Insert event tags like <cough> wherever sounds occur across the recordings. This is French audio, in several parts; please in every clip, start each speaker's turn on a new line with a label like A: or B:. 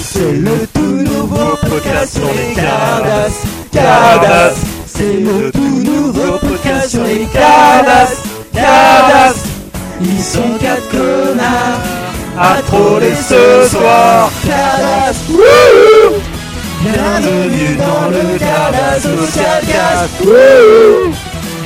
A: C'est le tout nouveau podcast sur les Cardas, Cardas.
B: Cardas.
A: C'est le tout nouveau podcast sur les Cardas,
B: Cardas,
A: Cardas. Ils sont quatre connards à troller ce soir. Cardas, wouhou. Bienvenue dans le Cardas Social Cast. Wouhou.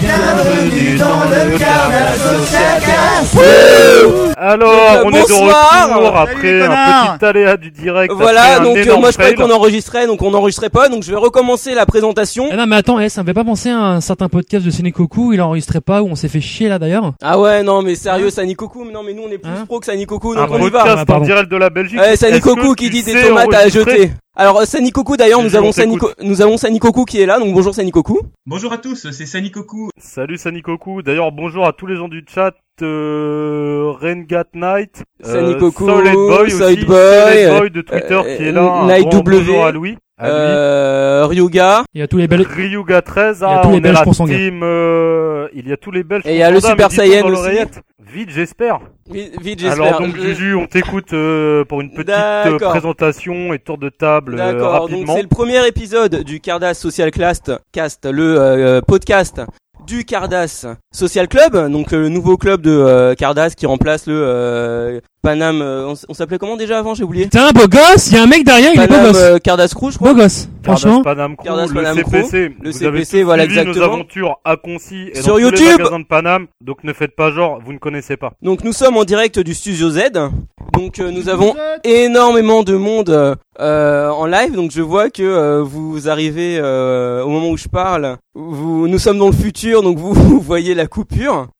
A: Bienvenue dans le Cardas Social Cast.
B: Alors,
C: Donc,
B: on
C: euh,
B: est de
C: bonsoir.
B: retour
D: Salut,
B: après
D: connard.
B: un petit aléa du direct.
C: Voilà,
B: après un
C: donc euh,
B: énorme
C: moi je croyais
B: fail.
C: qu'on enregistrait, donc on n'enregistrait pas, donc je vais recommencer la présentation.
E: Eh non mais attends, eh, ça me fait pas penser à un certain podcast de Sénécoku, il enregistrait pas, où on s'est fait chier là d'ailleurs.
C: Ah ouais, non mais sérieux, Sani Coucou, mais non mais nous on est plus
E: Hein
C: pro que Sani Coucou,
B: un
C: donc on y va.
B: podcast en
E: Pardon.
B: direct de la Belgique.
C: Eh, Sani
B: Est-ce que
C: Coucou qui
B: tu
C: dit des
B: sais
C: tomates à
B: enregistrer
C: jeter. Alors euh, Sani Coucou d'ailleurs, nous
B: Vas-y, on
C: avons Sani
B: t'écoute.
C: Co- nous avons Sani Coucou qui est là, donc bonjour Sani Coucou.
D: Bonjour à tous, c'est Sani Koku.
B: Salut Sanikoku. D'ailleurs, bonjour à tous les gens du chat. Euh, Rengat Knight,
C: Sani Koku,
B: Solid Boy,
C: Solid
B: aussi,
C: Boy,
B: Solid Boy de Twitter
C: euh,
B: qui est là. Un
C: Night
B: grand
C: W,
B: bonjour à Louis. À lui.
C: Euh, Ryuga
E: Il y a tous les belles...
B: Ryuga 13,
E: Il y a
B: ah,
E: tous les
B: on est
E: Belges
B: la
E: pour son gars.
B: team, euh, il y a tous les Belges.
C: Et il y a le
B: Panda,
C: Super
B: mais dis-toi
C: Saiyan
B: dans
C: aussi.
B: l'oreillette. Vite, j'espère.
C: Vi- vite
B: Alors
C: j'espère.
B: donc
C: Je-
B: Juju, on t'écoute euh, pour une petite euh,
C: D'accord.
B: présentation et tour de table euh,
C: D'accord, donc
B: rapidement.
C: c'est le premier épisode du Cardas Social Clast, cast, le euh, podcast du Cardas Social Club, donc euh, le nouveau club de euh, Cardas qui remplace le euh, Panam, euh, on, s- on s'appelait comment déjà avant, j'ai oublié
E: T'es un beau gosse, il y a un mec derrière, il est beau
C: Panam
E: gosse.
C: euh, Cardas Crew, je crois.
E: Beau gosse,
B: Cardas
E: franchement.
B: Panam Crew,
C: Cardas
B: le
C: Panam
B: CPC,
C: le
B: vous avez
C: CPC,
B: tous
C: voilà,
B: suivi nos
C: exactement.
B: aventures à Concy et
C: Sur
B: dans tous les
C: YouTube.
B: magasins de Paname, donc ne faites pas genre, vous ne connaissez pas.
C: Donc nous sommes en direct du Studio Z, donc euh, nous avons énormément de monde euh, euh, en live, donc je vois que euh, vous arrivez euh, au moment où je parle. Vous, nous sommes dans le futur, donc vous, <laughs> vous voyez la coupure. <laughs>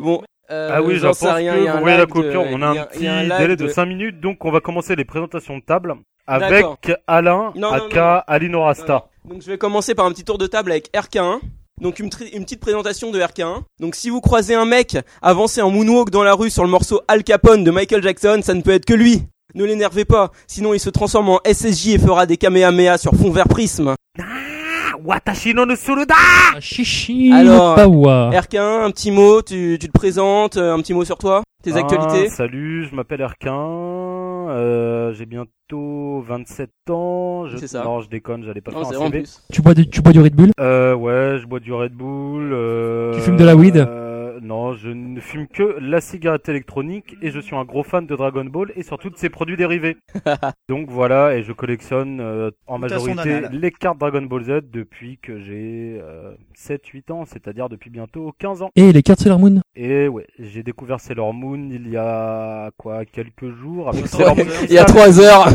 C: bon. euh,
B: ah oui, je
C: j'en
B: pense
C: sais rien, il y
B: que
C: a
B: vous
C: un
B: voyez la
C: lag de-
B: coupure, on a
C: il y il
B: un
C: y
B: petit
C: a lag
B: délai
C: de-
B: de 5 minutes, donc on va commencer les présentations de table avec Alain,
C: Non, non, non,
B: aka Alino Rasta.
C: Donc je vais commencer par un petit tour de table avec RK1. Donc une, tri- une petite présentation de RK1. Donc si vous croisez un mec avancer en moonwalk dans la rue sur le morceau Al Capone de Michael Jackson, ça ne peut être que lui. Ne l'énervez pas, sinon il se transforme en SSJ et fera des kamehameha sur fond vert prisme.
B: Ah, Watashi no Tsuruda
E: Ah, Chichi,
C: Alors, euh,
E: Pawa.
B: Ah.
C: RK1, un petit mot, tu, tu te présentes, euh, un petit mot sur toi, tes
B: Ah,
C: actualités.
B: Salut, je m'appelle Erquin, euh, j'ai bientôt 27 ans. Je...
C: C'est ça.
B: Non, je déconne, j'allais pas
C: Non,
B: faire
C: Oh, c'est
B: un
C: en
B: CV.
C: plus.
E: Tu bois du, tu bois du Red Bull
B: Euh, ouais, je bois du Red Bull. Euh...
E: Tu fumes de la weed
B: euh, Non, je ne fume que la cigarette électronique et je suis un gros fan de Dragon Ball et surtout de ses
C: <laughs>
B: produits dérivés. Donc voilà, et je collectionne euh, en
D: Tout à son
B: majorité
D: anal.
B: les cartes Dragon Ball Z depuis que j'ai euh, 7-8 ans, c'est-à-dire depuis bientôt 15 ans.
E: Et les cartes Sailor Moon
B: Et ouais, j'ai découvert Sailor Moon il y a quoi quelques
C: <laughs>
B: jours avec
D: Il y a
B: Sailor
D: trois
B: Moon
D: heures.
C: Il y a
B: Crystal.
C: 3 heures.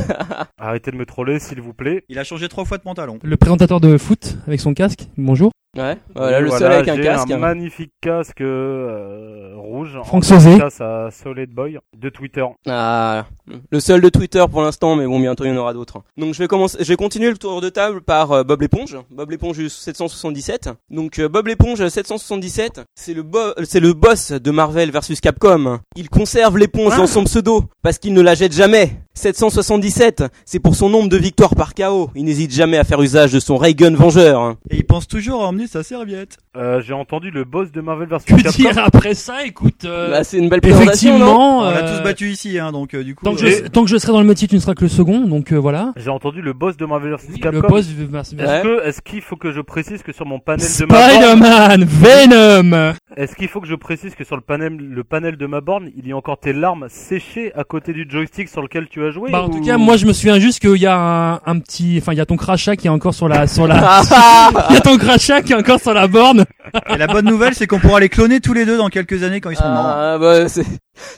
B: Arrêtez de me troller s'il vous plaît.
D: Il a changé trois fois de pantalon.
E: Le présentateur de foot avec son casque, bonjour.
C: Ouais, voilà,
B: Oui,
C: le seul avec un
B: j'ai
C: casque. hein.
B: Un magnifique casque euh, rouge.
E: Franck
B: En
E: Sauzet.
B: Grâce à Solid Boy de Twitter.
C: Ah, le seul de Twitter pour l'instant, mais bon, bientôt il y en aura d'autres. Donc je vais commencer, je vais continuer le tour de table par euh, Bob l'éponge, Bob l'éponge 777. Donc euh, Bob l'éponge 777, c'est le bo- euh, c'est le boss de Marvel versus Capcom. Il conserve l'éponge dans son pseudo parce qu'il ne la jette jamais. 777, c'est pour son nombre de victoires par KO. Il n'hésite jamais à faire usage de son Raygun vengeur.
D: Et il pense toujours à emmener sa serviette.
B: Euh, j'ai entendu le boss de Marvel vs
E: Que
B: Capcom.
E: dire après ça, écoute, euh,
C: Bah, c'est une belle présentation, non
E: effectivement...
D: On l'a
E: euh,
D: tous battu ici, hein, donc euh, du coup.
E: Tant que,
D: euh,
E: je, tant que je serai dans le métier, tu ne seras que le second, donc euh, voilà.
B: J'ai entendu le boss de Marvel vs Capcom.
E: Le boss... merci, merci.
B: Est-ce
C: Ouais.
B: que, est-ce qu'il faut que je précise que sur mon panel de ma borne,
E: Spider-Man, Venom
B: est-ce qu'il faut que je précise que sur le panel, le panel de ma borne, il y a encore tes larmes séchées à côté du joystick sur lequel tu as joué
E: Bah en
B: ou-
E: tout cas, moi je me souviens juste qu'il y a un, un petit, enfin il y a ton crachat qui est encore sur la, sur
C: <laughs>
E: la, <laughs>
C: Ah, ah, ah.
E: il y a ton crachat qui est encore sur la borne.
D: Et la bonne nouvelle, c'est qu'on pourra les cloner tous les deux dans quelques années quand ils seront morts.
C: Ah, bah, c'est-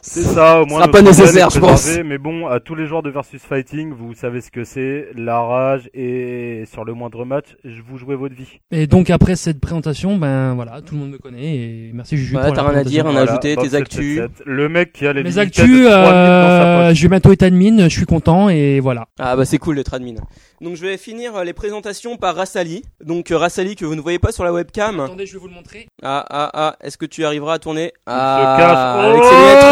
B: C'est ça, au moins.
C: sera
B: notre
C: pas
B: modèle
C: nécessaire,
B: est
C: je pense.
B: préservé, Mais bon, à tous les joueurs de versus fighting, vous savez ce que c'est, la rage et sur le moindre match, je vous jouez votre vie.
E: Et donc après cette présentation, ben voilà, tout le monde me connaît et merci Juju
C: Ouais,
E: pour
C: t'as
E: la
C: rien à dire, on a
E: présentation.
C: ajouté
B: Bob
C: tes actus.
B: 777. Le mec qui a les
E: Mes
B: limites
E: actus,
B: de 3000 dans sa
E: euh,
B: poche.
E: je vais bientôt être admin, je suis content et voilà.
C: Ah bah c'est cool le tradmin. Donc je vais finir euh, les présentations par Rassali. Donc euh, Rassali que vous ne voyez pas sur la webcam.
E: Attendez, je vais vous le montrer.
C: Ah ah ah, est-ce que tu arriveras à tourner
B: se cache.
C: Ah avec ses
B: Oh
C: lunettes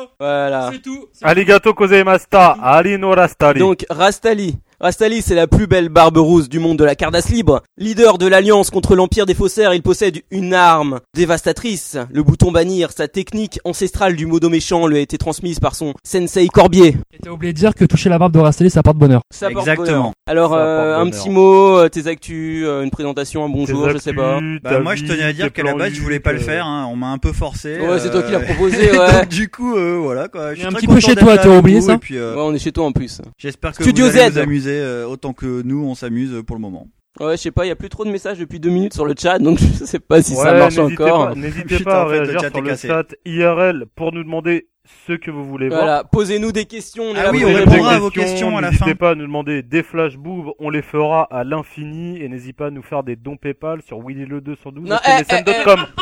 C: roses. Voilà.
E: C'est tout.
B: Arigato gozaimashita, ari no rastari.
C: Donc Rastali, Rastali, c'est la plus belle barbe rousse du monde de la Cardasse libre. Leader de l'Alliance contre l'Empire des Faussaires, il possède une arme dévastatrice. Le bouton bannir, sa technique ancestrale du modo méchant lui a été transmise par son sensei Corbier.
E: Et t'as oublié de dire que toucher la barbe de Rastelli, ça porte bonheur.
C: Ça porte
D: Exactement.
C: bonheur. Alors,
B: Ça
C: euh,
B: porte
C: un
B: bonheur.
C: petit mot, euh, tes actus, euh, une présentation, un bonjour, je sais pas.
D: Bah, moi, je tenais à dire qu'à la base, je voulais
B: euh,
D: pas le faire. hein. On m'a un peu forcé.
C: Ouais, c'est toi qui l'as
D: euh, <laughs>
B: <laughs>
C: proposé, ouais.
D: Donc, du coup, euh, voilà quoi. Je suis
E: Mais un
D: très
E: petit peu
D: content
E: chez
D: d'être
E: toi,
D: là
E: t'as
D: avec
E: oublié
D: vous,
E: ça
D: et puis, euh,
C: Ouais, on est chez toi en plus.
D: J'espère que
C: Studio
D: vous allez
C: Z.
D: vous amuser euh, autant que nous on s'amuse euh, pour le moment.
C: Ouais, je sais pas, il y a plus trop de messages depuis deux minutes sur le chat, donc <laughs> je sais pas si ça
B: Ouais,
C: marche
B: n'hésitez
C: encore.
B: pas- N'hésitez
D: Putain,
B: pas à
D: en fait, le
B: réagir
D: chat
B: sur
D: est
B: le
D: cassé.
B: chat IRL pour nous demander ce que vous voulez voir.
C: Voilà, posez-nous des questions. on est
D: Ah
C: là
D: oui,
C: pour
D: on
C: les
B: Posez-nous
D: répondra
B: des
D: à vos questions à la
B: N'hésitez
D: fin.
B: pas à nous demander des flash boobs, on les fera à l'infini et n'hésitez pas à nous faire des dons PayPal sur
C: Non,
B: willyle212
C: eh, Non,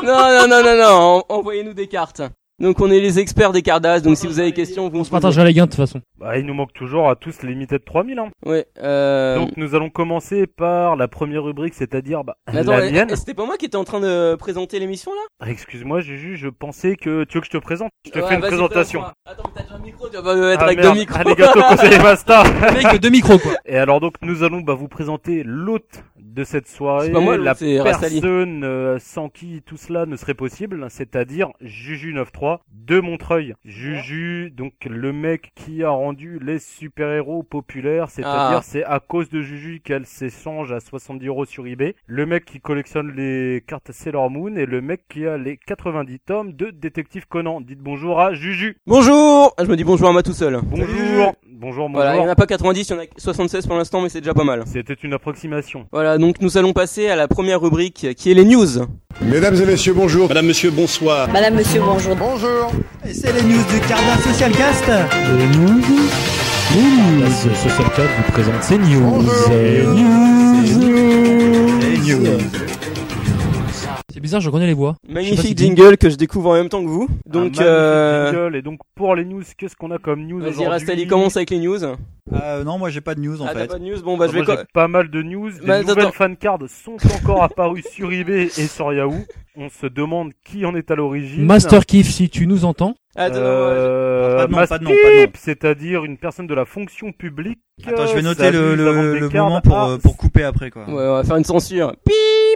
C: non, non, non, non, en- envoyez-nous des cartes. Donc on est les experts des cartes d'as, donc si vous avez des questions, vous
E: On se partagera les gains de toute façon.
B: Bah, il nous manque toujours à tous les limited 3000 hein.
C: Ouais, euh...
B: Donc nous allons commencer par la première rubrique, c'est-à-dire bah,
C: mais attends,
B: la
C: eh,
B: mienne.
C: eh, c'était pas moi qui étais en train de présenter l'émission là
B: Ah, Excuse-moi Juju, je pensais que tu veux que je te présente. Je te
C: Ouais,
B: fais une
C: vas-y,
B: présentation.
C: présente-moi. Attends, mais t'as déjà un micro, tu vas pas me mettre
B: Ah,
C: avec
B: merde.
C: deux micros.
B: Allez,
C: <laughs>
B: gâteau, conseiller basta.
E: Avec deux micros, quoi.
B: Et alors donc nous allons bah, vous présenter l'hôte de cette soirée,
C: C'est pas moi, l'hôte,
B: la
C: c'est Rastali.
B: personne euh, sans qui tout cela ne serait possible, c'est-à-dire Juju 93 de Montreuil. Juju, donc le mec qui a rendu les super-héros populaires, c'est-à-dire
C: Ah.
B: c'est à cause de Juju qu'elle s'échange à 70 euros sur eBay, le mec qui collectionne les cartes Sailor Moon et le mec qui a les 90 tomes de Détective Conan. Dites bonjour à Juju.
C: Bonjour Ah, Je me dis bonjour à moi tout seul.
B: Bonjour.
D: Juju.
B: Bonjour, bonjour.
C: Voilà, il y en a pas 90, il y en a 76 pour l'instant, mais c'est déjà pas mal.
B: C'était une approximation.
C: Voilà, donc nous allons passer à la première rubrique qui est les news.
F: Mesdames et messieurs, bonjour. Madame, monsieur, bonsoir.
G: Madame, monsieur, bonjour.
F: Bonjour.
D: Et c'est les news du Cardin Social Cast.
A: Les news. News. Social Club vous présente ses news. Les news.
D: Euh, Les news.
E: C'est bizarre, je reconnais les voix. Je sais
C: Magnifique
E: pas si
C: jingle que je découvre en même temps que vous. Donc,
B: Un
C: euh,
B: magnifique jingle. et donc pour les news, qu'est-ce qu'on a comme news
C: vas-y
B: aujourd'hui
C: Rastali, commence avec les news.
D: Euh, non, moi j'ai pas de news en
C: ah, t'as
D: fait.
C: pas de news Bon, bah
B: Moi,
C: je vais...
B: J'ai
C: co-
B: pas mal de news. Les
C: Bah,
B: nouvelles
C: attends.
B: fancards sont
D: <laughs>
B: encore apparues sur eBay et sur Yahoo. On se demande qui en est à l'origine.
E: Master Kiff, si tu nous entends.
C: Ah,
D: Ah,
C: Attends, ouais,
B: Euh,
D: Pas de nom,
B: Mass
D: pas de nom, pas de nom.
B: Pip, c'est-à-dire une personne de la fonction publique.
D: Attends, je vais
B: euh,
D: noter le,
B: s'amuse à vendre
D: le,
B: des
D: le
B: cartes Ah.
D: moment pour,
B: à-
D: euh, pour couper après quoi.
C: Ouais, on va faire une censure. Pip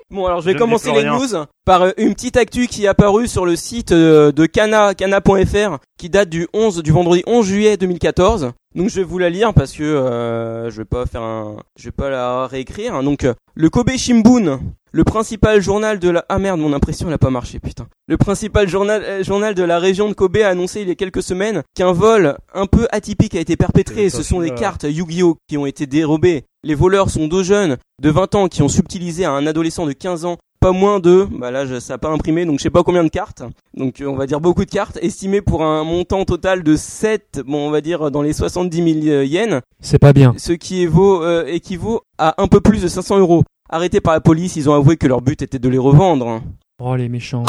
C: Bon, alors je vais
B: Je ne
C: commencer
B: dis plus
C: les
B: rien.
C: news par euh, une petite actu qui est apparue sur le site euh, de Cana, cana.fr, qui date du 11, du vendredi 11 juillet 2014. Donc je vais vous la lire parce que euh, je vais pas faire un, je vais pas la réécrire. Donc euh, le Kobe Shimbun, le principal journal de la, ah merde, mon impression elle a pas marché, putain. Le principal journal, euh, journal de la région de Kobe a annoncé il y a quelques semaines qu'un vol un peu atypique a été perpétré.
B: Euh,
C: Ce sont des
B: euh,
C: cartes Yu-Gi-Oh qui ont été dérobées. Les voleurs sont deux jeunes de 20 ans qui ont subtilisé à un adolescent de 15 ans pas moins de, bah là je- ça n'a pas imprimé donc je sais pas combien de cartes, donc euh, on va dire beaucoup de cartes, estimées pour un montant total de 7, bon on va dire dans les 70 000 euh, yens,
E: C'est pas bien.
C: ce qui évaut, euh, équivaut à un peu plus de 500 euros. Arrêtés par la police, ils ont avoué que leur but était de les revendre.
E: Oh, les méchants.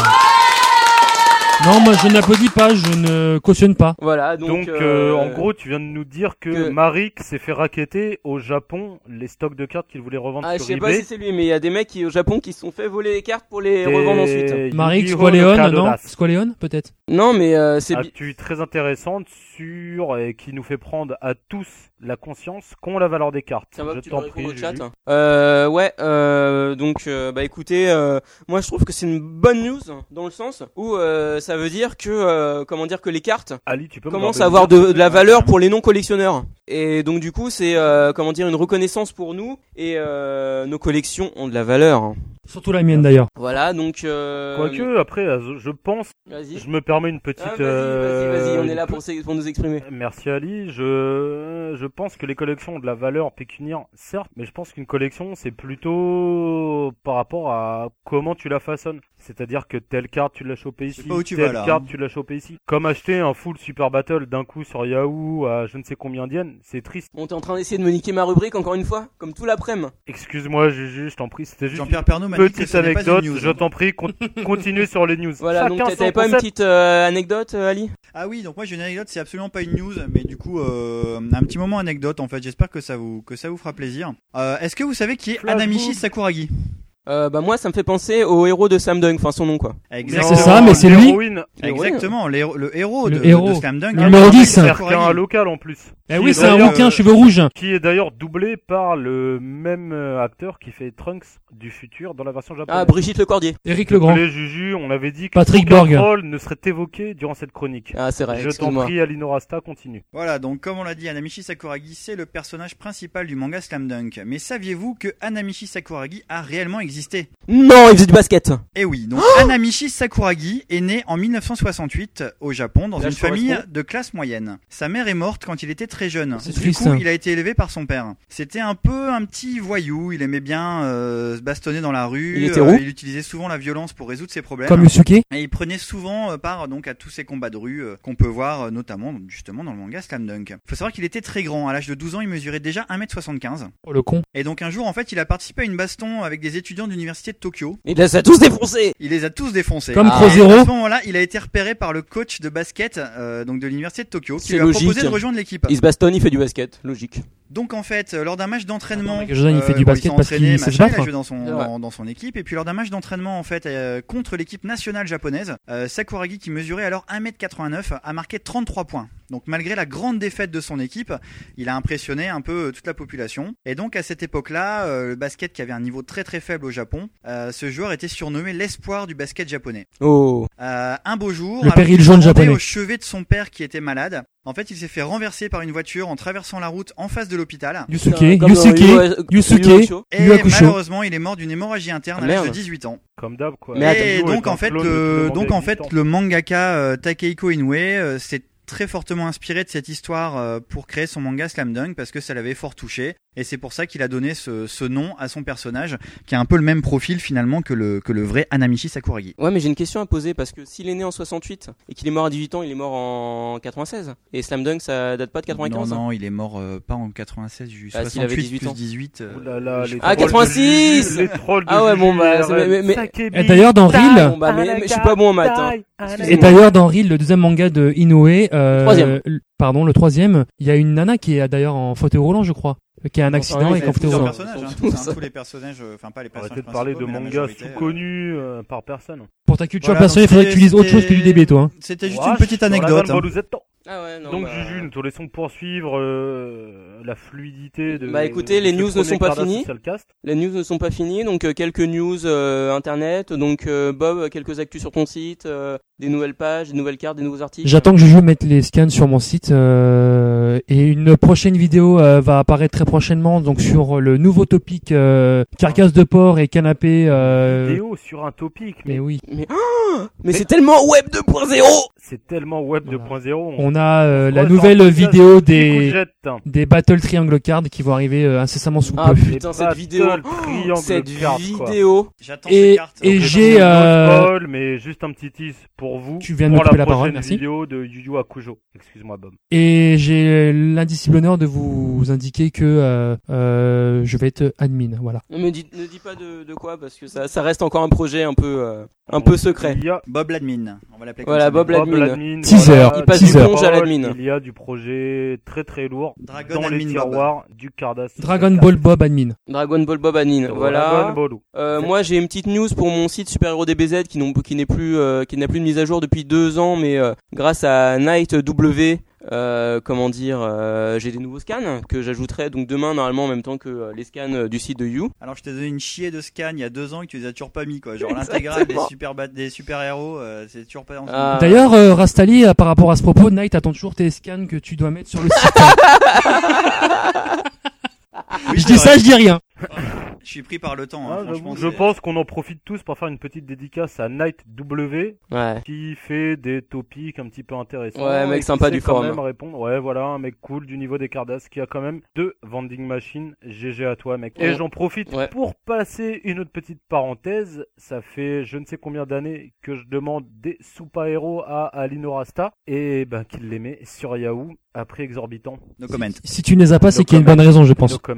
E: Non, moi, je n'applaudis pas, je ne cautionne pas.
C: Voilà, donc...
B: Donc,
C: euh,
B: euh, en gros, tu viens de nous dire que,
C: que-
B: Marik s'est fait raqueter au Japon les stocks de cartes qu'il voulait revendre
C: Ah, je
B: sur
C: sais
B: eBay.
C: pas si c'est lui, mais il y a des mecs qui, au Japon qui se sont fait voler les cartes pour les
B: Et
C: revendre ensuite.
E: Marik,
B: Yu-Gi-Oh!
E: Squaleon,
B: le
E: non
B: Cardonas.
E: Squaleon, peut-être
C: Non mais euh, c'est... bi-
B: actu très intéressante sur et qui nous fait prendre à tous la conscience qu'on la valeur des cartes.
C: Ça va
B: je
C: que tu peux
B: t'en prie.
C: répondre au chat.
B: Juju.
C: Euh, ouais, euh, donc euh, bah écoutez, euh, moi je trouve que c'est une bonne news dans le sens où euh, ça veut dire que euh, comment dire que les cartes
B: Ali, tu peux me
C: commencent
B: garder
C: à avoir
B: le
C: de, de la
D: Ouais,
C: valeur
D: carrément.
C: pour les non collectionneurs. Et donc du coup c'est euh, comment dire une reconnaissance pour nous et euh, nos collections ont de la valeur.
E: Surtout la mienne, d'ailleurs.
C: Voilà donc. Euh,
B: Quoique après, euh, je pense,
C: Vas-y.
B: je me permets une petite.
C: Ah, vas-y, vas-y, vas-y,
B: euh,
C: on est là pour, s'ex- pour nous exprimer.
B: Merci Ali. Je je pense que les collections ont de la valeur pécuniaire, certes, mais je pense qu'une collection c'est plutôt par rapport à comment tu la façonnes. C'est-à-dire que telle carte tu l'as chopée
D: sais
B: ici,
D: pas où tu
B: telle
D: vas, là, hein.
B: carte tu l'as chopée ici. Comme acheter un full Super Battle d'un coup sur Yahoo à je ne sais combien d'yens, c'est triste.
C: On t'est en train d'essayer de me niquer ma rubrique encore une fois, comme tout l'après-midi.
B: Excuse-moi Juju, je t'en prie, c'était juste
D: Jean-Pierre Pernaut m'a dit que
B: Petite
D: ce n'est pas
B: anecdote,
D: une news. hein.
B: je t'en prie,
D: <laughs>
B: con- continuez sur les news.
C: Voilà
B: Chacun
C: donc
B: son
C: t'avais pas une
B: concept.
C: petite euh, anecdote euh, Ali
D: Ah oui, donc moi j'ai une anecdote, c'est absolument pas une news, mais du coup euh, un petit moment anecdote en fait. J'espère que ça vous que ça vous fera plaisir. Euh, Est-ce que vous savez qui est
B: Flash
D: Anamichi
B: Boom.
D: Sakuragi
C: Euh, bah moi ça me fait penser au héros de Sam Dunk, enfin son nom quoi.
E: C'est ça, mais c'est lui.
B: L'héroïne,
D: Exactement, l'héro- le héros,
E: Le
D: de,
E: héros.
D: de Slam Dunk. hein.
E: Le numéro 10.
B: c'est un local en plus.
E: Eh
B: Qui
E: oui,
B: est
E: c'est un
B: d'ailleurs-
D: euh,
E: rouquin, cheveux rouges.
B: Qui est d'ailleurs doublé par le même euh, acteur qui fait Trunks du futur dans la version japonaise.
C: Ah Brigitte Lecordier.
E: Éric
B: Tous
E: Legrand.
B: les Juju, on avait dit que
E: Patrick
B: aucun
E: Borg.
B: troll ne serait évoqué durant cette chronique.
C: Ah c'est vrai,
B: Je t'en
C: excuse-moi.
B: prie, Alino Rasta, continue.
D: Voilà, donc comme on l'a dit, Anamichi Sakuragi, c'est le personnage principal du manga Slam Dunk. Mais saviez-vous que Anamichi Sakuragi a réellement existé
C: Non, il faisait du basket.
D: Eh oui, donc Anamichi Sakuragi est né en 1968 au Japon dans
C: Là,
D: une
C: je correspond.
D: famille de classe moyenne. Sa mère est morte quand il était très jeune.
E: C'est
D: du
E: triste,
D: coup,
E: hein.
D: il a été élevé par son père. C'était un peu un petit voyou, il aimait bien euh, se bastonner dans la rue, Euh,
C: Il était roux.
D: il utilisait souvent la violence pour résoudre ses problèmes.
E: Comme Yusuke.
D: Et il prenait souvent euh, part donc à tous ces combats de rue euh, qu'on peut voir euh, notamment justement dans le manga Slam Dunk. Faut savoir qu'il était très grand, à l'âge de 12 ans, il mesurait déjà 1m75
E: Oh le con.
D: et donc un jour en fait, il a participé à une baston avec des étudiants de l'université de Tokyo.
C: Il les a tous défoncés.
D: Il les a tous défoncés.
E: Comme
C: Ah.
D: Et à
E: Crozero.
D: ce moment-là, il a été repéré par le coach de basket euh, donc de l'université de Tokyo qui
C: C'est
D: lui a
C: logique.
D: proposé de rejoindre l'équipe.
C: Il se bastonne, il fait du basket, logique.
D: Donc en fait, euh, lors d'un match d'entraînement, euh,
E: Attends, mais Jordan, il fait du
D: bon,
E: basket
D: s'est
E: parce qu'il
D: entraîné,
E: sait se
D: machin, il a
E: battre. hein.
D: joué dans son
C: Ouais.
D: dans, dans son équipe et puis lors d'un match d'entraînement en fait euh, contre l'équipe nationale japonaise, euh, Sakuragi qui mesurait alors 1m89 a marqué 33 points. Donc malgré la grande défaite de son équipe, il a impressionné un peu euh, toute la population. Et donc à cette époque-là, euh, le basket qui avait un niveau très très faible au Japon, euh, ce joueur était surnommé l'espoir du basket japonais.
C: Oh.
D: Euh, un beau jour,
E: Le
D: alors
E: péril
D: qu'il
E: jaune
D: rendait
E: japonais.
D: au chevet de son père qui était malade, en fait, il s'est fait renverser par une voiture en traversant la route en face de l'hôpital.
E: Yusuke.
C: Comme dans
E: Yusuke.
C: Yu-
E: Yusuke.
C: Yu-Gi-Oh!
D: Et
E: Yu Hakusho.
D: malheureusement, il est mort d'une hémorragie interne
C: Ah,
D: à l'âge de
C: merde.
D: 18 ans.
B: Comme d'hab, quoi.
C: Mais attends.
D: et
B: Joe est
D: Eh, donc
B: un
D: en fait,
B: clone
D: le,
B: de
D: donc
B: Manga
D: en fait,
B: Mutant.
D: le mangaka euh, Takehiko Inoue euh, s'est très fortement inspiré de cette histoire euh, pour créer son manga Slam Dunk parce que ça l'avait fort touché et c'est pour ça qu'il a donné ce, ce nom à son personnage qui a un peu le même profil finalement que le que le vrai Anamichi Sakuragi.
C: Ouais, mais j'ai une question à poser parce que s'il est né en 68 et qu'il est mort à 18 ans, il est mort en 96. Et Slam Dunk, ça date pas de 95.
D: non
C: hein.
D: non, il est mort euh, pas en 96, juste
C: Ah, s'il avait 18
D: plus
C: ans.
D: 18. euh,
B: Ouh Oh là là, les
C: Ah,
B: trolls de
C: 86.
B: Juju, Les trolls de
C: Ah ouais, bon, bah,
B: Juju,
C: c'est- mais- mais-
B: Sakebi.
E: Et d'ailleurs dans Reel.
C: Bon, bah, mais, mais je suis pas bon en maths. hein.
E: Et d'ailleurs dans Reel, le deuxième manga de Inoue. euh,
C: Troisième.
E: l- Pardon, le troisième. Il y a une nana qui est d'ailleurs en fauteuil roulant, je crois. Euh, Qui a un
C: J'en sais
E: accident
C: rien,
E: et
C: c'est
E: qu'en fauteuil
D: plusieurs
C: tous en
E: roulant.
D: personnages, hein,
C: Tous.
D: enfin, tous les personnages, euh, enfin pas les personnages
B: Arrêtez de parler de
D: principaux, mais la
B: mangas
D: majorité, euh,
B: sous-connus euh, par personne.
E: Pour ta culture
D: Voilà, donc
E: personnelle, il faudrait que tu lises autre chose que
D: c'était-
E: du DB, toi. hein.
D: C'était juste
B: Ouah,
D: une petite
B: sur la
D: anecdote.
B: dalle,
D: hein.
B: Balouzette.
C: Ah ouais, non,
B: Donc
C: bah,
B: Juju, nous te laissons poursuivre euh, la fluidité de.
C: Bah, écoutez, les
B: de ce
C: news ne sont
B: premier
C: pas
B: quart d'heure
C: finies.
B: social cast.
C: Les news ne sont pas finies, donc euh, quelques news euh, internet, donc euh, Bob, quelques actus sur ton site, euh, des nouvelles pages, des nouvelles cartes, des nouveaux articles.
E: J'attends que Juju mette les scans sur mon site euh, et une prochaine vidéo euh, va apparaître très prochainement donc sur le nouveau topic euh, carcasse de porc et canapé. Euh,
B: Vidéo sur un topic, mais
E: mais oui,
C: Mais c'est tellement web 2.0
B: c'est tellement web
E: Voilà.
B: 2.0.
E: on a euh, la
B: Croise
E: nouvelle
B: en enthousiasme, petit coup
E: vidéo
B: de
E: des
B: jet, hein.
E: des battle triangle cards qui vont arriver euh, incessamment sous
C: Ah
E: peu.
B: Les
C: putain, cette
B: battles
C: vidéo, Oh,
B: triangle
C: cette
B: cards, quoi.
C: vidéo.
D: J'attends
E: Et-
D: ces cartes.
E: et
D: Donc,
E: j'ai euh,
B: Paul, mais juste un petit tease pour vous.
E: Tu viens de
B: pour
E: me couper la
B: prochaine
E: parole, merci.
B: vidéo de Yu Yu Hakusho. Excuse-moi, Bob.
E: et j'ai l'indicible honneur de vous indiquer que euh, euh, je vais être admin. Voilà.
C: Non, Mais dis- ne dis pas de, de quoi, parce que ça, ça reste encore un projet un peu, euh, un peu secret.
B: Il y a
E: euh,
D: Bob l'admin. On va l'appeler comme
C: Voilà,
D: ça.
C: Bob l'admin.
E: Teaser,
B: voilà,
E: Il passe du
B: Paul,
C: plonge à l'admin.
B: Il y a du projet très très lourd
D: Dragon
B: dans les
D: Admin Bob.
B: tiroirs du Cardass.
E: Dragon Ball Bob admin.
C: Dragon Ball Bob Anin,
B: Dragon
C: voilà.
B: Ball. ou.
C: Euh, moi j'ai une petite news pour mon site Super Hero DBZ qui n'ont- qui n'est plus euh, qui n'a plus de mise à jour depuis deux ans mais euh, grâce à Night W euh, comment dire euh, j'ai des nouveaux scans que j'ajouterai donc demain normalement en même temps que euh, les scans euh, du site de You
D: Alors je t'ai donné une chier de scan il y a deux ans et que tu les as toujours pas mis quoi. Genre l'intégrale des
C: Exactement.
D: super bat- des super héros, euh, c'est toujours pas ensemble.
C: Ah.
E: D'ailleurs, euh, Rastali, euh, par rapport à ce propos, Night attend toujours tes scans que tu dois mettre sur le site.
D: Oui,
E: je
D: c'est
E: dis
D: vrai.
E: ça, je dis rien.
D: Je suis pris par le temps. hein,
B: Ah,
D: franchement,
B: j'avoue. je
D: c'est-
B: pense qu'on en profite tous pour faire une petite dédicace à Night W
C: ouais
B: qui fait des topics un petit peu intéressants.
C: Ouais, mec
B: et qui
C: sympa
B: sait
C: du
B: quand
C: forum.
B: Même répondre. Ouais, voilà, un mec cool du niveau des Cardass qui a quand même deux vending machines. GG à toi, mec. Et
C: Ouais.
B: j'en profite
C: Ouais.
B: pour passer une autre petite parenthèse. Ça fait je ne sais combien d'années que je demande des super-héros à Alino Rasta et ben qu'il les met sur Yahoo après Exorbitant.
D: No comment.
B: Ah,
E: Si tu ne les as pas,
B: No
E: c'est qu'il y a une
B: comment.
E: bonne raison, je pense.
B: No comment.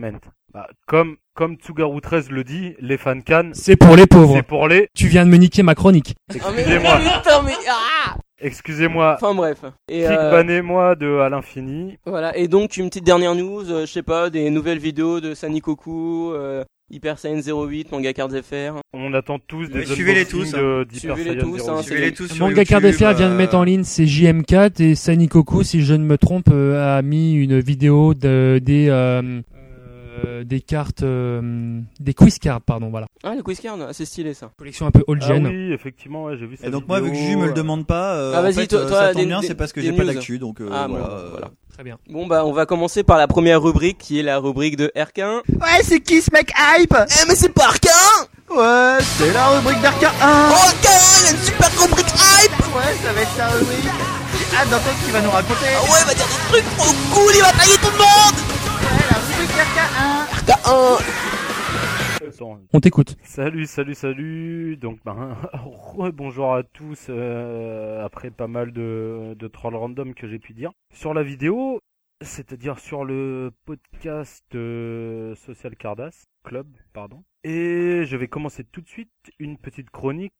B: Bah, comme, comme Tsugaru 13 le dit, les fans cannes,
E: C'est pour les pauvres.
B: c'est pour les.
E: Tu viens de me niquer ma chronique.
C: Ah, mais-
B: Excusez-moi.
C: putain, mais- ah
B: Excusez-moi.
C: enfin bref et
B: Kick
C: euh,
B: moi de à l'infini.
C: voilà et donc une petite dernière news euh, je sais pas des nouvelles vidéos de Sanikoku euh, Hyper Saiyan 08, Manga Cards FR.
B: On attend tous des
D: suivez-les
B: unboxings
G: hein.
D: tous,
B: de- d'Hyper
C: Suivez-les
B: Saiyan
C: tous,
B: 06.
C: hein,
D: Suivez-les tous sur
E: Manga Card
D: YouTube,
E: FR vient de
D: euh,
E: mettre en ligne ses JM4 et Sani Koku, si je ne me trompe, euh, a mis une vidéo de, des, euh, euh, des cartes, euh, des quiz cards, pardon, voilà.
C: Ah, le Quiz Card, ah, c'est stylé ça.
E: Collection un peu old
B: Ah
E: gen.
B: oui, effectivement, ouais, j'ai vu ça.
G: Et donc moi, vu que Ju me le demande pas, euh,
C: Ah,
G: en
C: vas-y,
G: fait,
C: toi-
G: euh,
C: toi,
G: ça tombe
C: des-
G: bien,
C: des-
G: c'est parce que
C: des
G: j'ai pas
C: news.
G: d'actu, donc euh,
C: Ah, bon,
G: voilà.
C: bah,
G: euh,
C: voilà.
E: Très bien.
C: Bon, bah, on va commencer par la première rubrique qui est la rubrique de RK1.
D: Ouais, c'est qui ce mec hype
H: Eh mais c'est pas Arca
D: Ouais, c'est la rubrique d'Arca 1
H: Oh Arca, une super rubrique hype
D: Ouais, ça va être sa rubrique J'ai hâte d'entendre ce qu'il va nous raconter
H: Ah ouais, va dire des trucs trop cool, il va tailler tout le monde
D: la rubrique d'Arca 1
H: Arca 1
B: Attends.
E: On t'écoute.
B: Salut, salut, salut. Donc, ben, <laughs> bonjour à tous. euh, après pas mal de, de trolls random que j'ai pu dire sur la vidéo, c'est-à-dire sur le podcast euh, Social Cardass Club, pardon. Et je vais commencer tout de suite une petite chronique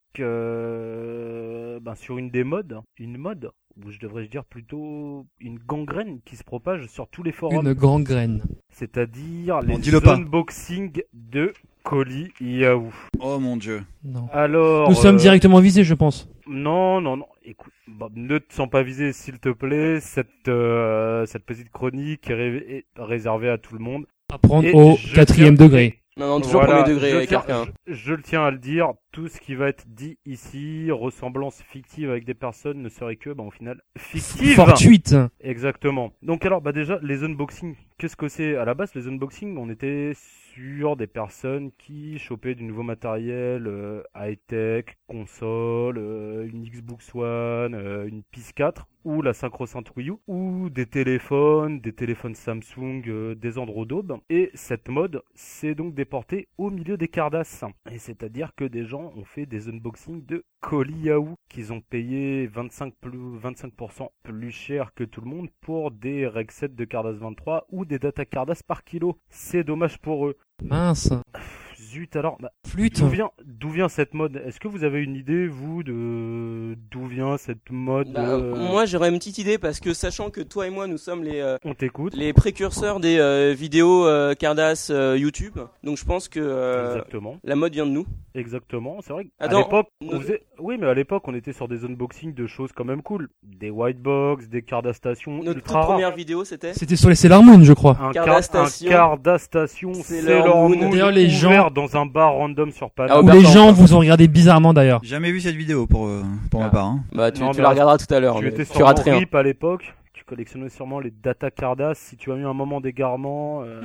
B: euh, ben, sur une des modes, une mode, ou je devrais dire plutôt une gangrène qui se propage sur tous les forums.
E: Une gangrène.
B: c'est-à-dire les
G: dis-le pas.
B: unboxings de colis Yahoo.
D: Oh mon dieu.
E: Non.
B: Alors,
E: Nous sommes
B: euh,
E: directement visés, je pense.
B: Non, non, non. Écoute, Bob, ne te sens pas visé, s'il te plaît. Cette euh, cette petite chronique est, ré- est réservée à tout le monde.
E: À prendre
B: Et
E: au
B: je
E: quatrième
B: tiens-
E: degré.
C: Non, non, toujours
B: Voilà,
C: premier degré
B: je
C: avec
B: tiens-
C: RK1.
B: Je, je le tiens à le dire. Tout ce qui va être dit ici, ressemblance fictive avec des personnes, ne serait que, bah, au final, fictive.
E: Fortuite.
B: Exactement. Donc alors, bah déjà, les unboxings, qu'est-ce que c'est À la base, les unboxings, on était sur des personnes qui chopaient du nouveau matériel euh, high-tech, console, euh, une Xbox One, euh, une PS4 ou la sacro-sainte Wii U, ou des téléphones, des téléphones Samsung, euh, des Androdaubes. Et cette mode s'est donc déportée au milieu des cardasses. Et c'est-à-dire que des gens ont fait des unboxings de colis Yahoo qu'ils ont payé 25 plus, 25% plus cher que tout le monde pour des reg sets de Cardass 23 ou des data Cardass par kilo. C'est dommage pour eux.
E: Mince.
B: Pff, Zut alors, bah,
E: Flûte.
B: d'où vient, d'où vient cette mode Est-ce que vous avez une idée, vous, de d'où vient cette mode
C: Bah,
B: euh,
C: Moi, j'aurais une petite idée parce que sachant que toi et moi, nous sommes les, euh,
B: On t'écoute.
C: les précurseurs des euh, vidéos euh, Cardass euh, YouTube, donc je pense que euh,
B: Exactement.
C: la mode vient de nous.
B: Exactement, c'est vrai. qu'à
C: Attends,
B: l'époque,
C: on-
B: on faisait... oui, mais à l'époque, on était sur des unboxings de choses quand même cool, des white box, des cartes à station
C: Notre toute
B: ultra rares.
C: première vidéo, c'était
E: C'était sur les Sailor Moon, je crois.
B: Un
C: Card
B: car-
C: à station.
B: un Card à station,
C: C'est
B: c'est
C: leur
B: leur
C: moon.
B: moon
E: D'ailleurs, les
B: ouvert
E: gens-
B: dans un bar random sur Paname.
C: Ah,
E: Où
C: Robert
E: les
C: Thornton.
E: gens vous ont regardé bizarrement d'ailleurs.
G: Jamais vu cette vidéo pour, euh, pour ma part. hein.
C: Bah, tu,
B: Non,
C: tu
B: mais
C: la
B: là,
C: regarderas tout à l'heure.
B: tu
C: mais
B: étais
C: Tu
B: sûrement
C: rates rien.
B: RIP à l'époque. Tu collectionnais sûrement les data cardas. Si tu as eu un moment d'égarement, euh,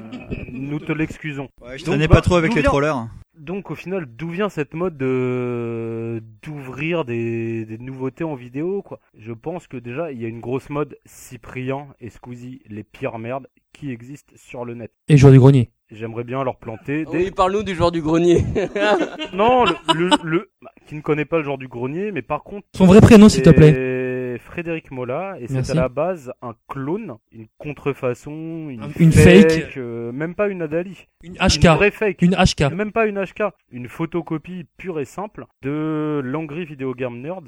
B: nous te l'excusons.
D: Ouais, je
B: Donc,
D: traînais
B: bah,
D: pas trop avec
B: d'où
D: les
B: vient-
D: trollers.
G: hein.
B: Donc au final, d'où vient cette mode de d'ouvrir des... des nouveautés en vidéo quoi Je pense que déjà il y a une grosse mode Cyprien et Squeezie, les pires merdes qui existent sur le net.
E: Et jour du grenier.
B: J'aimerais bien leur planter des
C: Ah Oui, parle-nous du joueur du grenier.
B: <laughs> non le, le, le- bah, qui ne connaît pas le genre du grenier, mais par contre
E: Son vrai prénom, s'il te plaît.
B: C'est Frédéric Mola, et c'est
E: Merci.
B: à la base un clone, une contrefaçon, une,
E: Une
B: fake,
E: fake.
B: euh, même pas une Adali,
E: Une
B: une
E: HK.
B: vraie fake,
E: Une HK.
B: même pas une HK, une photocopie pure et simple de l'Angry Video Game Nerds,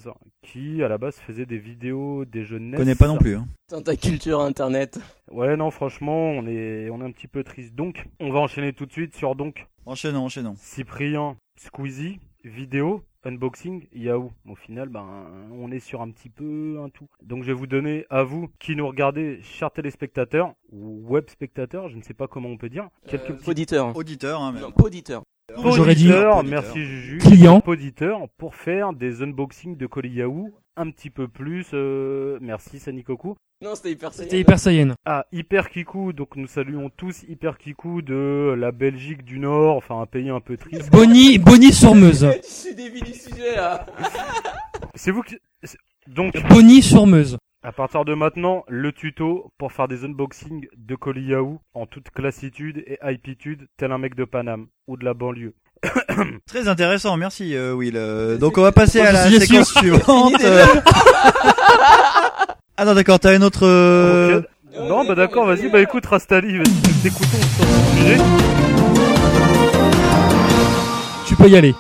B: qui à la base faisait des vidéos des jeunes
G: Connais pas non plus. hein.
C: <laughs> Dans ta culture internet.
B: E Ouais, non, franchement, on est, on est un petit peu triste. Donc, on va enchaîner tout de suite sur donc
G: Enchaînons, enchaînons.
B: Cyprien, Squeezie, vidéo, unboxing, Yahoo. Au final, ben, on est sur un petit peu un tout. Donc je vais vous donner à vous qui nous regardez, chers téléspectateurs ou web spectateurs, je ne sais pas comment on peut dire, quelques
C: Euh,
B: petits
C: Poditeur.
G: Auditeur, hein, mais...
C: Non, poditeur.
E: J'aurais dit-
B: auditeurs,
G: Auditeur.
B: merci Juju,
E: Client.
B: auditeurs, pour faire des unboxings de colis Yahoo un petit peu plus. euh, merci Sanikoku.
C: Non, c'était hyper
E: C'était
C: <laughs>
E: hyper Saiyan.
B: Ah, Hyper Kikou, donc nous saluons tous Hyper Kikou de la Belgique du Nord, enfin un pays un peu triste.
E: Bonnie, Bonnie sur Meuse.
C: Tu sais des vies du sujet là.
B: C'est vous qui... c'est- Donc,
E: Bonnie sur Meuse.
B: À partir de maintenant, le tuto pour faire des unboxings de colis Yahoo en toute classitude et hypitude, tel un mec de Paname ou de la banlieue.
G: Très intéressant, merci euh, Will. Euh, donc on va passer à la
E: J'y suis.
G: séquence suivante. <laughs> ah non d'accord, t'as une autre... euh,
B: Ok. Non, bah d'accord, vas-y, bah écoute Rastali, vas-y, t'écoutons sur ce sujet.
E: Tu peux y aller.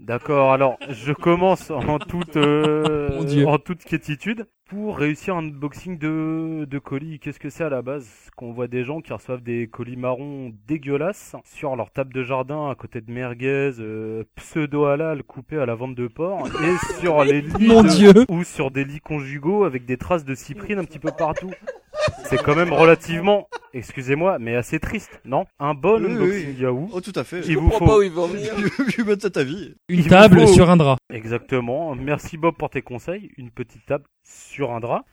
B: D'accord, alors je commence
I: <laughs>
B: en toute, euh,
I: Mon Dieu.
B: en toute quiétitude. Pour réussir un unboxing de, de colis, qu'est-ce que c'est à la base Qu'on voit des gens qui reçoivent des colis marrons dégueulasses sur leur table de jardin à côté de merguez, euh, pseudo-halal coupé à la vente de porc et sur
I: <laughs>
B: les lits
I: Mon
B: de-
I: Dieu.
B: ou sur des lits conjugaux avec des traces de cyprine un petit peu partout. C'est quand même relativement, excusez-moi, mais assez triste, non Un bon
D: Oui,
B: unboxing
D: oui.
B: Yahoo.
D: Oh, tout à fait.
G: <laughs>
B: Il
C: Je
B: vous
C: comprends
B: faut
C: pas où il va en venir.
D: Tu veux ta vie.
E: Une
B: vous
E: table
B: faut-
E: sur un drap.
B: Exactement. Merci Bob pour tes conseils. Une petite table sur un drap,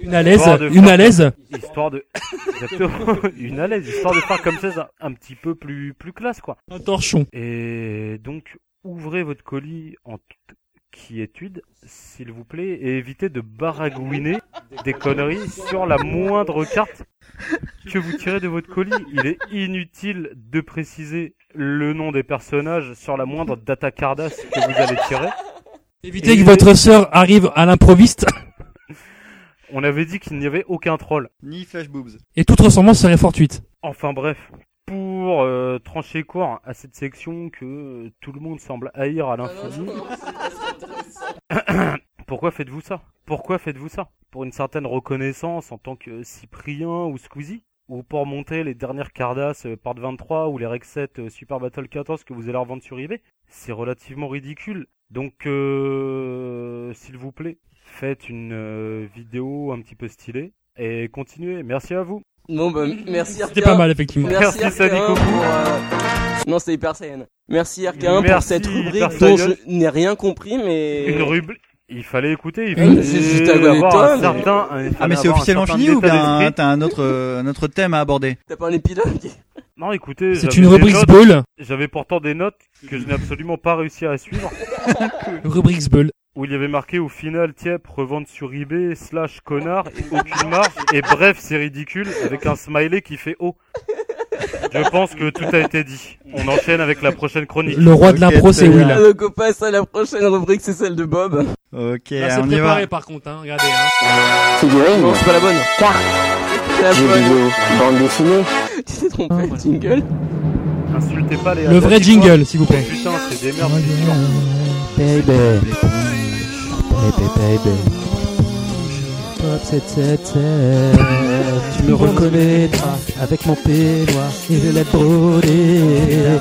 E: Une à l'aise.
B: Bord de
E: Une
B: forêt.
E: à l'aise.
B: histoire de exactement une à l'aise, histoire de faire comme ça ça, un petit peu plus plus classe quoi.
E: Un torchon.
B: Et donc ouvrez votre colis en toute quiétude, s'il vous plaît, et évitez de baragouiner des conneries sur la moindre carte que vous tirez de votre colis. Il est inutile de préciser le nom des personnages sur la moindre data cardasse que vous allez tirer.
E: Évitez
B: Et-
E: que votre sœur arrive à l'improviste
B: On avait dit qu'il n'y avait aucun troll.
D: Ni flash boobs.
E: et toute ressemblance serait fortuite.
B: Enfin bref, pour euh, trancher court à cette section que euh, tout le monde semble haïr à l'infini. <coughs> Pourquoi faites-vous ça Pourquoi faites-vous ça Pour une certaine reconnaissance en tant que Cyprien ou Squeezie Ou pour monter les dernières Cardass euh, Part 23 ou les Rex 7 euh, Super Battle 14 que vous allez revendre sur eBay C'est relativement ridicule. Donc, euh, s'il vous plaît, faites une euh, vidéo un petit peu stylée et continuez. Merci à vous.
C: Bon, bah, merci
E: C'était
C: Arca.
E: pas mal, effectivement.
C: Merci,
B: Merci,
C: RK1
B: Sadiko.
C: pour, euh, Non, c'était Hyper Saiyan. Merci RK1 pour
B: Merci,
C: cette rubrique
B: Hyper
C: dont je
B: Saiyan.
C: n'ai rien compris, mais.
B: Une rubrique. Il fallait écouter.
C: Oui,
B: Il fallait
C: mais Eh, c'est juste à côté de
B: avoir
C: toi,
B: un
C: mais-
B: certain. un-
D: Ah,
B: il fallait
D: mais c'est
B: avoir un
D: officiellement
B: certain
D: fini ou
B: état
D: bien
B: d'esprit.
D: t'as un autre, euh, un autre thème à aborder
C: T'as pas un épilogue
B: Non, écoutez.
E: C'est
B: j'avais
E: une
B: des
E: rubrique
B: notes-
E: Sbull.
B: J'avais pourtant des notes que je n'ai absolument pas réussi à suivre.
E: Rubrique Sbull.
B: Où il y avait marqué au final, Tiep, revente sur eBay, slash connard, et aucune marge. Et bref, c'est ridicule avec un smiley qui fait haut. Je pense que tout a été dit. On enchaîne avec la prochaine chronique.
E: Le roi de
D: Ok,
E: l'impro, c'est
D: très
C: <laughs>
D: bien.
E: Will.
C: Le copain, ça, la prochaine rubrique, c'est celle de Bob.
D: Ok,
E: Là, c'est
D: on y va.
E: <laughs> préparé par contre, hein. Regardez, hein.
C: Non, c'est pas la bonne.
J: Car-
C: C'est la bonne.
J: bande dessinée.
C: <laughs> Tu t'es trompé,
E: Ah,
C: le
E: voilà.
C: jingle.
B: Insultez pas les.
E: Le vrai
B: Asiatiques, quoi.
E: jingle, s'il vous plaît.
B: Putain, c'est des merdes. c'est chiant.
J: Baby. Baby, baby. Pop 777. tu me reconnaîtras avec mon peignoir et les lèvres brodées.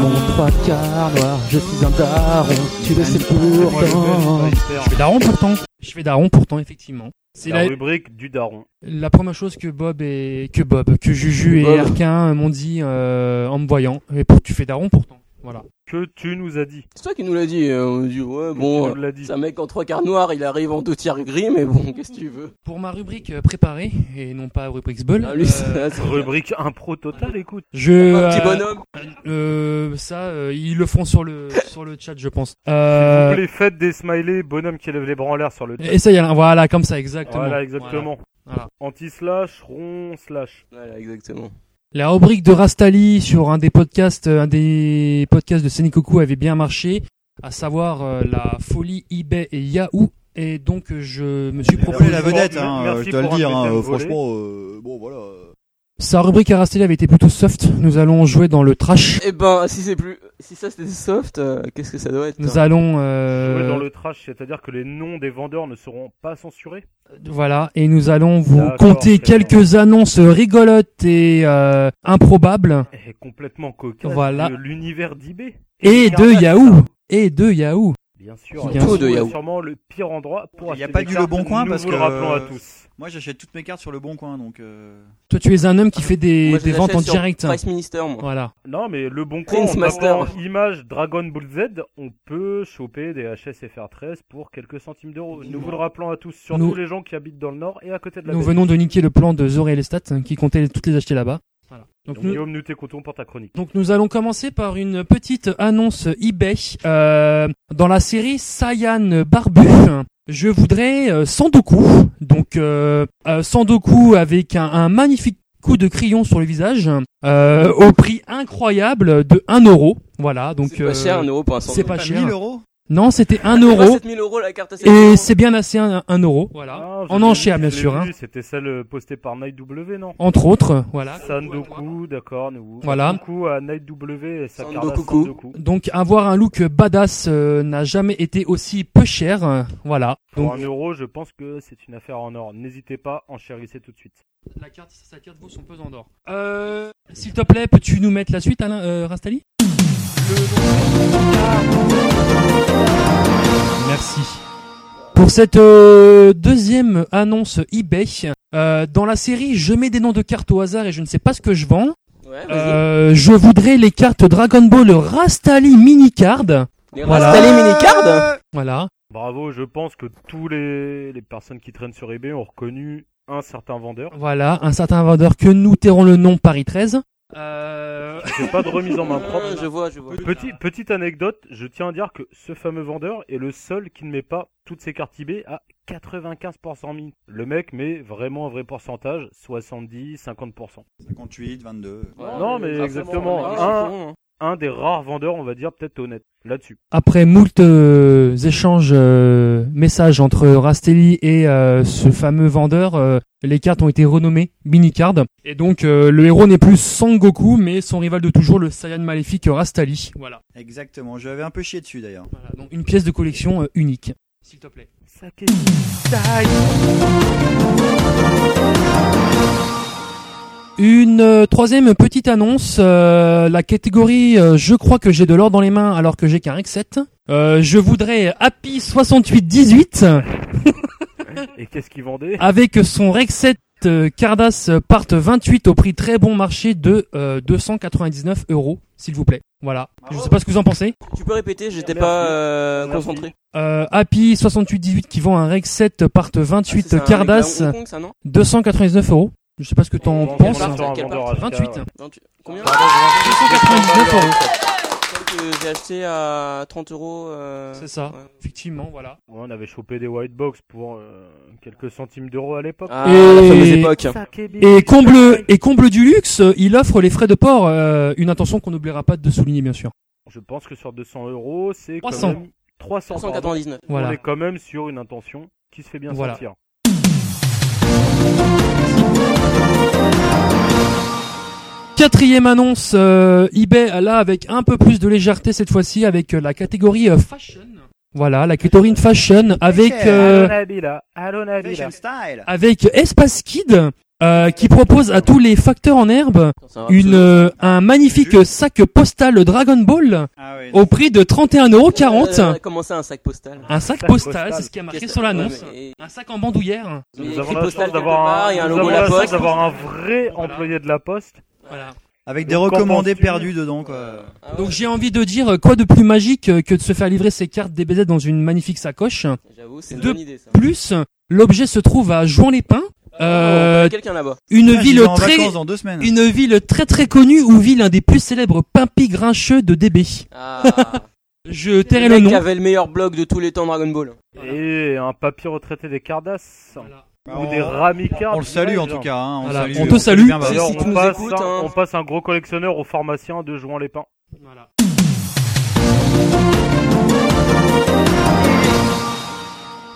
J: Mon trois quarts noir, je suis un daron, tu le sais pourtant.
E: Je fais daron pourtant. Je fais daron pourtant, effectivement. C'est
B: La
E: la,
B: rubrique du daron.
E: la première chose que Bob et que Bob, que Juju et
C: Bob.
E: Erquin m'ont dit euh, en me voyant. Et pour tu fais daron pourtant. Voilà.
B: Que tu nous as dit.
C: C'est toi qui nous l'as dit. euh, on dit, ouais, bon.
B: Tu nous l'as dit.
C: C'est un mec en trois quarts noir, il arrive en deux tiers gris, mais bon, <laughs> qu'est-ce que tu veux
E: Pour ma rubrique euh, préparée et non pas rubrique Sbull,
C: Ah, lui,
E: euh,
C: ça- ça-
B: Rubrique impro total, écoute.
E: je
C: Un petit
E: euh,
C: bonhomme.
E: euh, ça euh, ils le font sur le sur le chat, je pense.
B: S'il
C: <laughs>
B: vous
E: Euh,
B: plaît, faites des smileys, bonhomme qui lève les bras en l'air sur le chat.
E: et ça y a voilà comme ça exactement.
B: Voilà, exactement.
E: Voilà.
B: Anti-slash, rond, slash.
C: Voilà, exactement.
E: La rubrique de Rastali sur un des podcasts, euh, un des podcasts de Senikoku avait bien marché, à savoir euh, la folie eBay et Yahoo. Et donc euh, je me suis
D: Voler
E: proposé.
D: la vedette, hein,
B: Merci
D: je dois le
B: pour un
D: dire, hein,
B: thème volé.
D: franchement, euh, bon voilà.
E: Sa rubrique à Rastali avait été plutôt soft. Nous allons jouer dans le trash.
C: Eh ben, si c'est plus. Si ça c'était soft, euh, qu'est-ce que ça doit être
E: Nous
C: hein
E: allons
B: Jouer dans
E: euh,
B: le trash, c'est-à-dire que les noms des vendeurs ne seront pas censurés.
E: voilà et nous allons vous
B: D'accord,
E: compter
B: très bien.
E: quelques annonces rigolotes et euh, improbables
B: Et complètement cocasse
E: Voilà.
B: de l'univers d'eBay.
E: et
B: Cardass,
E: de
B: ça.
E: Yahoo et de Yahoo.
B: Bien sûr.
E: Bien
B: Et
C: sûr. de
B: c'est
C: Yahoo.
B: sûrement le pire endroit pour
D: Il y
B: acheter
D: a pas
B: des
D: du
B: cartes,
D: Leboncoin,
B: nous
D: parce
B: vous
D: que- euh,
B: le rappelons à tous.
D: Moi j'achète toutes mes cartes sur le bon coin donc. euh,
E: Toi tu es un homme qui fait des,
C: Moi, je
E: des
C: les
E: ventes en
C: achète sur
E: direct. hein.
C: Price Minister, moi.
E: Voilà.
B: Non, mais le bon coin,
C: Prince
B: en
C: Master.
B: tapant image Dragon Ball Z, on peut choper des HSFR13 pour quelques centimes d'euros. Nous vous le rappelons à tous, surtout
E: Nous-
B: les gens qui habitent dans le nord et à côté de la
E: Nous
B: baie.
E: venons de niquer le plan de Zoré et Lestat hein, qui comptait toutes les acheter là-bas. Voilà. Donc,
B: Donc,
E: nous,
B: Guillaume, nous t'écoutons pour ta chronique.
E: donc nous allons commencer par une petite annonce eBay. Euh, dans la série Saiyan Barbu, je voudrais euh, Sandoku. Donc euh, euh, Sandoku avec un, un magnifique coup de crayon sur le visage euh, au prix incroyable de 1 euro. Voilà, donc
C: C'est pas
E: euh,
C: cher, un euro Ah, pour un
E: c'est
C: sandwich.
E: pas
D: pas
E: cher.
D: 1000 euros
E: Non, c'était 1
C: C'est pas
E: euro.
C: 7000 euros la carte à 7000 euros.
E: Et c'est bien assez 1 euro, voilà.
B: Ah, je
E: en
B: l'ai
E: enchère,
B: vu,
E: bien
B: je l'ai
E: sûr.
B: vu,
E: Hein.
B: C'était celle euh, postée par Night W, non
E: Entre autres, Ah, voilà.
B: Sandoku, d'accord, nous.
E: Voilà.
B: Sandoku à Night W et sa carte à
C: Sandoku.
B: Sandoku.
E: Donc avoir un look badass euh, n'a jamais été aussi peu cher, euh, voilà.
B: Pour
E: Donc
B: un euro, je pense que c'est une affaire en or. N'hésitez pas, enchérissez tout de suite.
E: la carte, sa carte vaut son pesant d'or. Euh, s'il te plaît, peux-tu nous mettre la suite, Alain euh, Rastali Merci. Pour cette euh, deuxième annonce eBay, euh, dans la série je mets des noms de cartes au hasard et je ne sais pas ce que je vends,
C: Ouais, vas-y.
E: euh, je voudrais les cartes Dragon Ball Rastali Mini Card.
C: Les
E: voilà.
C: Rastali Minicard
E: Voilà.
B: Bravo, je pense que tous les, les personnes qui traînent sur eBay ont reconnu un certain vendeur.
E: Voilà, un certain vendeur que nous tairons le nom Paris 13. Euh...
B: C'est pas de remise en main
C: Ah,
B: propre.
C: Je vois, je vois.
B: Petit, petite anecdote, je tiens à dire que ce fameux vendeur est le seul qui ne met pas toutes ses cartes eBay à 95% mine. Le mec met vraiment un vrai pourcentage, 70, 50%.
D: 58, 22.
B: Non, mais exactement, un-
C: hein.
B: Un des rares vendeurs, on va dire, peut-être honnête, là-dessus.
E: <laughs> Après moult euh, échanges, euh, messages entre Rastelli et euh, ce fameux vendeur, euh, les cartes ont été renommées Minicard. Et donc euh, le héros n'est plus Sangoku, mais son rival de toujours, le Saiyan maléfique Rastali. Voilà.
D: Exactement, je l'avais un peu chié dessus d'ailleurs.
E: Voilà, donc une pièce de collection euh, unique. S'il te plaît. Une euh, troisième petite annonce, euh, la catégorie euh, je crois que j'ai de l'or dans les mains alors que j'ai qu'un rec 7. Euh, je voudrais Happy 6818
B: Et qu'est-ce qu'il vendait
E: avec son rec 7 euh, Cardass euh, part 28 au prix très bon marché de euh, 299 euros s'il vous plaît. Voilà, je sais pas ce que vous en pensez.
C: Tu peux répéter, j'étais
B: Merci.
C: pas euh,
B: Merci.
C: concentré.
E: Euh, Happy 6818 qui vend un rec 7 part
C: Ah, c'est
E: 28
C: ça, avec la
E: Cardass
C: Hong Kong, ça, non
E: 299 euros. Je sais pas ce que t'en
B: On
E: penses.
B: vend
C: hein.
B: sur un vendeur à
E: 28.
B: Chicago.
C: Non, tu- Combien
E: 299 euros.
C: Celle que j'ai acheté à 30 euros. euh,
E: C'est ça.
C: ouais.
E: Effectivement, voilà.
B: Ouais, on avait chopé des white box pour euh, quelques centimes d'euros à l'époque.
C: Ah, la fameuse époque.
E: Et comble, et comble du luxe, euh, il offre les frais de port, euh, une intention qu'on n'oubliera pas de souligner bien sûr.
B: Je pense que sur 200 euros, c'est quand
E: 300.
B: même 300. pardon.
C: 199.
B: On
E: Voilà.
B: est quand même sur une intention qui se fait bien
E: Voilà.
B: sentir.
E: Quatrième annonce, euh, eBay là avec un peu plus de légèreté cette fois-ci avec euh, la catégorie euh, fashion. Voilà, la catégorie fashion avec euh,
B: Nabila, allô
D: Fashion style
E: avec Espace Kid euh, qui propose à tous les facteurs en herbe
C: Ça va,
E: une
C: absolument.
E: euh, un magnifique sac postal Dragon Ball
D: Ah oui.
E: au prix de 31,40€.
C: Euh, Comment ça, un sac postal
E: Un sac
B: Sac
E: postal,
B: postal.
E: c'est ce qui a Ah, marqué
C: Qu'est-ce-
E: sur l'annonce.
C: Ouais, mais-
E: Un sac en bandoulière.
C: Il y a
B: Nous
C: écrit
B: avons la
C: postal
B: chance
C: quelque
B: d'avoir
C: part,
B: un,
C: il y a un
B: nous
C: logo
B: avons
C: La
B: la chance
C: Poste.
B: d'avoir un vrai employé de la poste.
E: Voilà.
D: Avec
B: Donc,
D: des
B: qu'en
D: recommandés
B: penses-tu
D: perdus dedans quoi.
C: Ah ouais,
E: Donc j'ai envie de dire euh, quoi de plus magique euh, que de se faire livrer ses cartes DBZ dans une magnifique sacoche.
C: J'avoue, c'est une
E: deux-
C: bonne idée ça.
E: Plus l'objet se trouve à Jouan-les-Pins,
C: Oh,
E: euh,
C: on a quelqu'un là-bas.
D: Ah,
E: une
D: bah, Putain, j'y
E: ville
D: vais en
E: très
D: vacances dans deux semaines.
E: une ville très très connue où vit l'un des plus célèbres pimpis grincheux de DB. <laughs>
C: Ah,
E: Je tairai
C: le
E: le
C: mec qui
E: nom.
C: avait le meilleur blog de tous les temps Dragon Ball.
B: Et un papier retraité des Cardass.
D: Bah,
B: Ou
D: on-
B: des Ramicards.
D: on le salue en tout cas. hein, On,
E: Voilà,
D: salue,
E: on te salue.
D: bien, bah,
C: Si,
B: D'ailleurs,
C: si tu
B: on,
C: nous
B: passe
C: écoutes,
B: un-
C: hein.
B: on passe un gros collectionneur au pharmacien de Jouan les Pins.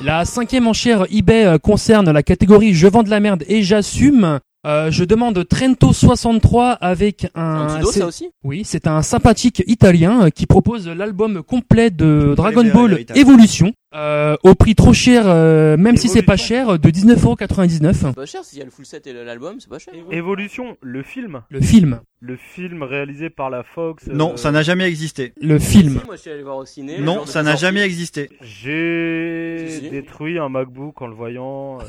E: La cinquième enchère eBay euh, concerne la catégorie Je vends de la merde et j'assume. Euh, je demande Trento 63 avec
C: Un
E: un.
C: petit dos
E: c'est-
C: ça aussi
E: Oui, c'est un sympathique italien euh, qui propose l'album complet de Dragon
D: les
E: Ball
D: véritables.
E: Evolution euh, au prix trop cher, euh, même si c'est pas cher, de 19,99€.
C: C'est pas cher, s'il y a le full set et l'album, c'est pas cher.
B: Évolution, le film.
E: Le film,
B: Le film réalisé par la Fox.
D: Non,
B: euh,
D: ça n'a jamais existé.
E: le
C: <laughs>
E: film.
C: Si, Moi je suis allé voir au ciné. le
D: Non,
C: jour de
D: ça
C: la
D: n'a
C: sortie.
D: jamais existé.
B: J'ai
C: Si, si.
B: détruit un MacBook en
D: <laughs>
B: le voyant. euh,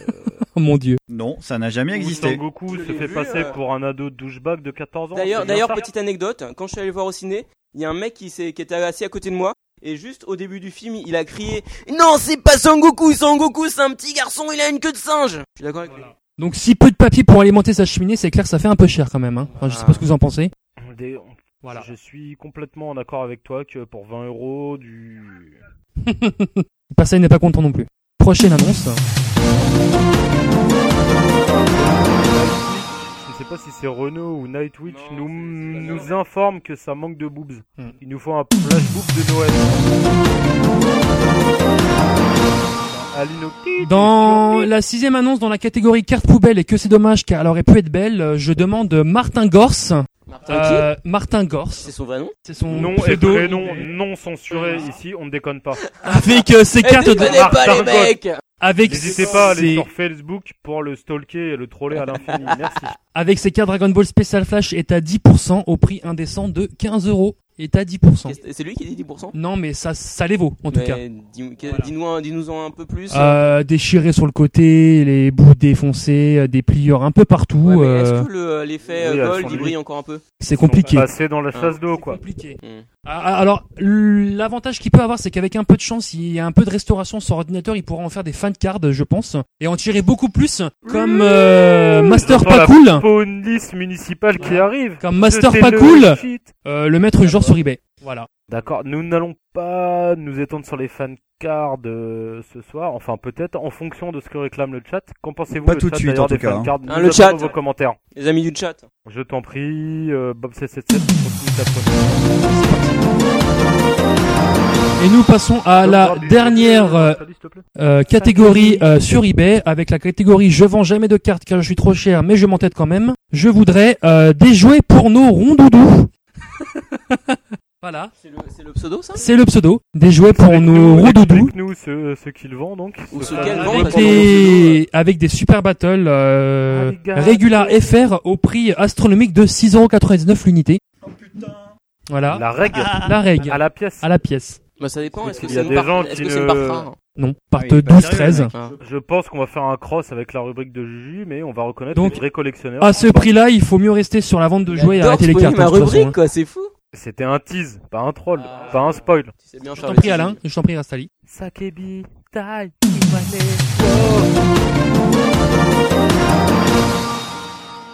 E: Oh mon dieu.
D: Non, ça n'a jamais
B: où
D: existé.
B: Sangoku
C: Je
B: se
C: l'ai
B: fait
C: vu,
B: passer
C: euh.
B: pour un ado douchebag de 14 ans.
C: D'ailleurs,
B: c'est bien
C: d'ailleurs,
B: ça
C: petite anecdote, quand je suis allé voir au ciné, il y a un mec qui, s'est- qui était assis à côté de moi, et juste au début du film, il a crié Non, c'est pas Sangoku, Sangoku, c'est un petit garçon, il a une queue de singe Je suis d'accord avec lui.
E: Donc si peu de papier pour alimenter sa cheminée, c'est clair, ça fait un peu cher quand même. Hein. Enfin, je sais pas ce que vous en pensez. <laughs>
B: Des-
E: Voilà.
B: Je suis complètement en accord avec toi que pour 20 euros du.
E: Personne n'est pas content non plus. Prochaine annonce.
B: Je ne sais pas si c'est Renault ou Nightwitch,
C: Non,
B: nous,
C: c'est- c'est pas
B: nous
C: Renault.
B: informe que ça manque de boobs.
E: Hmm.
B: Il nous faut un flash boob de Noël. Alino.
E: Dans la sixième annonce dans la catégorie carte poubelle et que c'est dommage car elle aurait pu être belle, euh, je demande Martin Gorse.
C: Martin qui
E: Euh, Martin Gorse,
C: C'est son vrai nom
E: c'est son
B: Nom et
E: pseudo.
B: prénom non censuré ici, on ne déconne pas.
E: Avec euh, ses cartes
C: Eh,
E: de...
C: déconnez pas les
B: Martin Gaulle.
C: mecs
E: Avec
B: N'hésitez pas à aller
E: ses-
B: sur Facebook pour le stalker et le troller à
E: <laughs>
B: l'infini. Merci.
E: Avec ses cartes Dragon Ball Special Flash est à 10% au prix indécent de 15 euros. Est à 10%.
C: Qu'est-ce- C'est lui qui dit 10%
E: Non mais ça, ça les vaut en tout
C: Mais
E: cas.
C: dis- que- Dis-nous un- dis-nous en un peu plus.
E: Euh, déchiré sur le côté, les bouts défoncés, euh, des pliures un peu partout.
C: Ouais, mais
E: euh,
C: Est-ce que le- l'effet euh,
B: oui, elles
C: gold
B: sont
C: il
B: nues.
C: brille encore un peu
E: c'est compliqué.
B: Passer dans
C: Ah.
B: la chasse d'eau,
E: C'est
B: quoi.
E: compliqué.
C: Hmm.
E: Ah, ah, Alors, l- l'avantage qu'il peut avoir, c'est qu'avec un peu de chance, il y a un peu de restauration sur ordinateur, il pourra en faire des fan cards, je pense, et en tirer beaucoup plus, comme euh, Master
B: Je sens Mmh. la
E: Pas Cool,
B: Police municipale qui arrive.
E: comme Master
B: C'est
E: Pas
B: le
E: Cool,
B: shit.
E: euh, le mettre genre sur eBay. Voilà.
B: D'accord, nous n'allons pas nous étendre sur les fan cards euh, ce soir, enfin peut-être en fonction de ce que réclame le chat. Qu'en pensez-vous
D: Pas
B: le
D: tout
B: chat,
D: de suite,
B: d'ailleurs,
D: en tout
B: des
D: cas,
B: fan
D: hein.
B: cards
C: Hein,
B: Nous
C: le chat.
B: attendons vos commentaires.
C: Les amis du chat.
B: Je t'en prie, euh, Bob777, continue ta chronique.
E: Et nous passons à la
B: Bob, du-
E: dernière euh,
B: Salut, s'il te plaît.
E: euh, catégorie euh, sur eBay, avec la catégorie je vends jamais de cartes car je suis trop cher, mais je m'entête quand même. Je voudrais euh, des jouets pour nos rondoudous. <laughs> voilà.
C: C'est le, c'est le pseudo ça
E: C'est le pseudo. Des jouets pour
B: Explique-nous-
E: nos rondoudous.
B: Explique-nous ce, ce qu'il vend donc.
C: Ou ce
B: fan-
C: qu'elle vend,
E: avec
C: parce qu'on
E: des, avec des super battles
B: Ah,
E: euh,
B: les gars.
E: Regular FR au prix astronomique de 6,99€ l'unité. Voilà, la,
B: La règle
E: règle
B: à la pièce.
E: Ah, à la pièce.
C: Bah ça dépend, est-ce que
B: Il y a
C: c'est une
B: des gens
C: part Est-ce
B: qui
C: que c'est une
B: ne-
C: part rare
E: Non, part
D: il est pas
E: 12
D: sérieux,
E: 13.
D: le
C: Ah.
B: Je pense qu'on va faire un cross avec la rubrique de Juju, mais on va reconnaître
E: Donc, ah,
B: les vrais collectionneurs.
E: À ce prix-là, il faut mieux rester sur la vente de jouets et
C: J'adore
E: arrêter les
C: spoiler
E: cartes.
C: ma
E: hein, de toute façon,
C: rubrique
E: hein.
C: quoi, c'est fou
B: C'était un tease, pas un troll,
C: Ah.
B: pas un spoil.
C: Tu sais bien
E: Je
C: faire
E: t'en
C: les
E: prie
C: petits
E: Alain,
C: jeux.
E: je t'en prie Rastali.
B: Sakebi, tai,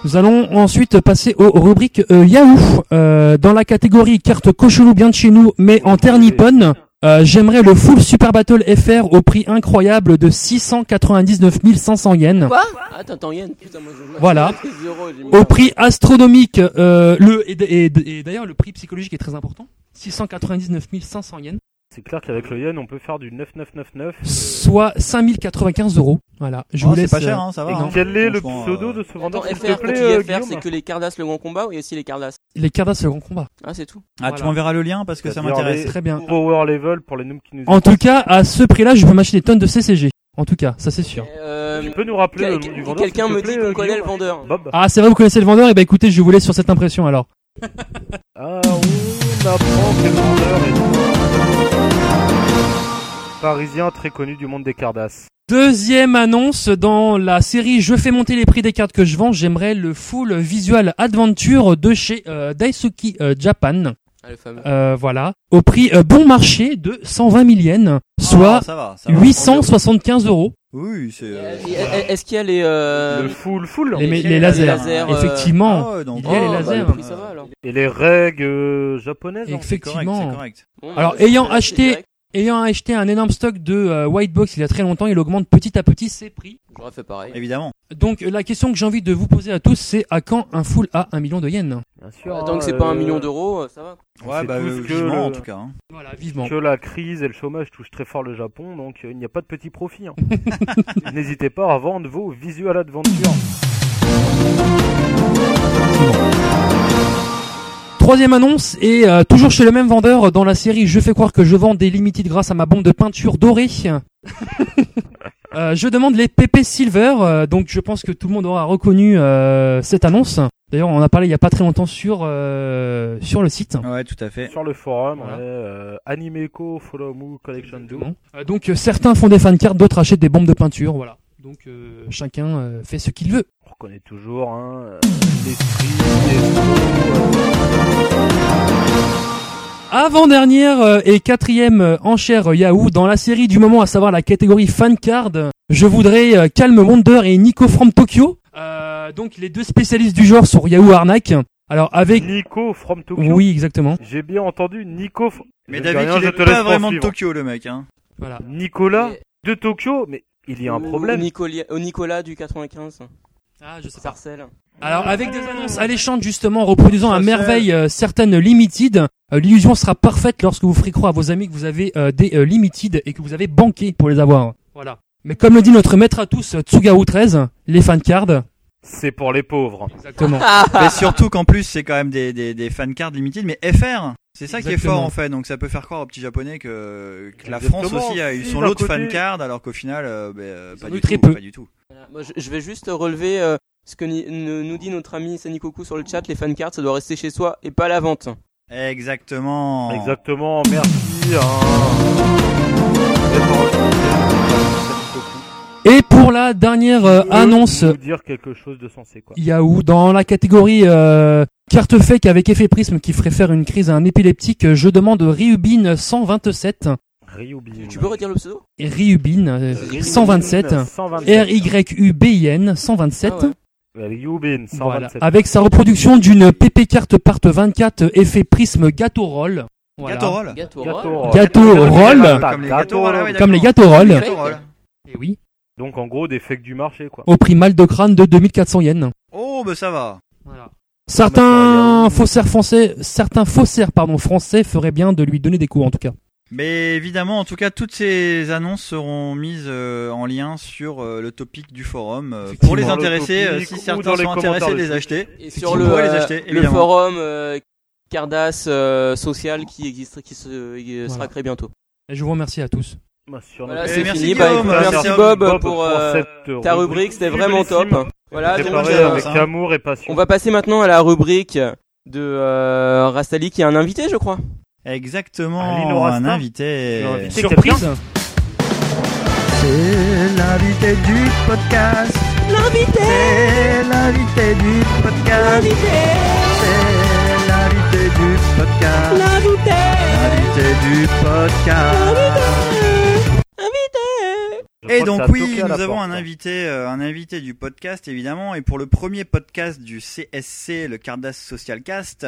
E: Nous allons ensuite passer aux rubriques euh, Yahoo. Euh, dans la catégorie carte cochonou bien de chez nous, mais en terre nippone, euh, j'aimerais le full Super Battle FR au prix incroyable de 699 500 yens.
C: Quoi Attends, attends Yann, putain moi je moi,
E: Voilà.
C: j'ai pris zéro, j'ai mis
E: Au
C: un-
E: prix astronomique, euh, le, et, d- et d- et d'ailleurs le prix psychologique est très important, 699 500 yens,
B: C'est clair qu'avec le yen, on peut faire du 9999.
E: soit 5095 euros. Voilà, je
D: Oh,
E: vous
D: c'est
E: laisse.
D: pas cher,
E: euh,
D: hein, ça va.
E: et
D: hein.
E: non.
B: Quel est le
D: Franchement,
B: pseudo
D: euh,
B: de ce
C: Attends,
B: vendeur, s'il
C: FR,
B: te
C: quand
B: plaît,
C: tu dis FR,
B: euh,
C: c'est
B: Guillaume
C: que les Cardas le grand combat ou il y a aussi les Cardas
E: Les Cardas, le grand combat.
C: Ah, c'est tout.
D: Ah, tu
E: Voilà.
D: m'enverras le lien parce que ça
B: C'est-à-dire
D: m'intéresse.
B: les
E: Très bien.
B: Power level pour les noobs qui nous
E: En tout cas, à ce prix-là, je peux m'acheter des tonnes de CCG. En tout cas, ça c'est sûr.
C: Euh,
B: Tu peux nous rappeler le
C: quel-
B: nom du
C: quel-
B: vendeur
C: Quelqu'un
B: s'il te
C: me
B: plaît,
C: dit qu'on
B: euh,
C: connaît le
B: Guillaume
C: vendeur.
B: Bob.
E: Ah, c'est vrai, vous connaissez le vendeur Et bah écoutez, je vous laisse sur cette impression alors.
B: Ah, on apprend que le vendeur est... Parisien très connu du monde des Cardas.
E: Deuxième annonce dans la série Je fais monter les prix des cartes que je vends. J'aimerais le full visual adventure de chez euh, Daisuki euh, Japan.
C: Ah, le fameux.
E: Euh, voilà. Au prix euh, bon marché de 120 000 yens,
D: Ah,
E: soit
D: ça va, ça va.
E: 875 euros.
D: Oui, c'est. euh,
C: Et- et- Est-ce qu'il y a les. euh,
B: le full full.
E: Les,
C: les-
E: les
C: les
E: lasers.
C: lasers, euh,
E: Effectivement.
D: ah ouais, donc,
E: il y a les lasers.
C: bah, le prix, ça va alors.
B: Et les règles euh, japonaises. hein.
D: C'est correct,
E: Effectivement.
D: c'est correct.
C: Bon,
E: Alors,
C: bah, c'est-
E: ayant
C: c'est
E: acheté-
C: direct.
E: Ayant acheté un énorme stock de euh, white box il y a très longtemps, il augmente petit à petit ses prix.
C: J'aurais fait pareil.
D: Évidemment.
E: Donc la question que j'ai envie de vous poser à tous, c'est à quand un full à 1 million de yens
B: Bien sûr.
C: Tant
B: hein,
C: que c'est pas un
B: euh,
C: million d'euros, euh, ça va.
D: Ouais,
B: C'est
D: bah,
B: tout
D: euh,
B: ce que
D: vivement,
B: le-
D: en tout cas. hein.
E: Voilà, vivement.
B: Que la crise et le chômage touchent très fort le Japon, donc euh, il n'y a pas de petits profits. hein.
E: <laughs>
B: N'hésitez pas à vendre vos visual adventures.
E: Troisième annonce, et euh, toujours chez le même vendeur dans la série Je fais croire que je vends des limited grâce à ma bombe de peinture dorée. Euh, je demande les PP Silver, euh, donc je pense que tout le monde aura reconnu euh, cette annonce. D'ailleurs, on en a parlé il y a pas très longtemps sur euh, sur le site.
D: Ouais, tout à fait.
B: Sur le forum,
E: Voilà.
B: on est euh, Animeco Follow Mu Collection 2.
E: Euh, donc euh, certains font des fan cards, d'autres achètent des bombes de peinture, voilà. Donc euh, chacun euh, fait ce qu'il veut.
B: On reconnaît toujours hein, euh, l'esprit, l'escroc,
E: Avant-dernière euh, et quatrième euh, enchère euh, Yahoo dans la série du moment, à savoir la catégorie fan card. Je voudrais euh, Calm Wonder et Nico from Tokyo. Euh, donc les deux spécialistes du genre sur Yahoo Arnaque. Alors
B: euh,
E: avec
B: Nico from Tokyo.
E: oui exactement.
B: J'ai bien entendu Nico. fr-
D: Mais
B: Je
D: David,
B: dis rien,
D: il
B: je
D: est
B: te laisse
D: pas vraiment de Tokyo,
B: poursuivre.
D: le mec.
B: <laughs>
D: Hein.
E: Voilà.
B: Nicolas
C: Et-
B: de Tokyo, mais il y a un
C: Ou
B: problème.
C: Nicolia- Au Nicolas du 95,
E: Ah je sais
C: Sarcelles.
E: Alors avec des annonces alléchantes justement reproduisant à merveille euh, certaines limited, euh, l'illusion sera parfaite lorsque vous ferez croire à vos amis que vous avez euh, des euh, limited et que vous avez banqué pour les avoir. Voilà. Mais comme le dit notre maître à tous euh, Tsugao 13, les fan cards.
B: C'est pour les pauvres.
E: Exactement.
D: Mais surtout qu'en plus, c'est quand même des, des, des fan cards limited, mais FR. C'est ça qui est
E: Exactement.
D: fort en fait, donc ça peut faire croire aux petits japonais que, que la
B: Exactement.
D: France aussi a eu
B: Si,
D: son
B: d'un
D: lot de
B: côté-
D: fan cards, alors qu'au final, euh, ben, euh,
E: Ils
D: pas,
E: en ont
D: du
E: eu très
D: tout,
E: peu.
D: pas du tout.
C: Voilà. Moi, je, je vais juste relever euh, ce que ni- ne- nous dit notre ami Sanikoku sur le chat. Les fancards, ça doit rester chez soi et pas à la vente.
D: Exactement.
E: Ah.
B: Exactement, merci. hein.
E: Et pour la dernière euh,
B: Eux,
E: annonce
B: nous dire quelque chose de sensé quoi.
E: Yahoo dans la catégorie euh, carte fake avec effet prisme qui ferait faire une crise à un épileptique, je demande Ryubin 127
B: Ryubin.
C: Tu peux redire le pseudo
E: et Ryubin euh,
B: Ryubin
E: 127 R
B: 127.
E: Y U B I N 127.
C: Ah ouais.
B: Euh, Ryubin
E: Voilà.
B: 127.
E: Avec sa reproduction d'une PP carte part 24 effet prisme gâteau roll. Voilà.
D: Gâteau roll.
C: Gâteau.
B: Gâteau
C: roll.
B: roll.
D: Comme
E: Gâteau roll.
D: les gâteaux roll, ah ouais,
E: Comme les
D: d'accord.
E: gâteaux roll.
D: Gâteau roll.
E: Eh oui.
B: Donc en gros des fakes du marché quoi.
E: Au prix mal de crâne de 2400 yens.
D: Oh, bah ça va.
E: Certains faussaires français, certains faussaires pardon français feraient bien de lui donner des coups en tout cas.
D: Mais évidemment, en tout cas, toutes ces annonces seront mises euh, en lien sur euh, le topic du forum euh,
E: Effectivement.
D: pour les
B: Dans le
D: intéressés.
B: topic
D: euh,
B: ou
D: si
B: dans
D: certains
B: les
D: sont intéressés,
B: commentaires
D: de les
B: dessus.
D: acheter.
C: Et
D: Si
C: sur
D: tu
C: le,
D: pourrais les
C: euh,
D: acheter,
C: le
D: évidemment.
C: forum euh, Cardass euh, social qui existe, qui se, euh, sera
E: Voilà.
C: créé bientôt.
E: Et je vous remercie à tous.
B: Bah, sur
C: Voilà,
B: notre-
D: c'est
C: c'est
D: merci
C: fini.
D: Guillaume,
C: Bah, écoute,
D: merci
C: merci
D: Bob
C: Bob, pour euh,
B: cette
C: ta rubrique, c'était vraiment top.
B: sublime.
C: Voilà, donc,
B: Préparée
C: euh,
B: avec
D: hein.
B: amour et passion.
C: on va passer maintenant à la rubrique de euh, Rastali qui a un invité, je crois.
B: Ah, Lino
D: Exactement.
B: Rasta.
D: Un
B: J'ai
D: invité.
B: invité quelqu'un.
D: C'est l'invité du podcast.
H: L'invité,
D: C'est l'invité du podcast. C'est l'invité du podcast.
H: l'invité,
D: L'invité du podcast.
B: Je
D: Et
B: crois que
D: donc
B: ça a
D: oui,
B: toqué à
D: nous
B: la
D: avons
B: porte,
D: un
B: hein.
D: invité, euh, un invité du podcast évidemment, et pour le premier podcast du CSC, le Cardas Social Cast,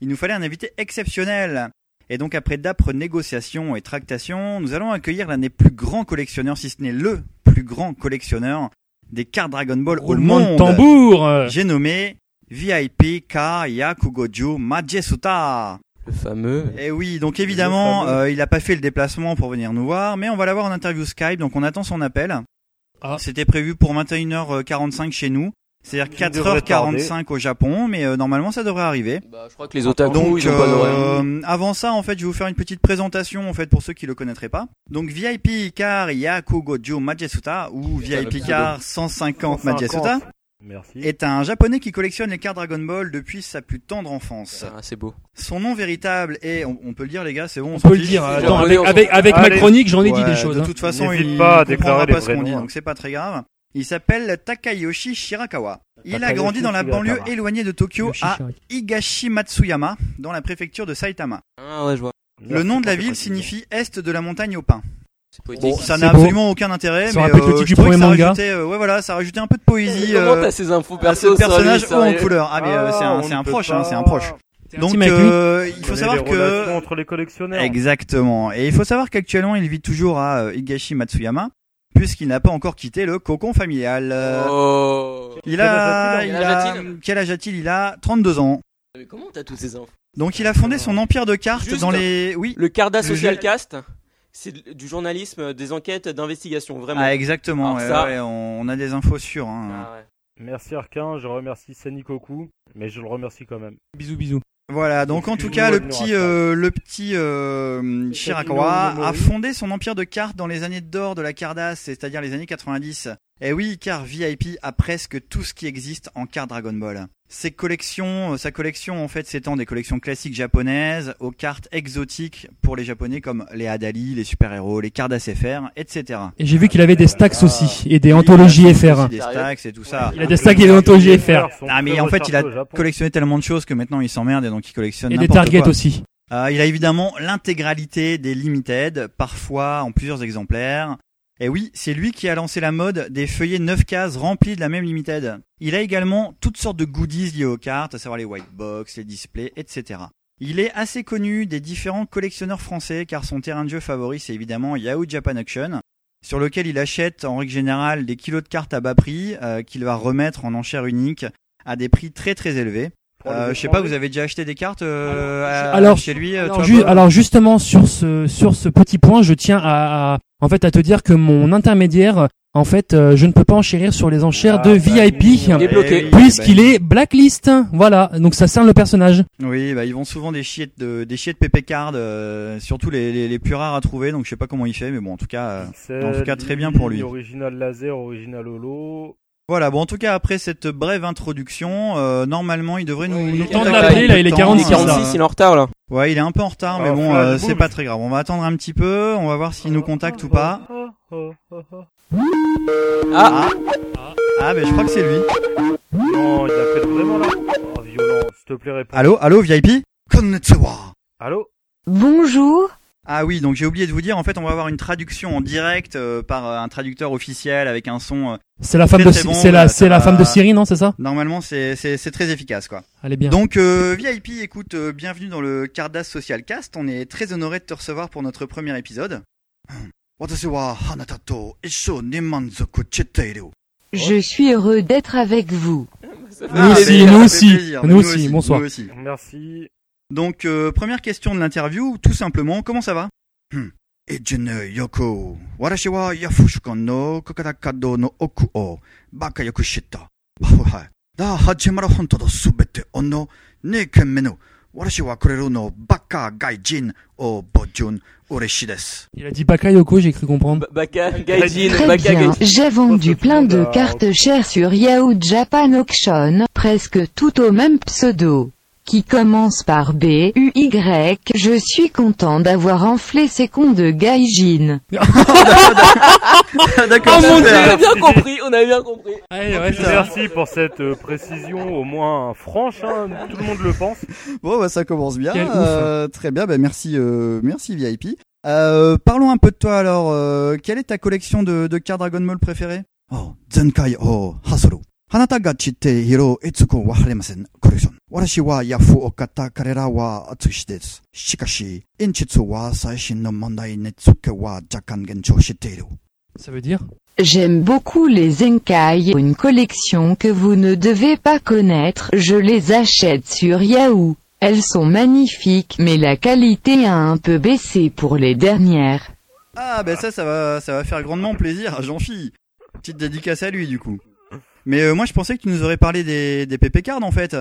D: il nous fallait un invité exceptionnel. Et donc après d'âpres négociations et tractations, nous allons accueillir l'un des plus grands collectionneurs, si ce n'est le plus grand collectionneur des cartes Dragon Ball au
E: Roulement de
D: monde.
E: tambour. euh.
D: J'ai nommé VIP K Yakugoju Majesuta.
C: Le fameux.
D: Et Eh oui, donc évidemment,
B: fameux.
D: euh, il n'a pas fait le déplacement pour venir nous voir, mais on va l'avoir en interview Skype, donc on attend son appel.
E: Ah.
D: C'était prévu pour 21h45 chez nous, c'est-à-dire
B: Il devrait
D: 4h45 au Japon, mais euh, normalement ça devrait arriver.
C: Bah, je crois que les otaku,
D: Ah, Donc,
C: ils ont pas d'horaire.
D: euh, avant ça, en fait, je vais vous faire une petite présentation, en fait, pour ceux qui le connaîtraient pas. Donc, VIP Car Yakugojo Majesuta, ou VIP Car 150 Majesuta,
B: 150. Merci.
D: est un japonais qui collectionne les cartes Dragon Ball depuis sa plus tendre enfance.
C: Ah, c'est beau.
D: Son nom véritable est, on, on peut le dire les gars, c'est bon,
E: On
D: s'en
E: peut le
D: fiche.
E: dire.
C: c'est
E: Attends,
C: bon.
E: avec avec, avec ma
B: Allez.
E: chronique, j'en ai dit
D: Ouais,
E: des choses.
D: De
E: hein.
D: toute façon,
B: N'hésite
D: il
B: pas
D: comprendra
B: à déclarer
D: pas
B: les
D: ce
B: vrais
D: qu'on dit,
B: noms, hein.
D: donc c'est pas très grave. Il s'appelle Takayoshi Shirakawa. Il a
B: Takayoshi
D: grandi dans la
B: Shirakawa.
D: banlieue éloignée de Tokyo
E: Yoshi
D: à
E: Shiraki.
D: Higashimatsuyama, dans la préfecture de Saitama.
C: Ah ouais, je vois.
D: Le nom de la
B: Merci pour
D: ville
B: cette
D: signifie Est de la montagne au pain.
C: C'est poétique.
D: Bon, ça
E: c'est
D: n'a
E: beau.
D: absolument aucun intérêt,
E: Ça
D: mais
E: rappelle le
D: euh,
E: titre
D: je
E: du
D: trouvais que
E: premier
D: ça
E: manga.
D: rajoutait, euh, ouais, voilà, ça rajoutait un peu de poésie
C: Comment
D: euh,
C: t'as ces infos
D: à
C: perso
D: ce
C: sur lui,
D: personnage haut en
C: sérieux
D: couleur. Ah, mais euh, c'est un,
B: Ah,
D: c'est
B: on
D: un
B: ne peut
D: proche, hein,
B: pas.
D: c'est un proche.
E: C'est un
D: Donc,
E: petit mec, lui.
D: euh, il faut
B: Connais
D: savoir
B: les
D: que
B: relations entre les collectionneurs.
D: Exactement. Et il faut savoir qu'actuellement, il vit toujours à euh, Higashi Matsuyama, puisqu'il n'a pas encore quitté le cocon familial. Euh,
C: Oh.
D: Il a,
C: Quel
D: il
C: âge
D: a,
C: a-t-il
D: quel âge a-t-il Il a 32 ans.
C: Mais comment t'as toutes ces infos
D: Donc, il a fondé son empire de cartes
C: Oh. Juste.
D: dans les, oui.
C: Le Carda Social
D: Je-
C: Cast, c'est de- du journalisme, euh, des enquêtes, d'investigation, vraiment.
D: Ah, exactement.
C: Alors
D: ouais,
C: ça-
D: ouais, on, on a des infos sûres. hein.
C: Ah ouais.
B: Merci Arquin, je remercie Sanikoku, mais je le remercie quand même.
E: Bisous bisous.
D: Voilà. Donc, en tout cas, le petit, euh, le petit euh, Shirakawa a fondé son empire de cartes dans les années d'or de la Cardass, c'est-à-dire les années 90. Et oui, car VIP a presque tout ce qui existe en cartes Dragon Ball. Ses collections, euh, sa collection en fait s'étend des collections classiques japonaises aux cartes exotiques pour les japonais comme les Hadali, les super-héros, les cartes SFR, etc.
E: Et j'ai vu qu'il avait des
D: Euh,
E: stacks aussi et des anthologies
D: Oui,
E: FR.
D: aussi Des
C: Sérieux
D: stacks et tout ça.
E: Il a des stacks et des anthologies FR.
D: Ah mais en fait il a collectionné tellement de choses que maintenant il s'emmerde et donc il collectionne
E: Et des
D: n'importe
E: targets
D: quoi.
E: aussi.
D: Euh, il a évidemment l'intégralité des limited, parfois en plusieurs exemplaires. Et oui, c'est lui qui a lancé la mode des feuillets 9 cases remplis de la même limited. Il a également toutes sortes de goodies liées aux cartes, à savoir les white box, les displays, etc. Il est assez connu des différents collectionneurs français car son terrain de jeu favori c'est évidemment Yahoo Japan Auction, sur lequel il achète en règle générale des kilos de cartes à bas prix euh, qu'il va remettre en enchère unique à des prix très très élevés.
B: Pour les
D: Euh, je sais pas,
B: étrangers.
D: vous avez déjà acheté des cartes euh, à-
E: alors,
D: chez lui euh,
E: Alors,
D: toi,
E: ju-
D: Paul
E: alors justement sur ce sur ce petit point, je tiens à, à- en fait à te dire que mon intermédiaire, en fait, euh, je ne peux pas enchérir sur les enchères
B: Ah,
E: de
B: bah,
E: VIP.
B: mignon.
C: Il est bloqué.
D: Eh oui,
E: Puisqu'il est blacklist, voilà, donc ça cerne le personnage.
D: Oui, bah, ils vont souvent des chiettes de, des chiettes PP card, euh, surtout les, les, les plus rares à trouver, donc je sais pas comment il fait, mais bon, en tout cas, euh,
B: C'est
D: en tout cas, très bien pour lui.
B: Original laser, original holo.
D: voilà. Bon, en tout cas, après cette brève introduction, euh, normalement, il devrait nous,
C: il
D: nous
C: est en
E: temps de
D: contacter
E: l'appeler,
D: un
E: là,
D: peu
E: il est
D: de temps,
E: 46,
D: euh,
C: 46, il est en retard là.
D: Ouais, il est un peu en retard, mais
B: Ah,
D: bon,
B: flash
D: euh,
B: boule.
D: c'est pas très grave. On va attendre un petit peu, on va voir s'il nous contacte ou pas.
B: Oh, oh, oh, oh.
C: Ah,
D: Ah, ah, ben je crois que c'est lui.
B: Non, il appelle vraiment là. Oh, violent, s'il te plaît, réponds.
D: Allô, allô, VIP. Konnichiwa.
B: Allô
I: Bonjour,
D: Ah oui, donc j'ai oublié de vous dire, en fait, on va avoir une traduction en direct euh, par euh, un traducteur officiel avec un son. euh,
E: C'est la femme
D: Très,
E: de
D: très bon,
E: c'est la
D: bah,
E: c'est
D: ça
E: la
D: va.
E: femme de Syrie, non, c'est ça
D: normalement, c'est c'est- c'est très efficace, quoi.
E: Elle est bien.
D: Donc euh, VIP, écoute, euh, bienvenue dans le Cardas Social Cast. On est très honoré de te recevoir pour notre premier épisode. Watashi wa hanata to isho ni manzoku chiteiru.
I: je suis heureux d'être avec vous.
C: ça fait
E: Nous
D: Ah, ça
C: plaisir.
E: aussi, nous
D: fait
E: aussi,
D: plaisir.
E: nous aussi, bonsoir.
D: nous aussi.
B: Merci.
D: Donc euh, première question de l'interview, tout simplement, comment ça va Hmm. Ejune yoko, warashi wa yafushukan no kokarakado no oku o baka yoku shita. Bahuhai. Da hajimara honto do subete ono ne kenme no warashi wa kureru no baka gaijin o bojun ureshi desu.
E: Il a dit Bakayoko, j'ai cru comprendre.
C: Ba- Baka Gaijin,
I: Très
C: Baka
I: bien,
C: Gaijin.
I: j'ai vendu
B: pense que
I: plein
B: tout le
I: de
B: monde a-
I: cartes chères sur Yahoo Japan Auction, presque tout au même pseudo. Qui commence par B-U-Y, je suis content d'avoir enflé ces cons de Gaijin.
C: Oh
D: <laughs> D'accord,
C: mon dieu, on
D: super.
C: a bien compris, on a bien compris.
E: Bah, Ouais, ouais, ça-
B: Merci pour cette euh, précision, au moins franche, hein, tout le monde le pense.
G: Bon, bah, ça commence bien.
E: Quel ouf. hein.
G: Euh, très bien, bah, merci, euh, merci VIP. Euh, parlons un peu de toi alors. Euh, quelle est ta collection de, de cartes Dragon Ball préférées
D: Oh, Zenkai o Hasoru. Hanata ga chitte hiro itsuko wa haremasen collection. Warashi wa yafu okata karera wa atsushi desu. Shikashi, inchitsu wa saishin no mondai netsuke wa jakan genchou shiteiru.
E: ça veut dire
I: J'aime beaucoup les Zenkai, une collection que vous ne devez pas connaître, je les achète sur Yahoo. Elles sont magnifiques mais la qualité a un peu baissé pour les dernières.
D: Ah, ben ça, ça va, ça va faire grandement plaisir à Jean-Phi. Petite dédicace à lui, du coup. Mais euh, moi, je pensais que tu nous aurais parlé des, des PP cards, en <gasps> fait.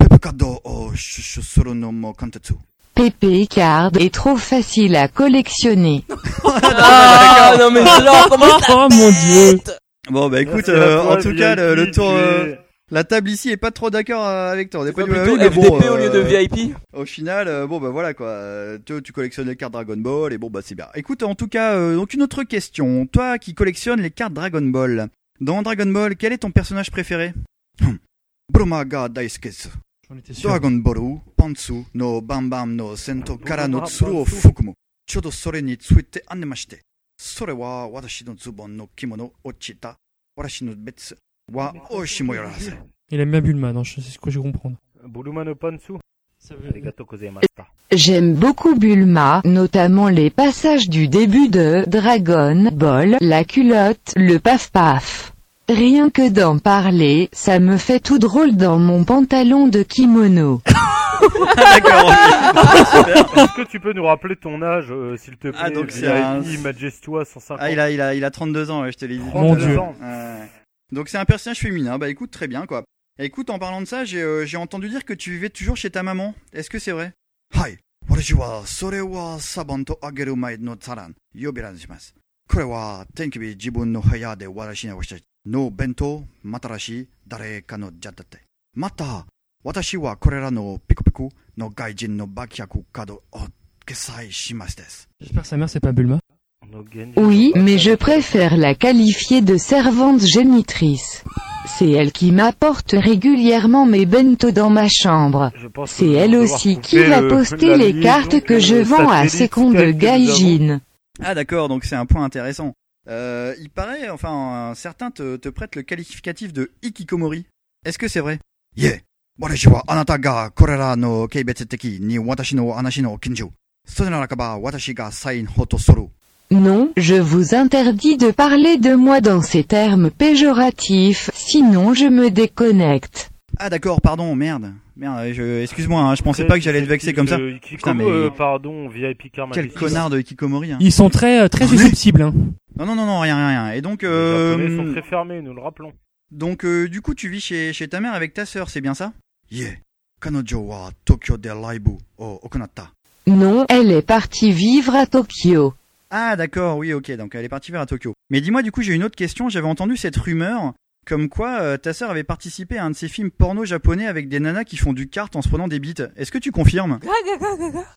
D: PP cards, oh, solo no mo kantetsu.
I: PP Card est trop facile à collectionner.
D: bah,
C: Ah, non mais alors, comment ça
E: Oh mon dieu.
D: Bon, bah écoute,
C: Ah,
B: Merci à
D: euh,
B: toi,
D: en tout cas, le, le
B: VIP,
D: tour,
B: tu
D: euh,
B: es-
D: la table ici est pas trop d'accord euh, avec toi. On est pas
C: Plutôt
D: du même avis, mais
C: FDP
D: bon,
C: au lieu de
D: euh,
C: VIP
D: Au final, euh, bon bah voilà quoi. Euh, toi, tu collectionnes les cartes Dragon Ball et bon bah c'est bien. Écoute, en tout cas, euh, donc une autre question. Toi qui collectionnes les cartes Dragon Ball, dans Dragon Ball, quel est ton personnage préféré Broma ga daisukesu.
E: J'en étais sûr.
D: Dragon Ball Pantsu no Bambam no Sento kara no
B: Broma
D: Tsuru o
B: Pantsu.
D: Fukumu. Chodo sore ni tsuite anemashite. Sore wa watashi no zubon no kimono ochita. Watashi no betsu wa
B: Ah,
D: oshimo yorase.
E: Il aime bien Bulma, non, je- c'est ce que je Euh, comprends.
B: Buluma no Pansu.
E: Ça veut
B: Arigato gozaimashita.
I: J'aime beaucoup Bulma, notamment les passages du début de Dragon Ball, la culotte, le paf paf. Rien que d'en parler, ça me fait tout drôle dans mon pantalon de kimono.
D: D'accord.
B: Est-ce que tu peux nous rappeler ton âge, euh, s'il te plaît
D: Ah, donc c'est
B: VIP,
D: un-
B: Majestua 150.
D: Ah, il a, il a, il a 32 ans, ouais, je te l'ai dit.
E: Mon
B: 32
E: Dieu.
B: ans.
D: Ouais. Donc c'est un personnage féminin. Bah écoute, très bien quoi. Écoute, en parlant de ça, j'ai euh, j'ai entendu dire que tu vivais toujours chez ta maman. Est-ce que c'est vrai Hi. Watashi wa sore wa saban to ageru mae no tsaran yobiran shimasu. Kore wa tenkibi jibun no haya de warashi ne washita no bento matarashi dare ka no ja datte. Mata, watashi wa korera no piku piku no gaijin no bakyaku kado o kesai shimasu desu.
E: J'espère que sa mère c'est pas Bulma.
B: No Genji.
I: Oui, mais je préfère la qualifier de servante génitrice. C'est elle qui m'apporte régulièrement mes bento dans ma chambre.
B: Je pense que
I: C'est
B: nous allons
I: elle
B: devoir
I: aussi qui
B: couper
I: va
B: le-
I: poster
B: la
I: les
B: liaison
I: cartes que je
B: euh,
I: vends à ces
B: satellite
I: cons de
B: Skype que nous avons.
I: gaijin.
D: Ah d'accord, donc c'est un point intéressant. Euh, il paraît, enfin, certains te, te prêtent le qualificatif de Ikikomori. Est-ce que c'est vrai Yeah. Watashi wa anata ga korera no keibetsu teki ni watashi no hanashi no kinju. Sone narakaba watashi ga sain hoto soru.
I: Non, je vous interdis de parler de moi dans ces termes péjoratifs, sinon je me déconnecte.
D: Ah d'accord, pardon, merde. Merde, je... excuse-moi, hein, je pensais pas que j'allais te vexer comme ça.
B: Euh, Kiko,
D: Putain, mais
B: euh, pardon, VIP Karma.
D: quel
B: Justice.
D: connard de Kikomori. hein.
E: Ils sont très euh, très susceptibles. hein.
D: Non, non, non, non, rien, rien, rien. Et donc, euh,
B: Les Japonais sont très fermés, nous
D: <laughs>
B: le rappelons.
D: donc euh, du coup, tu vis chez, chez ta mère avec ta sœur, c'est bien ça Yeah. Kanojo wa Tokyo de Laibu o Okonata.
I: Non, elle est partie vivre à Tokyo.
D: Ah d'accord, oui, ok, donc elle est partie vers à Tokyo. Mais dis-moi, du coup, j'ai une autre question. J'avais entendu cette rumeur comme quoi euh, ta sœur avait participé à un de ces films porno japonais avec des nanas qui font du kart en se prenant des bites. Est-ce que tu confirmes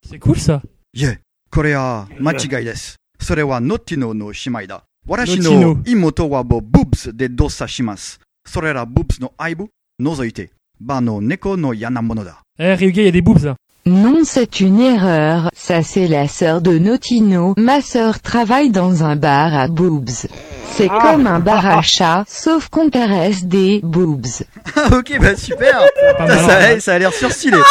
E: C'est cool ça.
D: Yeah, Korea machigai desu. Sore wa Notino no shimai da. Warashi no
E: Notino.
D: imoto wa bo boobs de dosa shimasu. Sore ra boobs no aibu nozoite. Ba no neko no yanamono da. <laughs>
E: Eh Ryuga, il y a des boobs là.
I: Non, c'est une erreur, ça c'est la sœur de Notino. Ma sœur travaille dans un bar à boobs. C'est comme un bar à chat, sauf qu'on caresse des boobs.
D: Ah ok, bah super
E: Pas
D: Putain,
E: mal,
D: ça,
E: hein.
D: eh, ça a l'air surstylé.
B: Il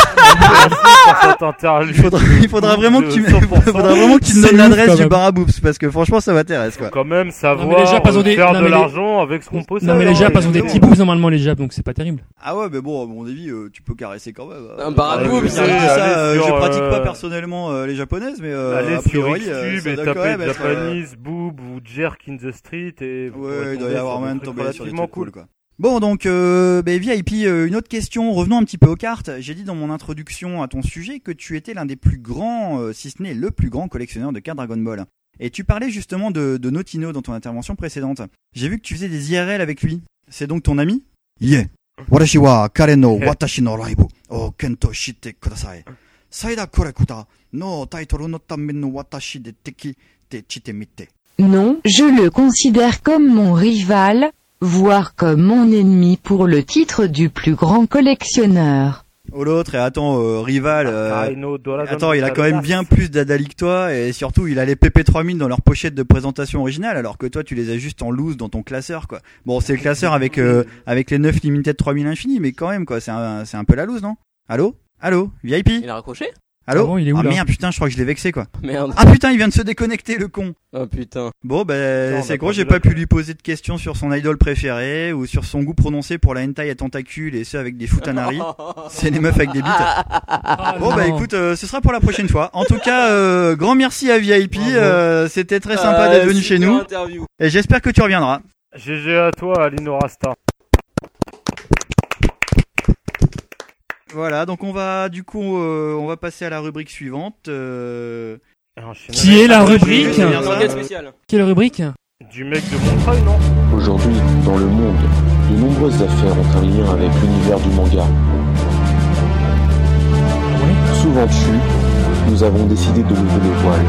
D: Il faudra,
E: <laughs>
D: il faudra vraiment que tu, me- <laughs> faudra vraiment que tu me
E: C'est
D: donnes
E: ouf,
D: l'adresse
E: quand
D: du
E: même.
D: bar à boobs parce que franchement ça m'intéresse quoi.
B: quand même
E: Non, mais
B: savoir
E: les Japs, ils ont
B: euh,
E: des-
B: faire
E: non,
B: de
E: mais les-
B: l'argent avec ce qu'on possède.
E: Non mais les
B: hein,
E: Japs, ils ont des petits boobs normalement les Japs, donc c'est pas terrible.
D: Ah ouais, mais bon, à mon avis, euh, tu peux caresser quand même.
C: Un bar à
D: Euh,
C: boobs,
D: je
C: allez,
D: dis ça,
B: allez
D: euh,
B: sur,
D: je pratique pas
B: euh,
D: personnellement euh, les japonaises, mais euh,
B: Allez
D: a
B: sur
D: priori, euh,
B: YouTube
D: ça
B: et
D: doit quand même
B: tapez
D: être, euh,
B: Japanese boob ou jerk in the street et vous
D: Ouais,
B: pourrez
D: il doit y
B: tomber
D: avoir
B: sur
D: moyen
B: des
D: de
B: trucs
D: tomber sur des
B: relativement
D: trucs cool
B: cool.
D: quoi. Bon donc euh, ben, VIP, euh, une autre question, revenons un petit peu aux cartes. J'ai dit dans mon introduction à ton sujet que tu étais l'un des plus grands, euh, si ce n'est le plus grand collectionneur de cartes Dragon Ball. Et tu parlais justement de, de Notino dans ton intervention précédente. J'ai vu que tu faisais des IRL avec lui. C'est donc ton ami Yeah. Watashi wa kare
B: <laughs>
D: no watashi no raibu o kento shite kudasai. Saida korekuta no taitoru no tamen no watashi de teki te chite mite.
I: Non, je le considère comme mon rival, voire comme mon ennemi pour le titre du plus grand collectionneur.
D: Oh l'autre, et attends, euh, rival,
B: Ah,
D: euh,
B: Kaino Doraemon
D: Attends, il a quand même
B: Dallas.
D: bien plus d'Adali que toi, et surtout, il a les PP3000 dans leur pochette de présentation originale, alors que toi, tu les as juste en loose dans ton classeur, quoi. Bon, c'est le classeur avec, euh, avec les 9 Limited 3000 Infini, mais quand même, quoi, c'est un, c'est un peu la loose, non Allô Allô VIP
C: Il a raccroché
D: Allô
E: Ah bon, il est où,
D: Ah
E: là
D: merde, putain, je crois que je l'ai vexé, quoi.
C: Merde.
D: Ah putain, il vient de se déconnecter, le con
C: Oh putain.
D: Bon, ben,
B: Non, on
D: c'est
B: a
D: gros,
B: perdu
D: j'ai
B: la
D: pas pu
B: colle.
D: lui poser de questions sur son idole préféré, ou sur son goût prononcé pour la hentai à tentacules, et ce, avec
B: <laughs>
D: des
C: <laughs>
D: futanari. c'est les meufs avec des bites. Bon bah
E: non.
D: écoute, euh, ce sera pour la prochaine fois. En tout cas, euh, grand merci à VIP,
E: Bravo.
D: euh, c'était très sympa d'être venu chez nous
C: Ah, Interview.
D: et j'espère que tu reviendras.
B: GG à toi, Alino Rasta.
D: Voilà, donc on va du coup, euh, on va passer à la rubrique suivante. euh,
B: Et enchaîner
E: Qui est
B: Eh, avec
E: la
B: un
E: rubrique
B: jeu, euh,
C: Enquête spéciale.
E: Quelle rubrique
B: Du mec de Montreuil, non
K: Aujourd'hui, dans le monde, de nombreuses affaires ont un lien avec l'univers du manga. Souvent tu, nous avons décidé de lever le voile.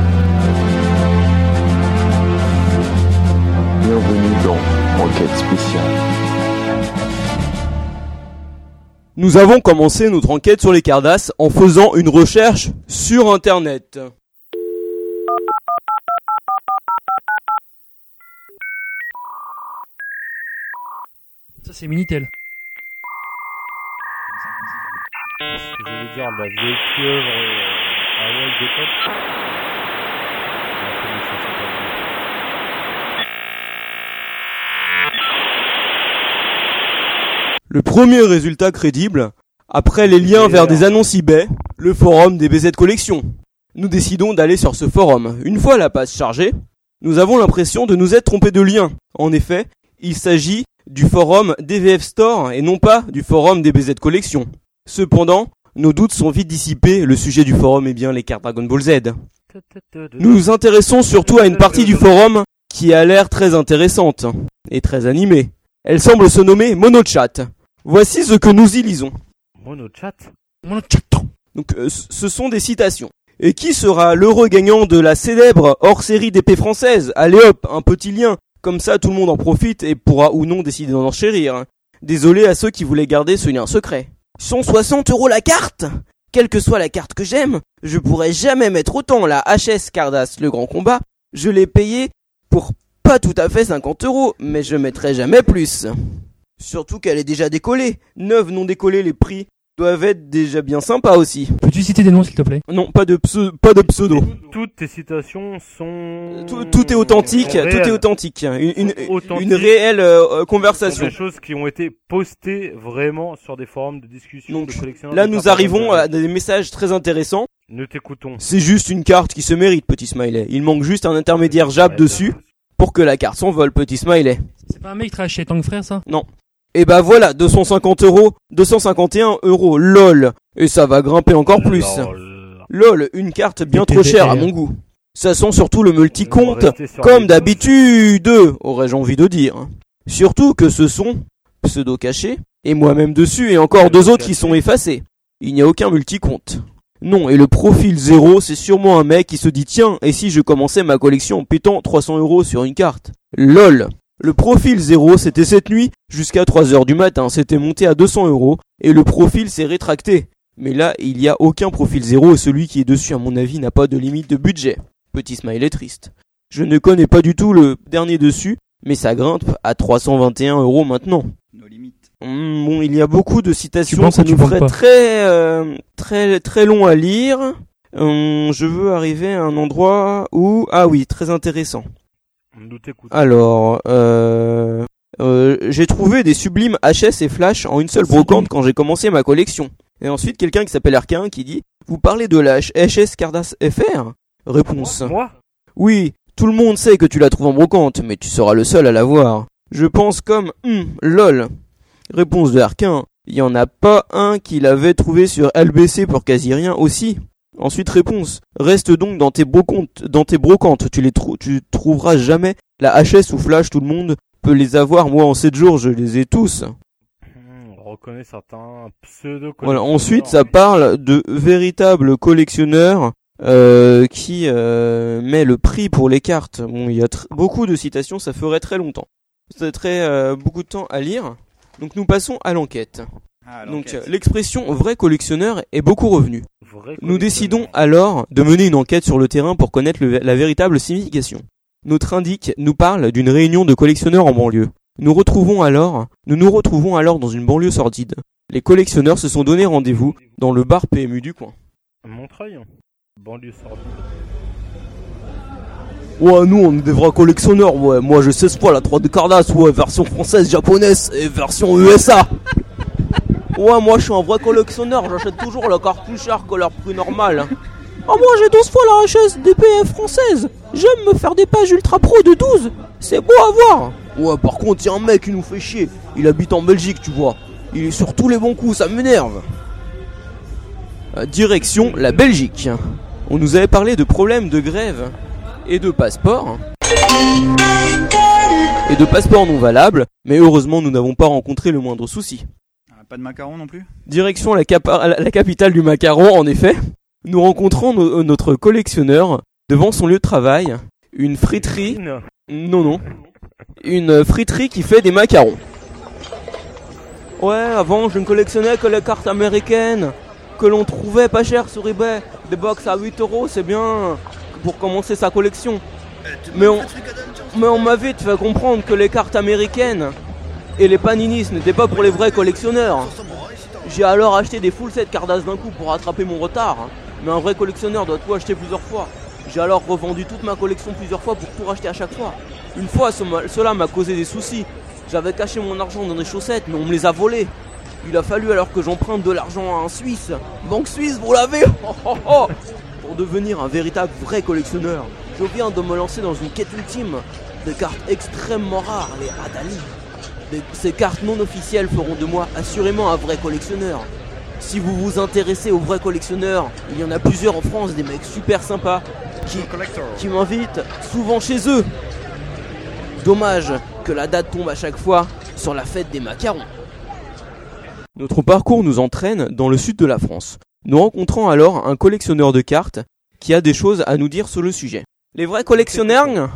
K: Bienvenue dans Enquête spéciale.
C: Nous avons commencé notre enquête sur les Cardass en faisant une recherche sur internet.
E: Ça c'est Minitel.
B: Je vais dire la vieille pieuvre euh, à Wild d'époque. Ah, comment ça s'appelle
C: Le premier résultat crédible, après les liens vers des annonces eBay, le forum des BZ Collection. Nous décidons d'aller sur ce forum. Une fois la page chargée, nous avons l'impression de nous être trompés de lien. En effet, il s'agit du forum DVF Store et non pas du forum des BZ Collection. Cependant, nos doutes sont vite dissipés, le sujet du forum est bien les cartes Dragon Ball Z. Nous nous intéressons surtout à une partie du forum qui a l'air très intéressante et très animée. Elle semble se nommer MonoChat. Voici ce que nous y lisons.
B: Monochat
E: Mon chaton.
C: Donc euh, ce ce sont des citations. Et qui sera l'heureux gagnant de la célèbre hors-série d'épée française Allez hop, un petit lien. Comme ça tout le monde en profite et pourra ou non décider d'en enchérir. Désolé à ceux qui voulaient garder ce lien secret. 160 euros la carte Quelle que soit la carte que j'aime, je pourrais jamais mettre autant la HS Cardass Le Grand Combat. Je l'ai payée pour pas tout à fait 50 euros, mais je mettrai jamais plus. Surtout qu'elle est déjà décollée. Neuve non décollée les prix doivent être déjà bien sympas aussi.
E: Peux-tu citer des noms, s'il te plaît
C: Non, pas de pseu- pas de pseudo.
B: Toutes tes citations sont.
C: Tout, tout est authentique, tout
B: Sont
C: est
B: réelles.
C: authentique. Une, une,
B: Authentiques.
C: une réelle euh,
B: Ce sont
C: conversation.
B: des choses qui ont été postées vraiment sur des forums de discussion de collectionneurs.
C: Là,
B: de
C: nous
B: cartes
C: arrivons
B: Pokémon.
C: à des messages très intéressants.
B: Nous t'écoutons.
C: C'est juste une carte qui se mérite, petit smiley. Il manque juste un intermédiaire jab
B: bah.
C: dessus pour que la carte s'envole, petit smiley.
E: C'est pas un mec trash chez Tank Frère, ça
C: Non. Et bah voilà, 250 euros, 251 euros, lol. Et ça va grimper encore plus.
B: euh,
C: Lol, une carte bien trop chère à mon goût. Ça sent surtout le multi-compte,
B: Restez sur
C: comme
B: les-
C: d'habitude, aurais-je envie de dire. Surtout que ce sont pseudo cachés, et moi-même dessus, et encore deux autres qui sont effacés. Il n'y a aucun multi-compte. Non, et le profil zéro, c'est sûrement un mec qui se dit tiens, et si je commençais ma collection en pétant 300 euros sur une carte LOL Le profil zéro, c'était cette nuit, jusqu'à 3h du matin, c'était monté à 200 euros, et le profil s'est rétracté. Mais là, il n'y a aucun profil zéro, et celui qui est dessus, à mon avis, n'a pas de limite de budget. Petit smiley triste. Je ne connais pas du tout le dernier dessus, mais ça grimpe à 321 euros maintenant. Hmm, bon, il y a beaucoup de
E: Tu
C: citations,
E: penses
C: ça
E: ou tu
C: nous
E: penses
C: ferait
E: pas
C: très, euh, très, très long à lire. Hum, je veux arriver à un endroit où, ah oui, très intéressant.
B: Nous t'écoutons.
C: Alors, euh, euh, j'ai trouvé des sublimes HS et Flash en une seule brocante quand j'ai commencé ma collection. Et ensuite, quelqu'un qui s'appelle Arcain qui dit, vous parlez de la HS Cardas FR? Réponse.
B: Moi
C: Oui, tout le monde sait que tu la trouves en brocante, mais tu seras le seul à la voir. Je pense comme hum, lol. Réponse de Harkin. Il y en a pas un qui l'avait trouvé sur LBC pour quasi rien aussi. Ensuite réponse. Reste donc dans tes brocantes, dans tes brocantes, tu les trou- tu trouveras jamais la HS ou Flash, tout le monde peut les avoir. Moi en 7 jours, je les ai tous.
B: Hmm, On reconnaît certains pseudo
C: Voilà, ensuite, ça parle de véritables collectionneurs euh, qui euh, met le prix pour les cartes. Bon, il y a tr- beaucoup de citations, ça ferait très longtemps. Ça très euh, beaucoup de temps à lire. Donc nous passons à l'enquête.
D: Ah,
C: Donc euh, l'expression vrai collectionneur est beaucoup revenue. Nous décidons alors de mener une enquête sur le terrain pour connaître le- la véritable signification. Notre indique nous parle d'une réunion de collectionneurs en banlieue. Nous retrouvons alors, nous nous retrouvons alors dans une banlieue sordide. Les collectionneurs se sont donné rendez-vous dans le bar PMU du coin.
B: Montreuil, banlieue sordide.
C: Ouais, nous on est des vrais collectionneurs, ouais. Moi je sais ce pas la 3 de Cardas, ouais, version française, japonaise et version USA. Ouais, moi je suis un vrai collectionneur, j'achète toujours la carte plus chère que leur prix normal. Oh, moi j'ai 12 fois la HS DPF française. J'aime me faire des pages ultra pro de 12. C'est beau à voir. Ouais, par contre, y'a un mec qui nous fait chier. Il habite en Belgique, tu vois. Il est sur tous les bons coups, ça m'énerve. Euh, Direction la Belgique. On nous avait parlé de problèmes de grève et de passeport. Et de passeports non valables, mais heureusement nous n'avons pas rencontré le moindre souci.
D: Ah, Pas de macarons non plus
C: Direction la, capa- la- la capitale du macaron, en effet. Nous rencontrons no- notre collectionneur devant son lieu de travail, une friterie. Non, non. Une friterie qui fait des macarons. Ouais, avant je ne collectionnais que les cartes américaines que l'on trouvait pas cher sur eBay. Des box à 8 euros, c'est bien pour commencer sa collection. Mais on, mais on m'a vite fait comprendre que les cartes américaines et les paninis n'étaient pas pour les vrais collectionneurs. J'ai alors acheté des full sets Cardas d'un coup pour rattraper mon retard. hein. Mais un vrai collectionneur doit tout acheter plusieurs fois. J'ai alors revendu toute ma collection plusieurs fois pour tout racheter à chaque fois. Une fois, ce m'a- cela m'a causé des soucis. J'avais caché mon argent dans des chaussettes, mais on me les a volées. Il a fallu alors que j'emprunte de l'argent à un Suisse. Banque Suisse, vous l'avez <laughs> Oh, oh, oh Pour devenir un véritable vrai collectionneur, je viens de me lancer dans une quête ultime. Des cartes extrêmement rares, les Adali. Des- Ces cartes non officielles feront de moi assurément un vrai collectionneur. Si vous vous intéressez aux vrais collectionneurs, il y en a plusieurs en France, des mecs super sympas, qui, qui m'invitent souvent chez eux. Dommage que la date tombe à chaque fois sur la fête des macarons. Notre parcours nous entraîne dans le sud de la France. Nous rencontrons alors un collectionneur de cartes qui a des choses à nous dire sur le sujet. Les vrais collectionneurs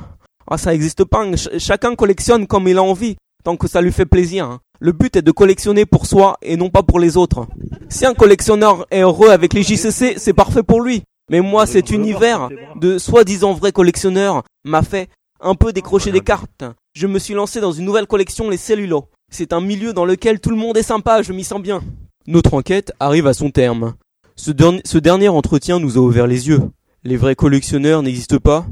C: Ah, ça n'existe pas. Ch- chacun collectionne comme il a envie, tant que ça lui fait plaisir. hein. Le but est de collectionner pour soi et non pas pour les autres. Si un collectionneur est heureux avec les JCC, c'est parfait pour lui. Mais moi, cet univers de soi-disant vrais collectionneurs m'a fait un peu décrocher des cartes. Je me suis lancé dans une nouvelle collection, les cellulos. C'est un milieu dans lequel tout le monde est sympa, je m'y sens bien. Notre enquête arrive à son terme. Ce, derni- ce dernier entretien nous a ouvert les yeux. Les vrais collectionneurs n'existent pas,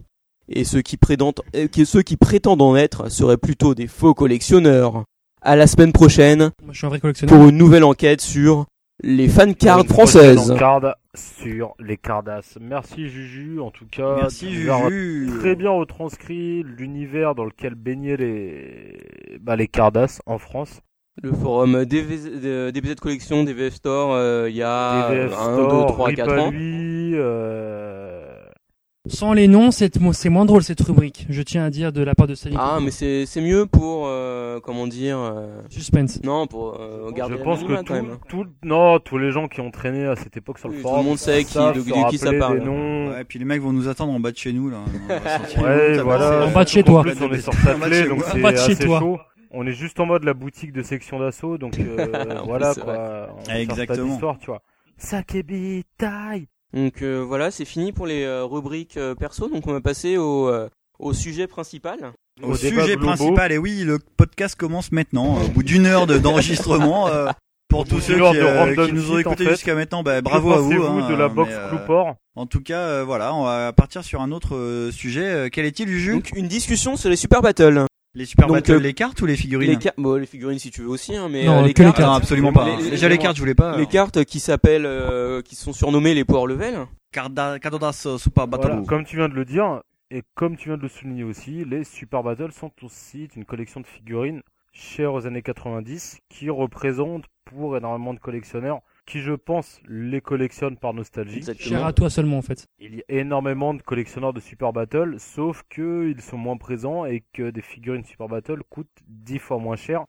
C: et ceux qui, prétendent, et que ceux qui prétendent en être seraient plutôt des faux collectionneurs. À la semaine prochaine
E: je suis un vrai collectionneur.
C: pour une nouvelle enquête sur les fancards
B: Une prochaine
C: françaises.
B: encarde sur les Cardas. Merci Juju, en tout cas.
D: Merci,
B: tu as
D: Juju.
C: Euh,
B: Très Euh, bien retranscrit l'univers dans lequel baignaient les, bah, les Cardas en France.
C: Le forum DVZ, de- DBZ Collection, DVF Store, euh, il y a
B: DVF
C: 1, 2,
B: Store,
C: 3,
B: Rip
C: 4
B: à
C: ans.
B: lui, euh,
E: Sans les noms, c'est mo- c'est moins drôle cette rubrique. Je tiens à dire de la part de Sally.
C: Ah, mais c'est c'est mieux pour, euh, comment dire... euh,
E: Suspense.
C: Non, pour euh, garder
B: Je pense que
C: l'anonymat, quand
B: tout,
C: même. hein.
B: tout- non, tous les gens qui ont traîné à cette époque sur le
C: Oui, tout
B: forum,
C: le monde sait qui-
B: savent
C: de-
B: se
C: de qui ça
B: rappeler
C: parle.
B: des noms.
D: Ouais, et puis les mecs vont nous attendre en bas de chez
B: <laughs>
D: nous là. On va sortir les
B: Ouais,
D: routes,
B: voilà.
D: c'est-
E: En bas de chez toi.
B: En plus, on est sur
D: En bas de
B: Saclay,
D: chez
B: donc
D: moi.
B: c'est
E: En bas de chez
B: assez
E: toi.
B: chaud. On est juste en mode la boutique de section d'assaut, donc
C: <laughs>
B: euh,
C: En
B: voilà
C: plus,
B: quoi.
C: ouais.
B: On
D: Ah,
B: cherche pas
D: exactement.
B: d'histoire, tu vois. Sakebi taille.
C: Donc euh, voilà, c'est fini pour les euh, rubriques euh, perso. Donc on va passer au, euh, au sujet principal.
D: Au,
B: Au débat
D: sujet
B: globaux.
D: principal, et oui, le podcast commence maintenant, euh, au bout d'une heure de- d'enregistrement. euh,
B: Au
D: pour
B: bout
D: tous ceux
B: d'une heure
D: qui,
B: de
D: euh,
B: random
D: qui nous ont
B: shit, en
D: écoutés
B: fait.
D: jusqu'à maintenant, bah,
B: Que
D: bravo à vous.
B: pensez-vous
D: hein,
B: de la
D: mais,
B: box
D: euh,
B: Clouport
D: En tout cas, euh, voilà, on va partir sur un autre euh, sujet. Euh, Quel est-il, Juju
C: Donc une discussion sur les super battles.
D: Les Super
C: donc,
D: Battle,
C: euh,
D: les cartes ou les figurines
C: Les, cartes, bon, les figurines si tu veux aussi, hein, mais
E: Non,
C: euh, les,
E: que les
C: cartes,
D: Ah, absolument pas.
C: Les- les-
D: Déjà les cartes, je voulais pas.
C: les cartes qui s'appellent, euh, qui sont surnommées les power level.
D: Carda- Cardadas euh, Super Battle.
B: Voilà, Comme tu viens de le dire, et comme tu viens de le souligner aussi, les Super Battles sont aussi une collection de figurines chères aux années 90 qui représentent pour énormément de collectionneurs qui, je pense, les collectionnent par nostalgie.
E: Cher à toi seulement en fait.
B: Il y a énormément de collectionneurs de Super Battle, sauf que ils sont moins présents et que des figurines Super Battle coûtent 10 fois moins cher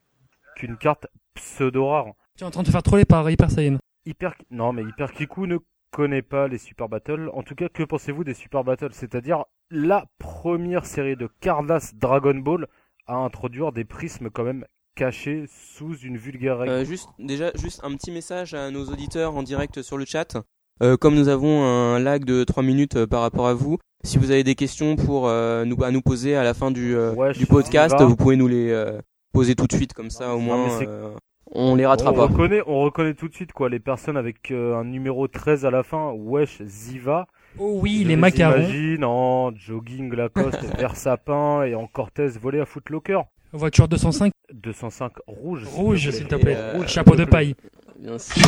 B: qu'une carte pseudo rare.
E: Tu es en train de te faire troller par Hyper Saiyan.
B: Hyper... Non, mais Hyper Kiku ne connaît pas les Super Battles. En tout cas, que pensez-vous des Super Battles C'est-à-dire la première série de Cardas Dragon Ball à introduire des prismes quand même cachés sous une vulgaire règle.
C: Euh, juste, déjà, juste un petit message à nos auditeurs en direct sur le chat. Euh, comme nous avons un lag de 3 minutes euh, par rapport à vous, si vous avez des questions pour euh, nous à nous poser à la fin du, euh,
B: Ouais, je
C: du
B: suis
C: podcast,
B: d'accord.
C: vous pouvez nous les euh, poser tout de suite comme ça, au
B: Non,
C: moins
B: mais c'est-
C: euh, on les
B: on,
C: rattrape pas.
B: reconnaît, on reconnaît tout de suite quoi les personnes avec euh, un numéro 13 à la fin, Wesh, Ziva.
E: Oh oui,
D: Euh,
B: Je
E: les macarons.
B: imagine en jogging Lacoste, <laughs> vert sapin et en Cortez volé à Footlocker.
E: Voiture 205
B: 205 rouge. s'il te
E: rouge,
B: plaît.
E: s'il te plaît.
C: euh,
E: Rouge, Chapeau de paille.
C: Bien sûr.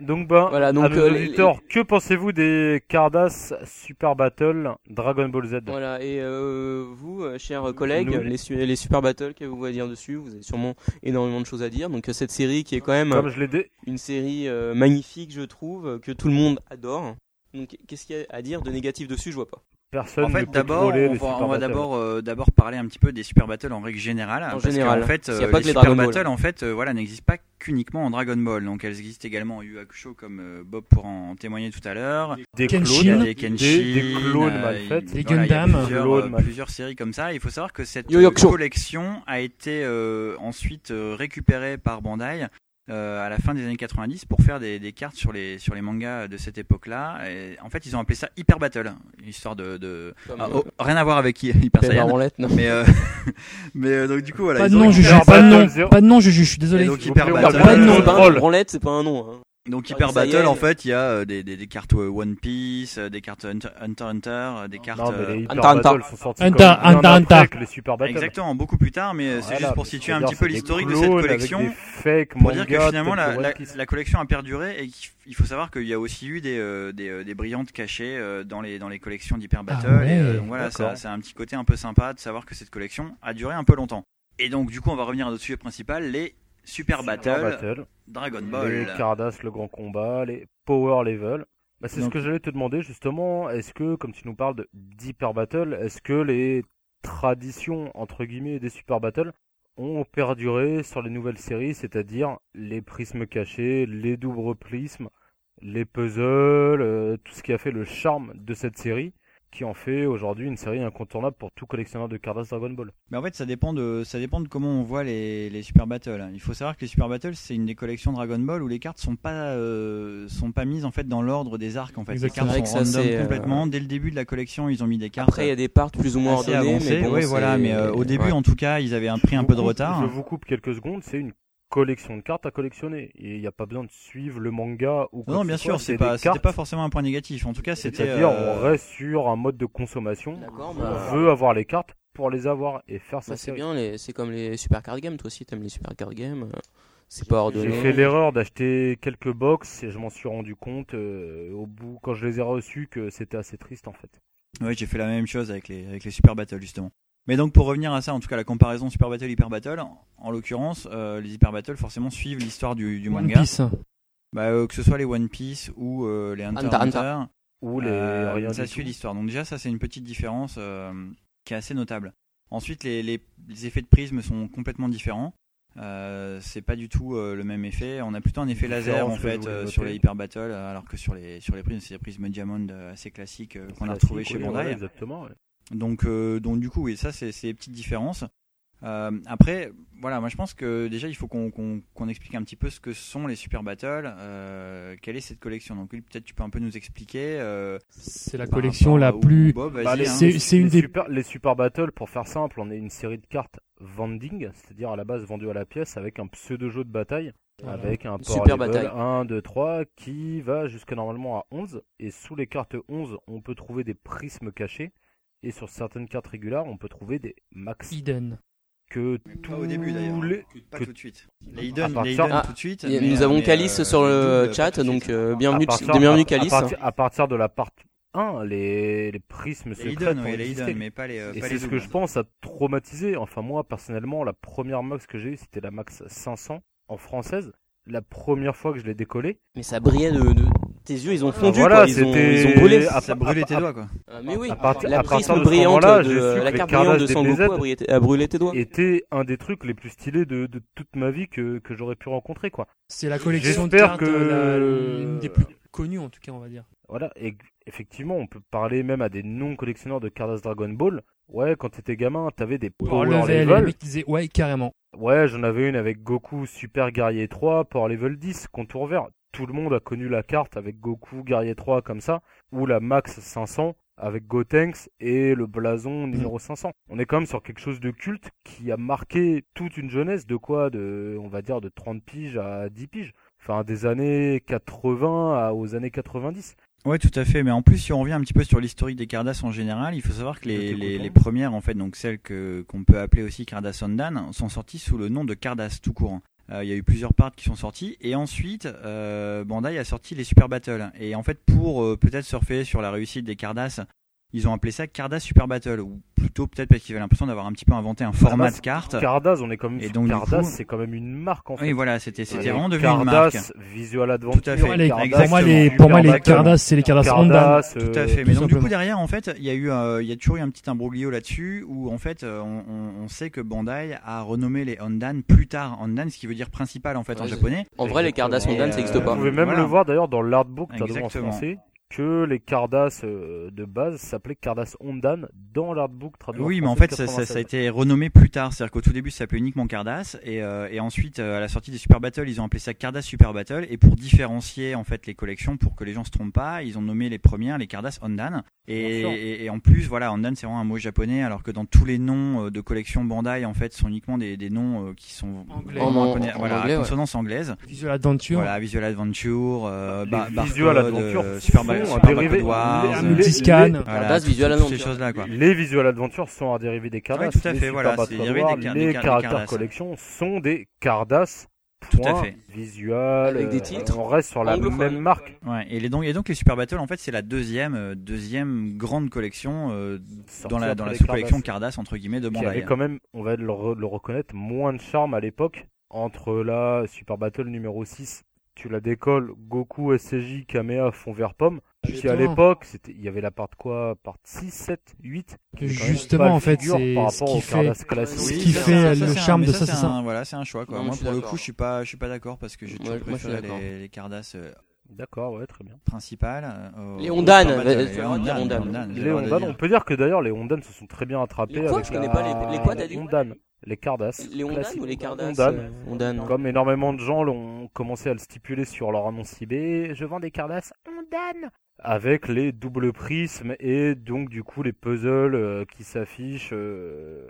B: Donc ben,
C: Voilà, donc,
B: à nos
C: euh, les-
B: auditeurs, que pensez-vous des Cardass Super Battle Dragon Ball Z
C: Voilà, et euh, vous, euh, chers collègues,
B: Nous-
C: les, su- les Super Battles, que vous voulez dire dessus Vous avez sûrement énormément de choses à dire. Donc euh, cette série qui est quand même
B: Comme je l'ai dit,
C: une série euh, magnifique, je trouve, euh, que tout le monde adore. Donc qu'est-ce qu'il y a à dire de négatif dessus Je vois pas.
B: personne
D: en
B: ne
D: fait,
B: peut
D: d'abord,
B: contrôler
D: on
B: les
D: va,
B: Super
D: on va
B: Battles.
D: d'abord euh, d'abord parler un petit peu des super battles en règle générale.
C: En
D: parce
C: générale.
D: qu'en fait,
C: Parce qu'il y a
D: euh,
C: pas
D: les
C: que les
D: super
C: Dragon Ball.
D: battles, en fait, euh, voilà, n'existent pas qu'uniquement en Dragon Ball. Donc, elles existent également en Yu Yu Hakusho, comme euh, Bob pour en témoigner tout à l'heure.
B: des
D: Il y a
E: Kenshin.
B: clones,
D: des Kenshin,
B: des- des clones
D: euh,
B: mal faites.
D: il-
E: Des
D: voilà, il y a
E: Gundam.
D: plusieurs,
B: Clones
D: euh,
B: mal-
D: plusieurs séries comme ça. Il faut savoir que cette
C: Yo, yo,
D: euh,
C: Show.
D: collection a été euh, ensuite euh, récupérée par Bandai. euh, à la fin des années 90 pour faire des, des cartes sur les sur les mangas de cette époque-là Et, en fait ils ont appelé ça Hyper Battle histoire de, de...
C: Comme,
D: Ah,
C: euh,
D: oh, rien à voir avec Hy- Hyper
C: Père
D: Saiyan
C: Branlette, non.
D: mais euh, <laughs> mais euh, donc du coup voilà
E: Pas
D: ils
E: de
D: ont
E: nom,
D: récupéré-
E: Juju.
B: récupéré
E: Pas de
B: un
E: nom.
B: Battle Zero.
E: Pas de nom, Juju. Je suis désolé.
D: Et donc
B: Ils ont
D: Hyper
B: pris au
D: Battle, euh,
E: Pas de nom.
C: C'est pas un-
B: Troll.
C: Branlette, c'est pas un nom. hein.
D: donc
C: Hyper
D: Hyper Battle
C: Saiyan.
D: en fait il y a euh, des, des, des cartes euh, One Piece euh, des cartes Hunter Hunter, Hunter, euh, des cartes
B: Non, mais
D: euh,
B: les Hyper
C: Anta, Anta.
B: Battles sont sortis
E: Anta,
B: comme bien
E: Anta,
B: après
E: Anta.
B: que les Super Battles.
D: exactement beaucoup plus tard mais euh, c'est
B: Voilà,
D: juste pour
B: mais
D: situer un petit
B: c'est-à-dire,
D: peu
B: c'est des
D: l'historique de
B: clones
D: cette
B: avec
D: collection
B: des fakes
D: pour dire que
B: mangas
D: finalement
B: tels
D: la,
B: que
D: la,
B: One Piece.
D: la collection a perduré et qu'il f- il faut savoir qu'il y a aussi eu des, euh, des, euh, des brillantes cachées euh, dans les, dans les collections d'Hyper
E: Ah
D: Battle.
E: ouais.
D: et, euh, donc voilà,
B: D'accord.
D: ça, c'est un petit côté un peu sympa de savoir que cette collection a duré un peu longtemps. Et donc du coup on va revenir à notre sujet principal, les Super, Battle, Dragon Ball.
B: Les Cardass, le grand combat, les Power Level. Bah, c'est ce
D: Donc-
B: que j'allais te demander justement. Est-ce que, comme tu nous parles de- d'Hyper Battle, est-ce que les traditions entre guillemets des Super Battle ont perduré sur les nouvelles séries, c'est-à-dire les prismes cachés, les doubles prismes, les puzzles, euh, tout ce qui a fait le charme de cette série, qui en fait aujourd'hui une série incontournable pour tout collectionneur de Cardass Dragon Ball.
D: Mais en fait, ça dépend de, ça dépend de comment on voit les, les Super Battles. Il faut savoir que les Super Battles, c'est une des collections Dragon Ball où les cartes sont pas, euh, sont pas mises en fait dans l'ordre des arcs. En fait,
E: Exactement.
D: les cartes
C: C'est
D: sont
C: vrai que ça,
D: random
C: c'est, euh,
D: complètement. Dès le début de la collection, ils ont mis des cartes.
C: Après, il y a des parts plus ou moins
D: assez
C: ordonnées,
D: avancées.
C: mais bon,
D: Ouais,
C: c'est-
D: voilà. Mais euh, au début,
C: Ouais.
D: en tout cas, ils avaient un pris
B: Je
D: un
B: vous
D: peu de
B: coupe-
D: retard.
B: Je vous coupe quelques secondes. C'est une collection de cartes à collectionner. Et il n'y a pas besoin de suivre le manga ou quoi
D: Non,
B: que
D: bien
B: ce soit,
D: sûr, c'est
B: des
D: pas, c'était
B: cartes.
D: pas forcément un point négatif. En tout cas, c'était.
B: C'est-à-dire,
D: euh,
B: on reste sur un mode de consommation.
C: D'accord,
B: on
C: bah, alors.
B: veut avoir les cartes pour les avoir et faire
C: Bah,
B: ça.
C: c'est bien, les... c'est comme les super card games, toi aussi t'aimes les super card games, euh, c'est pas ordonné.
B: J'ai fait l'erreur d'acheter quelques box et je m'en suis rendu compte euh, au bout quand je les ai reçus que c'était assez triste en fait.
D: Ouais, j'ai fait la même chose avec les, avec les Super Battle justement. Mais donc pour revenir à ça, en tout cas la comparaison Super Battle Hyper Battle, en- en l'occurrence, euh, les Hyper Battle forcément suivent l'histoire du, du
E: One
D: manga.
E: Piece.
D: Bah, euh, que ce soit les One Piece ou euh, les Hunter
C: Hunter,
D: Hunter,
C: Hunter.
B: Ou les rien
D: Euh, ça
B: du
D: suit
B: tout.
D: l'histoire. Donc déjà ça c'est une petite différence euh, qui est assez notable. Ensuite les, les- les effets de prisme sont complètement différents. Euh, c'est pas du tout euh, le même effet. On a plutôt un effet laser
B: Différence
D: en
B: que je
D: fait
B: voulais
D: euh,
B: noter.
D: sur les Hyper Battle, euh, alors que sur les sur les prismes c'est des prismes Diamond euh, assez classiques euh, qu'on a
B: Classique,
D: retrouvés chez
B: oui,
D: Bandai.
B: ouais, exactement. ouais.
D: Donc, euh, donc du coup, oui, ça, c'est c'est les petites différences. Euh, après, voilà, moi je pense que déjà il faut qu'on qu'on- qu'on explique un petit peu ce que sont les Super Battles, euh, quelle est cette collection. Donc, Will, peut-être tu peux un peu nous expliquer. euh,
E: C'est la
D: par
E: collection
D: rapport
E: la
D: au-
E: plus-
D: Bob, vas-y,
E: Bah, les-
D: hein.
E: c'est- c'est une
B: les
E: des-
B: super, les super battles pour faire simple, on est une série de cartes vending, c'est-à-dire à la base vendues à la pièce avec un pseudo jeu de bataille
E: Voilà.
B: avec un power
C: Super
B: level
C: bataille.
B: 1 2 3 qui va jusqu'à normalement à 11 et sous les cartes 11, on peut trouver des prismes cachés et sur certaines cartes régulières, on peut trouver des max
E: Hidden.
B: que tous
D: Pas au début d'ailleurs.
B: les-
D: Pas
B: que-
D: tout de suite. Les Hidden,
B: À partir-
D: les hidden
C: Ah,
D: tout de suite.
C: y a-
D: mais,
C: nous avons
D: mais,
C: Calice
D: euh,
C: sur
D: les
C: le
D: doubles,
C: chat,
D: pas tout de
C: donc
D: suite.
C: euh,
B: à
C: bienvenue,
B: partir,
C: bienvenue
B: à- à
C: Calice.
B: partir- à partir de la partie 1, les, les prismes
D: hein. Les
B: secrets
D: Hidden,
B: vont
D: oui, les
B: exister.
D: Hidden, mais pas les. euh,
B: Et
D: pas
B: c'est
D: les
B: ce que
D: doubles.
B: je pense a traumatisé. Enfin, moi, personnellement, la première max que j'ai eue, c'était la max 500 en française. La première fois que je l'ai décollée.
C: Mais ça brillait de, de- tes yeux, ils ont fondu,
B: Ah, voilà,
C: quoi, ils, ont,
B: c'était-
C: ils ont brûlé.
B: à-
D: Ça brûlait tes
B: à-
D: doigts quoi.
C: Ah, Mais oui,
B: à partir-
C: la
B: à partir de
C: prisme
B: ce
C: brillante
B: moment-là,
C: de
B: j'ai su que
C: la
B: les
C: carte
B: carnages
C: brillante de
B: des
C: Sangoku
B: DBZ
C: a brillé- a brûlé tes doigts.
B: Était un des trucs les plus stylés de, de toute ma vie que, que j'aurais pu rencontrer, quoi.
E: C'est la collection de
B: J'espère
E: cartes euh,
B: que-
E: la- l'une des plus connues en tout cas on va dire.
B: Voilà, et effectivement, on peut parler même à des non-collectionneurs de Cardas Dragon Ball. Ouais, quand t'étais gamin, t'avais des
E: Power
B: power
E: level, et les
B: level.
E: mecs disaient ouais carrément.
B: Ouais, j'en avais une avec Goku Super Guerrier 3, Power Level 10, contour vert. Tout le monde a connu la carte avec Goku Guerrier 3 comme ça, ou la Max 500 avec Gotenks et le
D: Hmm.
B: blason numéro 500. On est quand même sur quelque chose de culte qui a marqué toute une jeunesse de quoi de on va dire de 30 piges à 10 piges, enfin des années 80 à- aux années 90.
D: Ouais, tout à fait. Mais en plus, si on revient un petit peu sur l'historique des Cardass en général, il faut savoir que les,
B: Je t'écoute,
D: les,
B: hein.
D: les premières, en fait, donc celles que qu'on peut appeler aussi Cardass Ondan, sont sorties sous le nom de Cardass tout court. Euh, Il y a eu plusieurs parts qui sont sorties et ensuite euh, Bandai a sorti les Super Battle. Et en fait, pour euh, peut-être surfer sur la réussite des Cardass, ils ont appelé ça Cardass Super Battle ou plutôt peut-être parce qu'ils avaient l'impression d'avoir un petit peu inventé un format
B: base,
D: de carte.
B: Cardas, on est quand même
D: Et
B: sur
D: donc, du
B: Cardas,
D: coup-
B: c'est quand même une marque en fait.
D: Oui, voilà, c'était c'était
B: Les
D: vraiment devenu une marque.
B: Cardas, Visual Adventure.
D: Tout à fait.
E: Pour moi, les-
B: Cardas,
E: pour moi les,
B: Super
E: pour moi, les
B: Battle.
E: Cardass c'est les Cardass Honda.
B: Cardass,
D: Tout à
B: euh,
D: fait. Mais
E: tout
D: donc du coup
E: simplement.
D: derrière, en fait, il y a eu, euh, il y a toujours eu un petit imbroglio là-dessus où en fait, euh, on, on- on sait que Bandai a renommé les Ondan plus tard Ondan, ce qui veut dire principal en fait en
C: Ouais,
D: japonais.
C: En vrai, les Cardass
D: Exactement.
C: Ondan, ça
D: Et,
C: n'existe
D: euh,
C: pas.
B: Vous pouvez même
D: Voilà.
B: le voir d'ailleurs dans l'artbook t'as devant en
D: Exactement.
B: français que les Cardas euh, de base s'appelaient Cardas Ondan dans l'artbook traduit.
D: Oui, mais en fait, ça, ça- ça a été renommé plus tard. C'est-à-dire qu'au tout début, ça s'appelait uniquement Cardass, et, euh, et ensuite, euh, à la sortie des Super Battle, ils ont appelé ça Cardass Super Battle. Et pour différencier en fait les collections, pour que les gens se trompent pas, ils ont nommé les premières les Cardass Ondan. Et,
B: Bien sûr.
D: et- et en plus, voilà, Ondan, c'est vraiment un mot japonais, alors que dans tous les noms euh, de collections Bandai, en fait, sont uniquement des, des noms euh, qui sont
E: Anglais.
D: vraiment
C: En-
D: à conna-
C: en
D: voilà, à
C: anglais, ouais.
D: consonance anglaise.
E: Visual Adventure.
D: Voilà, Visual Adventure, euh,
B: Les
D: Bar-
B: Visual
D: Barcode,
B: Adventure
D: euh,
B: sont
D: Super, Ba-
B: un
D: Super
B: dérivé-
D: Barcode Wars,
B: les-
D: euh,
B: les-
E: Multiscan.
D: voilà,
C: Cardass,
D: toutes-
C: Visual
D: toutes
C: Adventure.
D: ces choses-là, quoi.
B: Les Visual Adventures sont un dérivé des Cardas.
D: Ouais, tout à
B: les
D: fait, voilà,
B: Super
D: c'est
B: Battle
D: dérivé des
B: Wars,
D: Car- des
B: les
D: Car- des
B: caractères
D: Cardas.
B: collection sont des Cardas.
D: Tout à
B: point,
D: fait.
B: Visual.
C: Avec des
B: euh,
C: titres
B: On reste sur la
C: anglophones.
B: même marque.
D: Ouais, et, les, donc, et donc les Super Battle, en fait, c'est la deuxième, euh, deuxième grande collection euh, dans la, dans la sous-collection Cardass, entre guillemets, de
B: qui
D: Bandai. hein.
B: avait quand même, on va le, re- le reconnaître, moins de charme à l'époque. Entre la Super Battle numéro 6, tu la décolles, Goku, SCJ, Kamea, fond vert pomme. Puis à
E: Justement.
B: l'époque, c'était- il y avait la part quoi Part 6, 7, 8 qui était quand même
E: Justement,
B: pas
E: en fait,
B: figure
E: c'est
B: par
E: ce
B: rapport
E: qui
B: au
E: fait-
B: Cardass
C: Ce
B: classique.
E: qui
D: ça,
E: fait
D: ça, ça,
E: le
D: c'est
E: charme
D: mais
E: de ça, c'est ça.
D: un- Voilà, c'est un choix, quoi.
C: Non,
D: moi,
C: je suis
D: pour le
C: d'accord.
D: coup, je suis pas, je suis pas d'accord parce que j'ai toujours
C: Ouais, moi, je suis
D: préféré
C: d'accord.
D: les, les Cardass euh,
B: D'accord, ouais, très bien.
D: principales. euh,
C: Les
D: aux
C: Ondan,
D: Super Battle.
C: euh, tu vas dire Ondan.
D: j'ai
B: Les
D: le droit de
B: Hondan,
D: dire.
B: bah on peut dire que d'ailleurs les Hondan se sont très bien attrapés
C: Les quoi
B: avec
C: Je connais
B: la-
C: pas les- les quoi, t'as dit
B: Hondan, les Cardass.
C: Les Ondan
B: classiques.
C: ou les Cardass
B: Ondan.
C: euh, Ondan.
B: Comme énormément de gens l'ont commencé à le stipuler sur leur annonce eBay, je vends des Cardass on donne avec les doubles prismes et donc du coup les puzzles euh, qui s'affichent euh,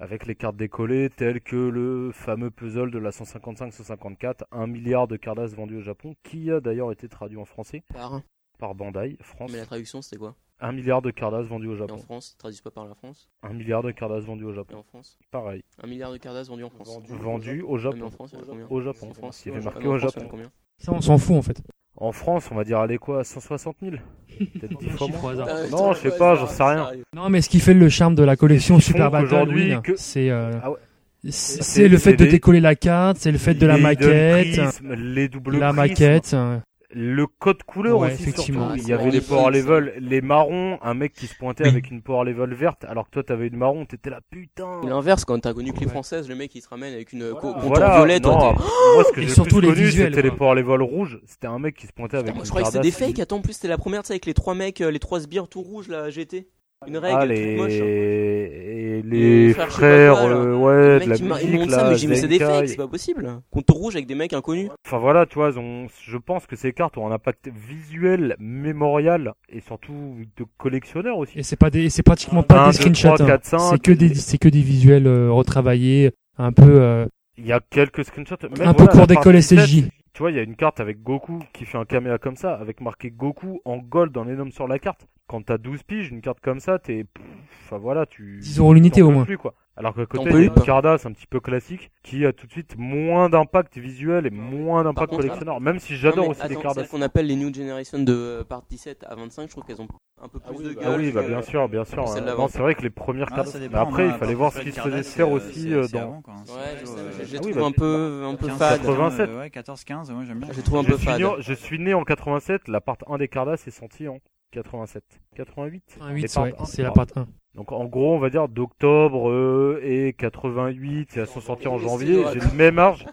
B: avec les cartes décollées telles que le fameux puzzle de la 155-154, 1 milliard de cardasses vendues au Japon, qui a d'ailleurs été traduit en français
C: Par
B: par Bandai France.
C: Mais la traduction, c'était quoi
B: 1 milliard de cardasses vendues au
C: Et
B: Japon.
C: En France, ils traduisent pas par la France.
B: 1 milliard de cardasses vendues au
C: Et
B: Japon.
C: en France
B: Pareil.
C: 1 milliard de cardasses vendus en France.
B: Vendu au Japon.
C: Ah, mais en France, il y en a combien
B: Au Japon.
C: En France,
B: Il y
C: ouais,
B: avait
C: je- ah,
B: marqué
C: mais en
B: au
C: France, il y en a
B: Japon.
C: combien
E: Ça, on s'en fout en fait.
B: En France, on va dire allez quoi, 160
E: <laughs>
B: 000 Peut-être 10 fois
E: chiffre au
B: moins.
E: hasard.
C: Ah,
B: Non, je sais pas, j'en sais rien.
E: Non, mais ce qui fait le charme de la collection
B: Ils font
E: Super Battle,
B: qu'aujourd'hui
E: Win,
B: que-
E: c'est euh,
B: Ah ouais.
E: c'est-
B: C'est-
E: c'est le fait
B: c'est
E: de
B: les-
E: décoller la carte, c'est le fait de la
B: Les
E: maquette,
B: double prismes, les doubles
E: la
B: prismes.
E: maquette. euh,
B: Le code couleur
E: Ouais,
B: aussi,
E: effectivement.
B: surtout.
E: Ah,
B: Il
E: c'est
B: y avait les
E: magnifique,
B: power
E: ça.
B: level, les marrons, un mec qui se pointait
E: Oui.
B: avec une power level verte, alors que toi t'avais une marron, t'étais là, putain.
C: Ou l'inverse, quand t'as connu que les
B: Ouais.
C: Françaises, le mec il se ramène avec une euh, co-
B: Voilà,
C: contour
B: voilà,
C: violet. toi,
B: non,
C: t'es-
B: après, moi ce que
E: Et
B: j'ai le
E: surtout
B: plus
E: les
B: connu,
E: visuels,
B: c'était les
E: quoi.
B: power level rouges, c'était un mec qui se pointait avec
C: Moi,
B: une
C: je croyais que c'était des
B: cardasse.
C: fakes. Attends, en plus c'était la première, tu sais, avec les trois mecs, euh, les trois sbires tout rouges là, GT. Une règle
B: Ah,
C: toute
B: les...
C: moche.
B: Et
C: hein. Les
B: les
C: frères,
B: frères,
C: je sais pas quoi, là.
B: euh,
C: Le
B: ouais, de
C: mec
B: la
C: qui m'a- il
B: musique,
C: montre ça,
B: là,
C: mais j'ai dit, mais c'est des
B: Zenkai.
C: fakes, c'est pas possible. Contour rouge avec des mecs inconnus.
B: Enfin voilà, tu vois, ils ont- je pense que ces cartes ont un impact visuel, mémorial et surtout de collectionneur aussi.
E: Et c'est pas des, c'est pratiquement pas
B: Un,
E: des
B: deux,
E: screenshots.
B: trois,
E: hein.
B: quatre, cinq.
E: C'est que des, c'est que des visuels euh, retravaillés, un peu, euh,
B: Il y a quelques screenshots. Même,
E: un peu
B: voilà,
E: cours
B: la
E: d'école
B: partie
E: SSJ.
B: 17, Tu vois, il y a une carte avec Goku qui fait un caméra comme ça, avec marqué Goku en gold en énorme sur la carte. Quand t'as 12 piges, une carte comme ça, t'es. pff, Enfin voilà, tu.
E: 10 euros l'unité,
B: t'en
E: au
B: peux
E: moins.
B: plus, quoi. Alors que à
C: T'en
B: côté,
C: peux
B: il y a
C: pas.
B: une Cardass un petit peu classique qui a tout de suite moins d'impact visuel et moins d'impact
C: contre,
B: collectionneur. Même si j'adore
C: Non, mais
B: aussi les
C: attends,
B: Cardass.
C: celles qu'on appelle les New Generation de euh, part 17 à 25, je trouve qu'elles ont un peu plus de gueule.
B: Ah oui, bah
C: que-
B: bien sûr, bien sûr.
C: Celle
B: ouais.
C: d'avant.
B: Non, c'est vrai que les premières
D: Ah,
B: cartes.
D: ça
B: mais
D: dépend,
B: après,
D: on
B: il
D: a-
B: fallait voir
D: Fred
B: ce qui se
D: Cardass,
B: faisait faire
D: euh,
B: aussi
D: c'est-
B: euh,
D: c'est
B: dans.
D: avant, quoi, hein, c'est
C: Ouais,
D: plutôt,
C: je-
D: euh,
C: je- je
B: Ah
C: trouve
B: oui, bah,
C: un peu, un peu
D: 15,
C: fade.
B: 87.
D: euh, ouais, 14, 15, ouais, j'aime bien.
C: Je trouve un
B: Je
C: peu
B: suis,
C: fade.
B: né, je suis né en 87. La part 1 des Cardass est sortie en 87. 88.
E: Un
B: Les
E: huit,
B: parts
E: ouais,
B: 1,
E: c'est la
B: pardon.
E: part 1.
B: Donc en gros, on va dire d'octobre euh, et 88, elles sont sorties en
C: Oui, c'est
B: janvier.
C: vrai.
B: J'ai le même âge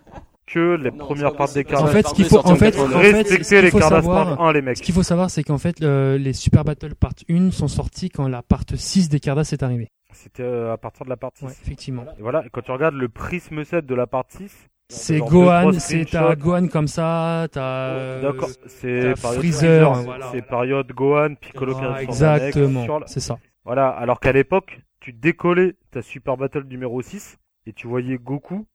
B: que les
C: Non, c'est
B: premières
C: pas
B: parts des
C: possible.
E: En
B: Cardass.
E: fait, ce qu'il faut, en fait, en fait, ce
B: Respectez
E: qu'il
B: les
E: faut
B: Cardass
E: savoir,
B: part 1, les
E: ce
B: mecs.
E: qu'il faut savoir, c'est qu'en fait, le- les Super Battle Part 1 sont sortis quand la part 6 des Cardass est arrivée.
B: C'était euh, à partir de la partie
E: Ouais,
B: 6.
E: effectivement.
B: Et voilà, quand tu regardes le prisme 7 de la partie 6,
E: C'est
B: Genre deux,
E: Gohan,
B: trois
E: c'est
B: screenshots.
E: t'as Gohan comme ça, t'as. euh,
B: D'accord, c'est
E: t'as
B: période Freezer,
E: Freezer, voilà.
B: c'est période Gohan, Piccolo qui
E: Ah,
B: reste sur
E: exactement,
B: Namek, sur la-
E: c'est ça.
B: Voilà, alors qu'à l'époque, tu décollais ta Super Battle numéro 6 et tu voyais Goku.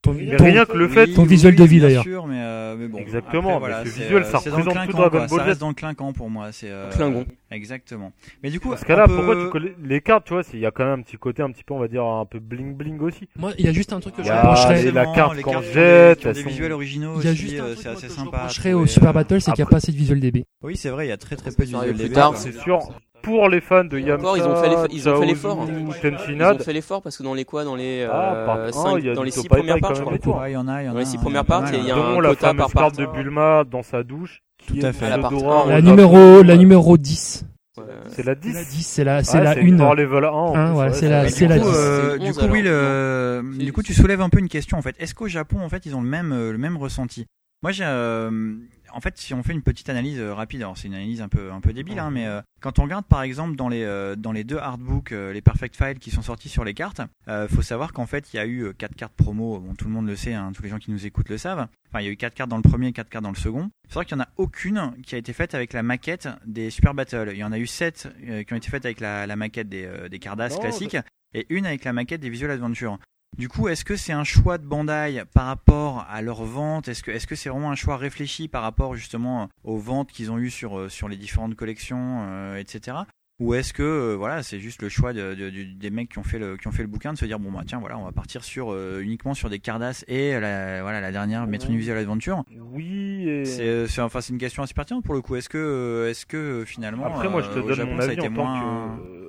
E: Ton,
B: Mais
E: ton-
B: rien que le fait.
E: ton visuel de vie, d'ailleurs.
D: Sûr, mais, euh, mais bon.
B: Exactement,
D: Après,
B: mais
D: voilà,
B: ce
D: c'est,
B: visuel,
D: euh,
B: ça
D: c'est dans
B: représente
D: le
B: tout
D: clinquant,
B: Dragon
D: quoi.
B: Ball
D: Ça
B: Z.
D: reste dans le clinquant pour moi. C'est euh,
C: Clingon.
D: Exactement. Mais du coup,
B: Dans ce cas-là,
D: on peut-
B: pourquoi tu collais les cartes, tu vois, c'est- il y a quand même un petit côté un petit peu, on va dire, un peu bling bling aussi.
E: Moi, il y a juste un truc que
B: Il
E: je
B: y a
E: reprocherais.
B: les- la
D: Forcément,
B: carte
D: les
B: qu'on
D: cartes qui ont
B: jette,
D: des- qui ont
B: elles
D: des
B: sont-
D: visuels originaux
E: Il y a
D: aussi,
E: juste
D: euh,
E: un
D: c'est
E: truc
D: assez
E: que je
D: sympa. à
E: reprocherais
D: trouver,
E: au Super
D: euh.
E: Battle, c'est qu'il n'y a
B: Après-
E: pas assez de visuel DB.
D: Oui, c'est vrai, il y a très très peu
C: Parce
D: de
C: que
D: visuels. hein.
C: ça arrive plus
D: DB,
C: tard,
D: quoi.
B: C'est sûr, pour les fans de
C: Et
B: Yamcha,
C: Ah, encore, ils ont fait l'eff- ils ont fait
B: Chaozu
C: l'effort, hein.
B: ou
C: Ils ont
B: Tenshinhan,
C: fait l'effort parce que dans les quoi, dans les
B: Ah, par-
C: euh,
B: ah,
C: cinq-
B: il y a
C: dans
B: du
C: les six
B: Topai
C: premières
B: Pai
C: parts,
B: quand
C: je
B: même
C: crois.
B: et tout.
D: Ouais, il y en a, il y en a.
C: Dans les
D: il
C: six
D: y en a
C: premières
D: pas
C: parts,
D: mal,
C: il y a
D: hein.
C: un
B: dont la
C: quota
B: fameuse
C: par part.
B: carte de Bulma dans sa douche, qui
D: Tout à
B: est
D: fait.
B: un
D: La
C: part
B: odorat,
C: un,
B: on
E: La
B: Oh, l'a-
E: numéro, la numéro 10.
C: Ouais.
B: C'est la
E: C'est la
B: 10.
E: 10, c'est la, c'est
B: Ouais,
E: la
B: une
E: 1.
B: power level 1, en
E: Hein,
B: plus,
E: ouais,
B: ouais,
E: c'est
B: ça
E: la-
B: va
D: Et
E: c'est
B: être
E: la
D: du
B: bon.
D: coup,
E: dix.
D: euh,
C: C'est
D: du coup,
C: onze,
D: Will,
C: alors.
D: euh,
C: C'est
D: du coup,
C: dix.
D: tu soulèves un peu une question en fait. Est-ce qu'au Japon, en fait, ils ont le même, euh, le même ressenti Moi, j'ai, euh, en fait, si on fait une petite analyse euh, rapide, alors c'est une analyse un peu, un peu débile, hein, mais euh, quand on regarde par exemple dans les, euh, dans les deux artbooks, euh, les Perfect Files qui sont sortis sur les cartes, euh, faut savoir qu'en fait, il y a eu euh, quatre cartes promo. Bon, tout le monde le sait, hein, tous les gens qui nous écoutent le savent. Enfin, il y a eu quatre cartes dans le premier, et quatre cartes dans le second. C'est vrai qu'il n'y en a aucune qui a été faite avec la maquette des Super Battle. Il y en a eu sept euh, qui ont été faites avec la, la maquette des, euh, des Cardass
B: Non,
D: classiques et une avec la maquette des Visual Adventure. Du coup, est-ce que c'est un choix de Bandai par rapport à leur vente Est-ce que est-ce que c'est vraiment un choix réfléchi par rapport justement aux ventes qu'ils ont eues sur euh, sur les différentes collections, euh, etc. Ou est-ce que euh, voilà, c'est juste le choix de- de- du- des mecs qui ont fait le qui ont fait le bouquin de se dire bon bah tiens voilà, on va partir sur euh, uniquement sur des Cardass et la, voilà la dernière Metroid Visual Adventure.
B: Oui, et...
D: C'est euh, c'est- enfin c'est une question assez pertinente pour le coup. Est-ce que euh, est-ce que euh, finalement
B: Après, moi, je te
D: euh, au
B: donne
D: Japon,
B: mon
D: ça a
B: avis
D: été
B: en tant
D: moins- hein.
B: que, euh,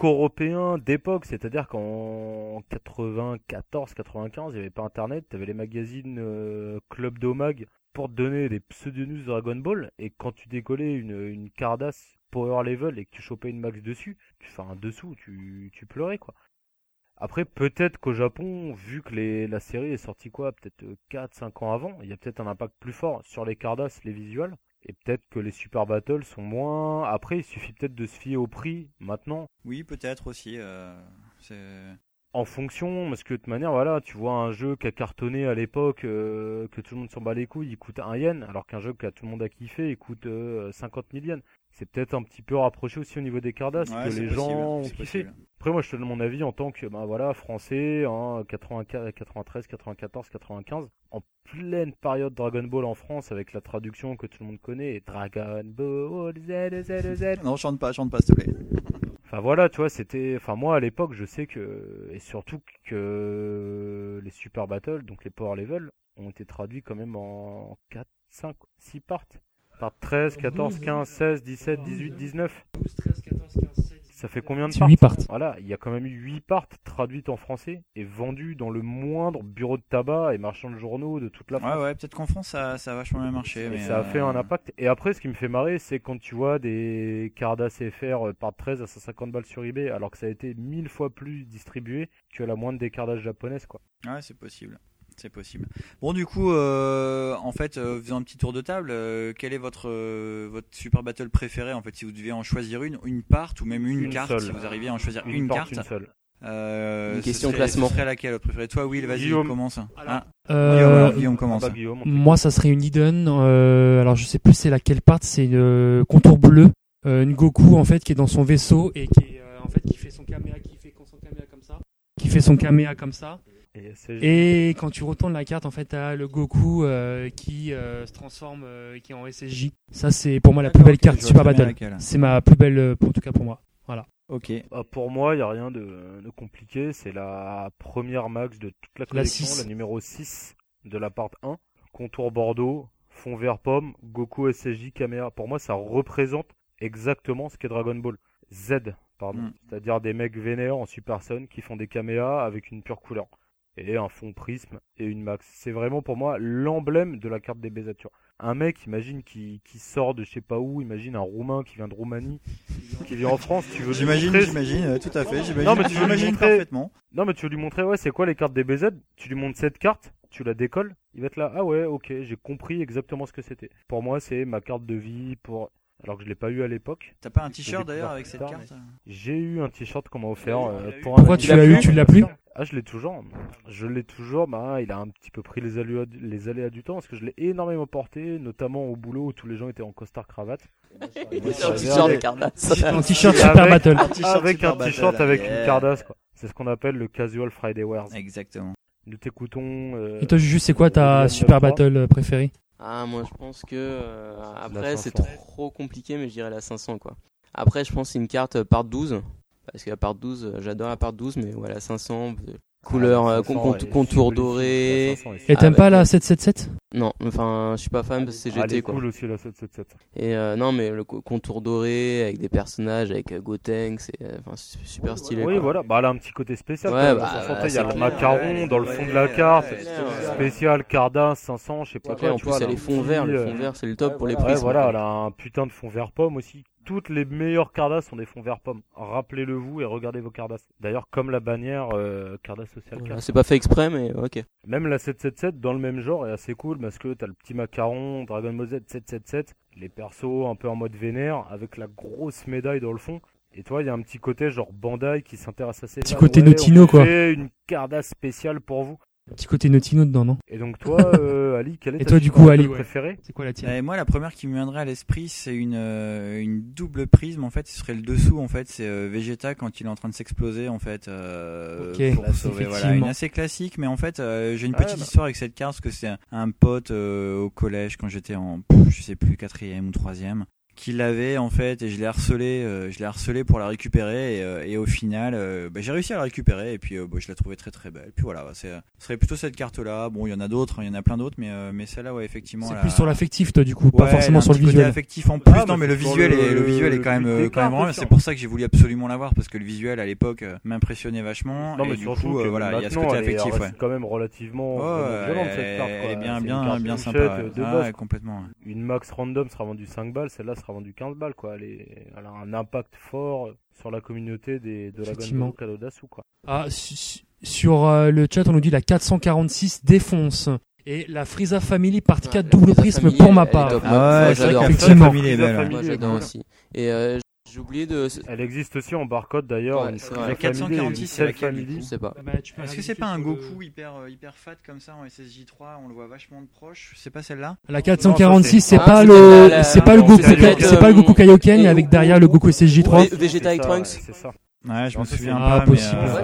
B: qu'Européen d'époque, c'est-à-dire qu'en 94-95, il n'y avait pas Internet, tu avais les magazines euh, Club Domag pour te donner des pseudonus Dragon Ball, et quand tu décollais une, une Cardass Power Level et que tu chopais une max dessus, tu fais un dessous, tu, tu pleurais, quoi. Après, peut-être qu'au Japon, vu que les, la série est sortie quoi, peut-être 4-5 ans avant, il y a peut-être un impact plus fort sur les Cardass, les visuels. Et peut-être que les Super Battles sont moins. Après, il suffit peut-être de se fier au prix maintenant,
D: Oui, peut-être aussi. euh, c'est-
B: en fonction, parce que de toute manière, voilà, tu vois un jeu qui a cartonné à l'époque, euh, que tout le monde s'en bat les couilles, il coûte 1 yen, alors qu'un jeu que tout le monde a kiffé, il coûte euh, 50 000 yens. c'est peut-être un petit peu rapproché aussi au niveau des Cardass
D: Ouais,
B: que
D: Ah, c'est
B: les
D: possible,
B: gens ont
D: c'est
B: kiffé.
D: possible.
B: Après moi je te donne mon avis en tant que ben voilà français hein, 84, 93, 94, 95 en pleine période Dragon Ball en France avec la traduction que tout le monde connaît et Dragon Ball Z Z Z.
G: Non, chante pas, chante pas, s'il te plaît.
B: Enfin voilà, tu vois, c'était. Enfin moi à l'époque, je sais que et surtout que les Super Battles, donc les Power Level, ont été traduits quand même en 4, 5, 6 parts. Par 13, 14, 15, 16, 17, 18, 19. Ça fait combien de
E: C'est
B: parts
E: huit parts.
B: Voilà, il y a quand même eu 8 parts traduites en français et vendues dans le moindre bureau de tabac et marchand de journaux de toute la France.
D: Ouais, ouais, peut-être qu'en France, ça, ça a vachement bien marché.
B: Et
D: Mais
B: ça a
D: euh,
B: fait un impact. Et après, ce qui me fait marrer, c'est quand tu vois des Cardas CFR euh, par 13 à 150 balles sur eBay, alors que ça a été mille fois plus distribué que la moindre des Cardas japonaises, quoi.
D: Ouais, c'est possible. C'est possible. Bon, du coup, euh, en fait, euh, faisant un petit tour de table, euh, quel est votre, euh, votre Super Battle préféré En fait, si vous deviez en choisir une, une part ou même une,
B: Une
D: carte,
B: seule.
D: si vous arriviez à en choisir une,
B: Une part,
D: carte.
B: une seule.
D: euh,
C: Une
D: ce
C: question
D: serait-
C: classement.
D: Ce serait laquelle votre préférée Toi, Will, vas-y,
B: Guillaume.
D: commence. Ah,
E: Euh,
D: Guillaume, alors, Guillaume, commence.
B: Ah bah, Guillaume,
E: Moi, ça serait une Eden. euh, alors, je sais plus c'est laquelle part. C'est une euh, contour bleu, euh, une Goku en fait qui est dans son vaisseau et qui, est, euh, en fait, qui fait son caméra, qui fait son caméra comme ça, qui fait son caméra comme ça.
B: Et c'est-
E: Et quand tu retournes la carte, en fait, t'as le Goku euh, qui euh, se transforme euh, et qui est en SSJ. Ça, c'est pour moi la plus
D: D'accord,
E: belle
D: ok,
E: carte
D: je vois
E: Super
D: très bien
E: Battle.
D: laquelle.
E: C'est ma plus belle, euh, pour- en tout cas pour moi. Voilà.
D: Ok.
B: Bah, pour moi, il n'y a rien de, de compliqué. C'est la première max de toute la collection,
E: six.
B: la, numéro 6 de la part 1. Contour Bordeaux, fond vert pomme, Goku SSJ, caméra. Pour moi, ça représente exactement ce qu'est Dragon Ball. Z, pardon.
D: Mm.
B: C'est-à-dire des mecs vénères en Super Sun qui font des caméas avec une pure couleur. Et un fond prisme et une max. C'est vraiment pour moi l'emblème de la carte des baisature. Un mec, imagine, qui, qui sort de je sais pas où, imagine un Roumain qui vient de Roumanie, qui vient en France, tu veux lui
D: J'imagine,
B: montrer-
D: j'imagine, euh, tout à fait. J'imagine,
B: non, mais tu veux lui
D: j'imagine
B: montrer-
D: parfaitement.
B: Non, mais tu veux lui montrer, ouais, c'est quoi les cartes des BZ Tu lui montres cette carte, tu la décolles, il va être là, ah ouais, ok, j'ai compris exactement ce que c'était. Pour moi, c'est ma carte de vie pour. Alors que je l'ai pas eu à l'époque.
D: T'as pas un
B: Je
D: t-shirt
B: vais
D: d'ailleurs
B: pouvoir
D: avec
B: plus
D: cette
B: tard,
D: carte
B: J'ai eu un t-shirt qu'on m'a offert euh, pour un
E: Pourquoi tu l'as eu Tu l'as plus
B: Ah, je l'ai toujours. Je l'ai toujours. Bah, il a un petit peu pris les aléas, du- les aléas du temps parce que je l'ai énormément porté, notamment au boulot où tous les gens étaient en costard cravate.
C: Un t-shirt Ah, de Cardass.
D: Ah,
E: Un t-shirt
B: Et
E: Super
B: avec-
E: Battle.
D: Un t-shirt
B: Avec
D: Super
B: un t-shirt
D: Battle,
B: avec
D: yeah.
B: une cardasse, quoi. C'est ce qu'on appelle le Casual Friday Wears.
D: Exactement.
B: Nous t'écoutons. euh,
E: Et toi, Juju, c'est quoi ta
B: Dragon
E: Super
B: Ball 3.
E: Battle euh, préférée
C: Ah, moi je pense que euh, après c'est
B: 500.
C: trop compliqué, mais je dirais la 500 quoi. Après, je pense que c'est une carte euh, part 12 parce que la part 12, euh, j'adore la part 12, mais voilà, 500 euh, couleur
B: Ah, la
C: euh,
B: 500
C: con-
B: est
C: contour
B: sublime. La
C: doré.
B: 500 est
E: Et
B: sublime.
E: t'aimes
C: Ah,
E: pas
C: bah,
E: la 777
C: Non, enfin, je suis pas fan parce que c'est
B: Ah, elle est
C: GT quoi.
B: cool aussi la 777.
C: Et euh, non, mais le co- contour doré avec des personnages avec euh, Gotenks, c'est euh, enfin, c'est super stylé.
B: Oui,
C: quoi.
B: voilà. Bah, elle a un petit côté spécial.
C: Ouais,
B: quand même,
C: bah,
B: 500,
C: bah,
B: il y
C: c'est
B: a le
C: clair.
B: macaron dans le fond de la carte. Spécial, cardasse, 500, je sais pas
C: Après,
B: quoi.
C: en
B: tu
C: plus,
B: vois,
C: elle
B: là,
C: est
B: un
C: fond
B: petit,
C: vert. Le
B: euh,
C: fond vert, c'est le top pour les
B: Ouais,
C: prises.
B: voilà, elle a un putain de fond vert pomme aussi. Toutes les meilleures cardas sont des fonds vert pomme. Rappelez-le vous et regardez vos cardas. D'ailleurs, comme la bannière euh, cardas social
C: Voilà,
B: card.
C: C'est pas fait exprès, mais ok.
B: Même la 777 dans le même genre est assez cool parce que t'as le petit macaron, Dragon Ball Z 777, les persos un peu en mode vénère avec la grosse médaille dans le fond. Et toi, il y a un petit côté genre Bandai qui s'intéresse à ces
E: Petit
B: fans.
E: côté Notino,
B: on
E: quoi.
B: fait une cardas spéciale pour vous.
E: Petit côté Notino dedans, non
B: Et donc
E: <laughs>
B: toi, euh, Ali, quel est
E: Et
B: ta
E: toi, du
B: Super
E: coup,
B: Battle
E: Ali, ouais.
B: préférée
E: C'est quoi la tienne
D: Euh, moi, la première qui me viendrait à l'esprit, c'est une, euh, une double prisme. En fait, ce serait le dessous. En fait, c'est euh, Vegeta quand il est en train de s'exploser. En fait, euh,
E: Ok,
D: pour la sauver. Voilà, une
E: effectivement.
D: assez classique. Mais en fait, euh, j'ai une
B: Ah,
D: petite
B: bah.
D: histoire avec cette carte parce que c'est un- un pote euh, au collège quand j'étais en, je sais plus, quatrième ou troisième qui l'avait en fait et je l'ai harcelé euh, je l'ai harcelé pour la récupérer et, euh, et au final euh, bah, j'ai réussi à la récupérer et puis euh, bah, je la trouvais très très belle puis voilà bah, c'est ce serait plutôt cette carte là bon il y en a d'autres hein, il y en a plein d'autres mais euh, mais celle-là ouais effectivement
E: C'est
D: elle
E: plus
D: a-
E: sur l'affectif, toi, du coup, pas
D: Ouais,
E: forcément
D: elle a un
E: sur le
D: petit côté
E: visuel.
D: affectif en plus.
B: Ah,
D: non,
B: mais
D: mais le
B: c'est sur
D: visuel,
B: le-
D: est, le visuel est
B: le
D: quand même,
B: but
D: euh,
B: des
D: quand même
B: cartes,
D: vraiment.
B: sûr.
D: C'est pour ça que j'ai voulu absolument l'avoir parce que le visuel à l'époque euh, m'impressionnait vachement.
B: Non, mais
D: et du
B: surtout,
D: coup, euh,
B: que
D: voilà, il y a ce
B: maintenant,
D: côté
B: elle est-
D: affectif.
B: elle
D: Ouais.
B: reste quand même relativement
D: Ouais,
B: vraiment violente,
D: elle,
B: cette carte.
D: elle
B: quoi.
D: est bien,
B: C'est une
D: bien,
B: carte
D: bien
B: touchette,
D: sympa. ouais.
B: euh, de
D: Ah,
B: base,
D: ouais, complètement. ouais.
B: une max random sera vendue 5 balles, celle-là sera vendue 15 balles, quoi. Elle, est- elle a un impact fort sur la communauté des, de la
E: Effectivement.
B: Gunbook Kadodasu, quoi.
E: Ah, su- su- sur euh, le chat, on nous dit la 446 défonce. Et la Frieza Family part 4 double prisme pour ma part.
D: Ah ouais,
C: j'adore.
E: Effectivement.
D: Family est
B: Frieza
D: belle, ouais.
B: Family
C: Moi
B: est
C: j'adore
B: cool.
C: aussi. Et euh, J'ai oublié de.
B: Elle existe aussi en barcode d'ailleurs.
C: Ouais,
B: une
C: c'est
B: seule
C: vrai. La
B: famille,
D: 446,
B: une
D: c'est
B: seule
D: laquelle, du
B: famille.
D: coup
C: Je sais pas.
D: Est-ce que c'est pas un Goku hyper, euh, hyper fat comme ça en SSJ3 On le voit vachement de proche. C'est pas celle-là
E: La 446, c'est pas le, c'est pas le Goku, c'est pas le Goku Kaioken avec derrière le Goku SJ3.
C: Vegeta avec Trunks.
B: C'est ça.
D: Ouais, je me souviens
E: Ah,
D: pas.
E: possible.
D: Mais,
B: Ouais.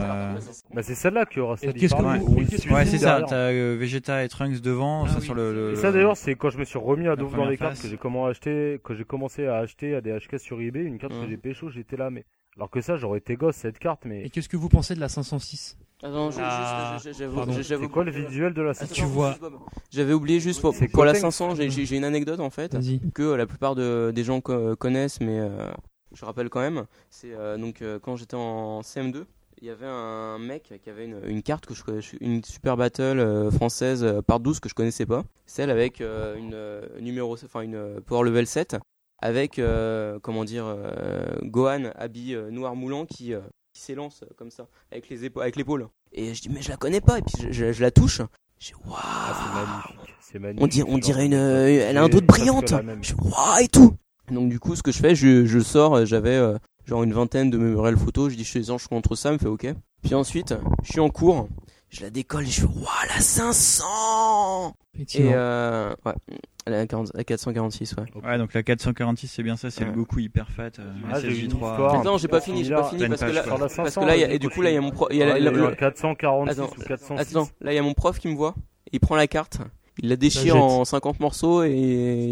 B: Bah, c'est celle-là que Rasta dit,
D: Qu'est-ce que
B: pardon.
D: vous-
B: Oui,
D: Ouais, c'est ça.
B: derrière.
D: T'as euh, Vegeta et Trunks devant. ça sur le,
B: Et
D: le-
B: ça d'ailleurs, c'est quand je me suis remis à
D: la
B: Douf dans
D: première
B: les cartes
D: face.
B: que j'ai comment acheter, que j'ai commencé à acheter à des HK sur eBay, une carte
C: Mmh.
B: que j'ai pécho, j'étais là, mais alors que ça, j'aurais été gosse cette carte, mais
E: Et qu'est-ce que vous pensez de la 506
C: Attends, je-
E: Ah,
C: juste, je- j'avoue-
E: pardon.
C: je- j'avoue-
B: C'est quoi le visuel de la
C: Attends,
B: Tu
C: attends,
B: vois.
C: juste, Bob. J'avais oublié juste pour,
B: C'est
C: pour la
B: Goten.
C: 500, j'ai- j'ai j'ai une anecdote en fait
E: Vas-y.
C: que euh, la plupart de- des gens co- connaissent, mais euh, je rappelle quand même. C'est euh, donc euh, quand j'étais en CM2, il y avait un mec qui avait une, une carte que je connais- une super battle euh, française euh, par 12 que je connaissais pas, celle avec euh, une euh, numéro, enfin une euh, power level 7 avec euh, comment dire euh, Gohan habillé euh, noir moulant qui euh, qui s'élance euh, comme ça avec les épa- avec l'épaule. Et je dis mais je la connais pas et puis je, je- je la touche. Je dis waouh.
B: Ah, c'est magnifique.
C: Ah, On dirait on
B: genre,
C: dirait une
B: c'est
C: euh, elle a un
B: presque
C: dos de brillante.
B: la même.
C: Je dis waouh et tout. Donc du coup ce que je fais je je sors euh, j'avais euh, genre une vingtaine de mémorial photos je dis je suis je suis contre ça elle me fait OK. Puis ensuite je suis en cours je la décolle et je fais waouh la 500.
E: Effectivement.
C: Et euh, ouais la, 40 la 446 ouais.
D: Ouais, donc la 446, c'est bien ça. C'est le Goku hyper fat. euh,
B: Ah, j'ai une
D: SSJ3.
B: histoire.
C: Attends, j'ai pas fini, j'ai pas fini
D: Pleine
C: parce que
D: page,
C: là,
D: quoi.
B: Sur la
C: parce
B: 500,
C: que là, il y a-
B: vas-y,
C: et du coup
B: continue.
C: là, il y a mon pro, il y a
B: Ah, il y a
C: le-
B: eu
C: le-
B: un 446
C: Attends, euh,
B: ou 406.
C: Attends, là, il y a mon prof qui me voit. Il prend la carte, il la déchire
B: La jette.
C: en 50 morceaux et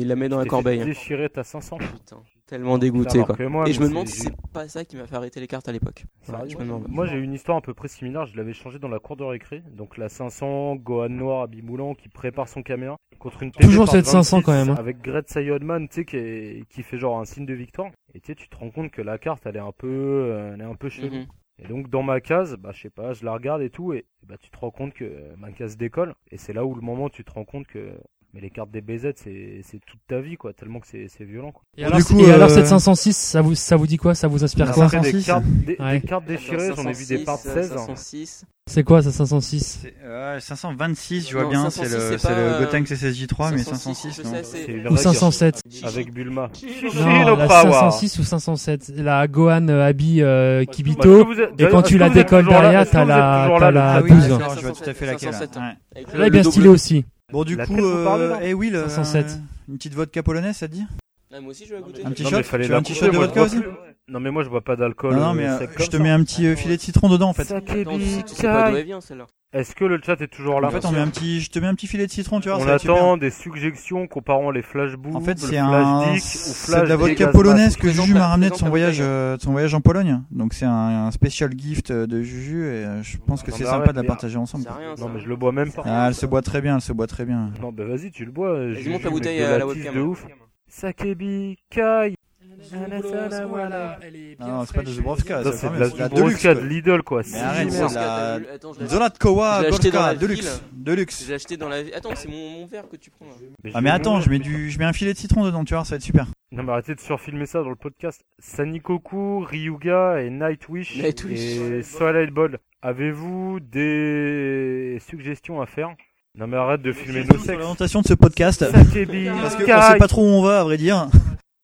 C: il la met dans la
B: T'es fait
C: corbeille.
B: Déchirer ta 500.
C: Putain, Tellement dégoûté
B: Alors
C: quoi.
B: que moi,
C: et je
B: mais
C: me demande
B: c'est-
C: si c'est pas ça qui m'a fait arrêter les cartes à l'époque. Ouais,
B: Sérieux
C: je me demande.
B: Moi j'ai eu une histoire un peu près similaire, je l'avais changé dans la cour de récré, donc la 500, Gohan Noir, Abby Moulant qui prépare son caméra contre une TD
E: Toujours
B: par
E: cette 500 quand même, hein.
B: Avec Gret Sayodman, tu sais, qui, est- qui fait genre un signe de victoire, et tu sais, tu te rends compte que la carte elle est un peu, euh, elle est un peu chelou.
C: Mhm.
B: Et donc dans ma case, bah je sais pas, je la regarde et tout, et bah tu te rends compte que euh, ma case décolle, et c'est là où le moment où tu te rends compte que. Mais les cartes des BZ, c'est c'est toute ta vie, quoi, tellement que c'est c'est violent, quoi.
E: Et
G: Bon,
E: alors,
G: du coup,
E: et alors
G: euh,
E: cette 506, ça vous, ça vous dit quoi Ça vous inspire quoi
B: Après, des
G: 506,
B: cartes, des,
E: Ouais.
B: des cartes déchirées, j'en ai vu des parts de hein. 16.
C: 506.
E: C'est quoi ça 506
D: C'est- euh, 526, je vois
C: Non,
D: bien, c'est
C: 506,
D: le,
C: c'est
D: c'est
C: pas,
D: le
C: euh,
D: Gotenks SSJ3, mais
C: 506,
D: 506, non
C: je sais, c'est-
B: une
E: Ou
B: règle
E: 507
B: Avec Bulma.
E: Non, la 506 ou 507. La Gohan euh, Abby euh, Kibito. Et quand tu la décolles derrière, t'as la, t'as la
D: Ah oui,
E: 12.
D: d'accord, je vois tout à fait laquelle.
C: 507.
D: ouais.
C: Avec
E: Elle est bien
C: double-
E: stylée aussi.
D: Bon, du
B: Laquelle
D: coup,
B: vous parlez,
D: euh,
B: là
D: eh Will, euh,
E: 507.
D: une petite vodka polonaise, ça te dit
C: Ah, moi aussi, je vais goûter.
D: Un petit
B: Non,
D: shot
B: mais fallait
D: Tu veux
B: la
D: un petit
B: couper,
D: shot de
B: moi,
D: vodka
B: je
D: aussi
B: bois plus. Non, mais moi je bois pas d'alcool.
D: Non, non,
B: euh,
D: mais euh,
B: sec
D: je
B: comme
D: te
B: ça.
D: mets un petit euh, filet de citron dedans, en fait.
C: Attends, c'est- tu sais pas d'où elle vient celle-là.
B: Est-ce que le chat est toujours là
D: En fait, on met un petit, je te mets un petit filet de citron, tu vois.
B: On
D: ça va être super.
B: attend des suggestions comparant les flashbooks,
D: En fait,
B: le
D: c'est un,
B: flash dick ou
D: c'est
B: flash
D: de la vodka
B: Vegas
D: polonaise que
C: Présente
D: Juju m'a
C: la-
D: ramené de
C: présente
D: son
C: la
D: voyage,
C: bouteille.
D: euh, de son voyage en Pologne. Donc c'est un, un special gift euh, de Juju et euh, je pense que
B: Non,
D: c'est
B: mais
D: sympa
B: arrête,
D: de la
B: mais-
D: partager ensemble.
C: C'est rien.
B: Mass.
C: ça.
B: Non, mais je le bois même pas.
D: Ah, elle se boit très bien, elle se boit très bien.
B: Non, bah vas-y, tu le bois. euh,
C: Vas-y,
B: Juju,
C: monte la
B: mais
C: bouteille
B: de
C: à la
B: la
C: webcam.
B: tisse de ouf. Sakebi Kai.
D: Ah non, c'est pas de Zubrovka,
B: Ça,
D: ça,
B: c'est de
D: mais
B: la
D: c'est de la
B: Zubrovka
D: Deluxe,
B: de Lidl, quoi.
D: Mais arrête,
B: C'est
D: c'est
B: immense.
D: de la-
C: Attends, je l'ai-
D: Zlatkowa
C: Je l'ai acheté dans
D: Gorka,
C: la
D: de luxe, de
C: je
D: luxe.
C: l'ai acheté dans la vie. Attends, c'est mon, mon verre que tu prends là.
D: Ah mais attends, je mets du, je mets un filet de citron dedans, tu vois, ça va être super.
B: Non mais arrêtez de surfilmer ça dans le podcast. Sanikoku, Ryuga et Nightwish,
C: Nightwish.
B: et Soleil Ball. Avez-vous des suggestions à faire Non mais arrête de filmer nos
D: Sur
B: sexes.
D: l'orientation de ce podcast,
B: Sakebi,
D: parce qu'on
B: Kai.
D: sait pas trop où on va, à vrai dire.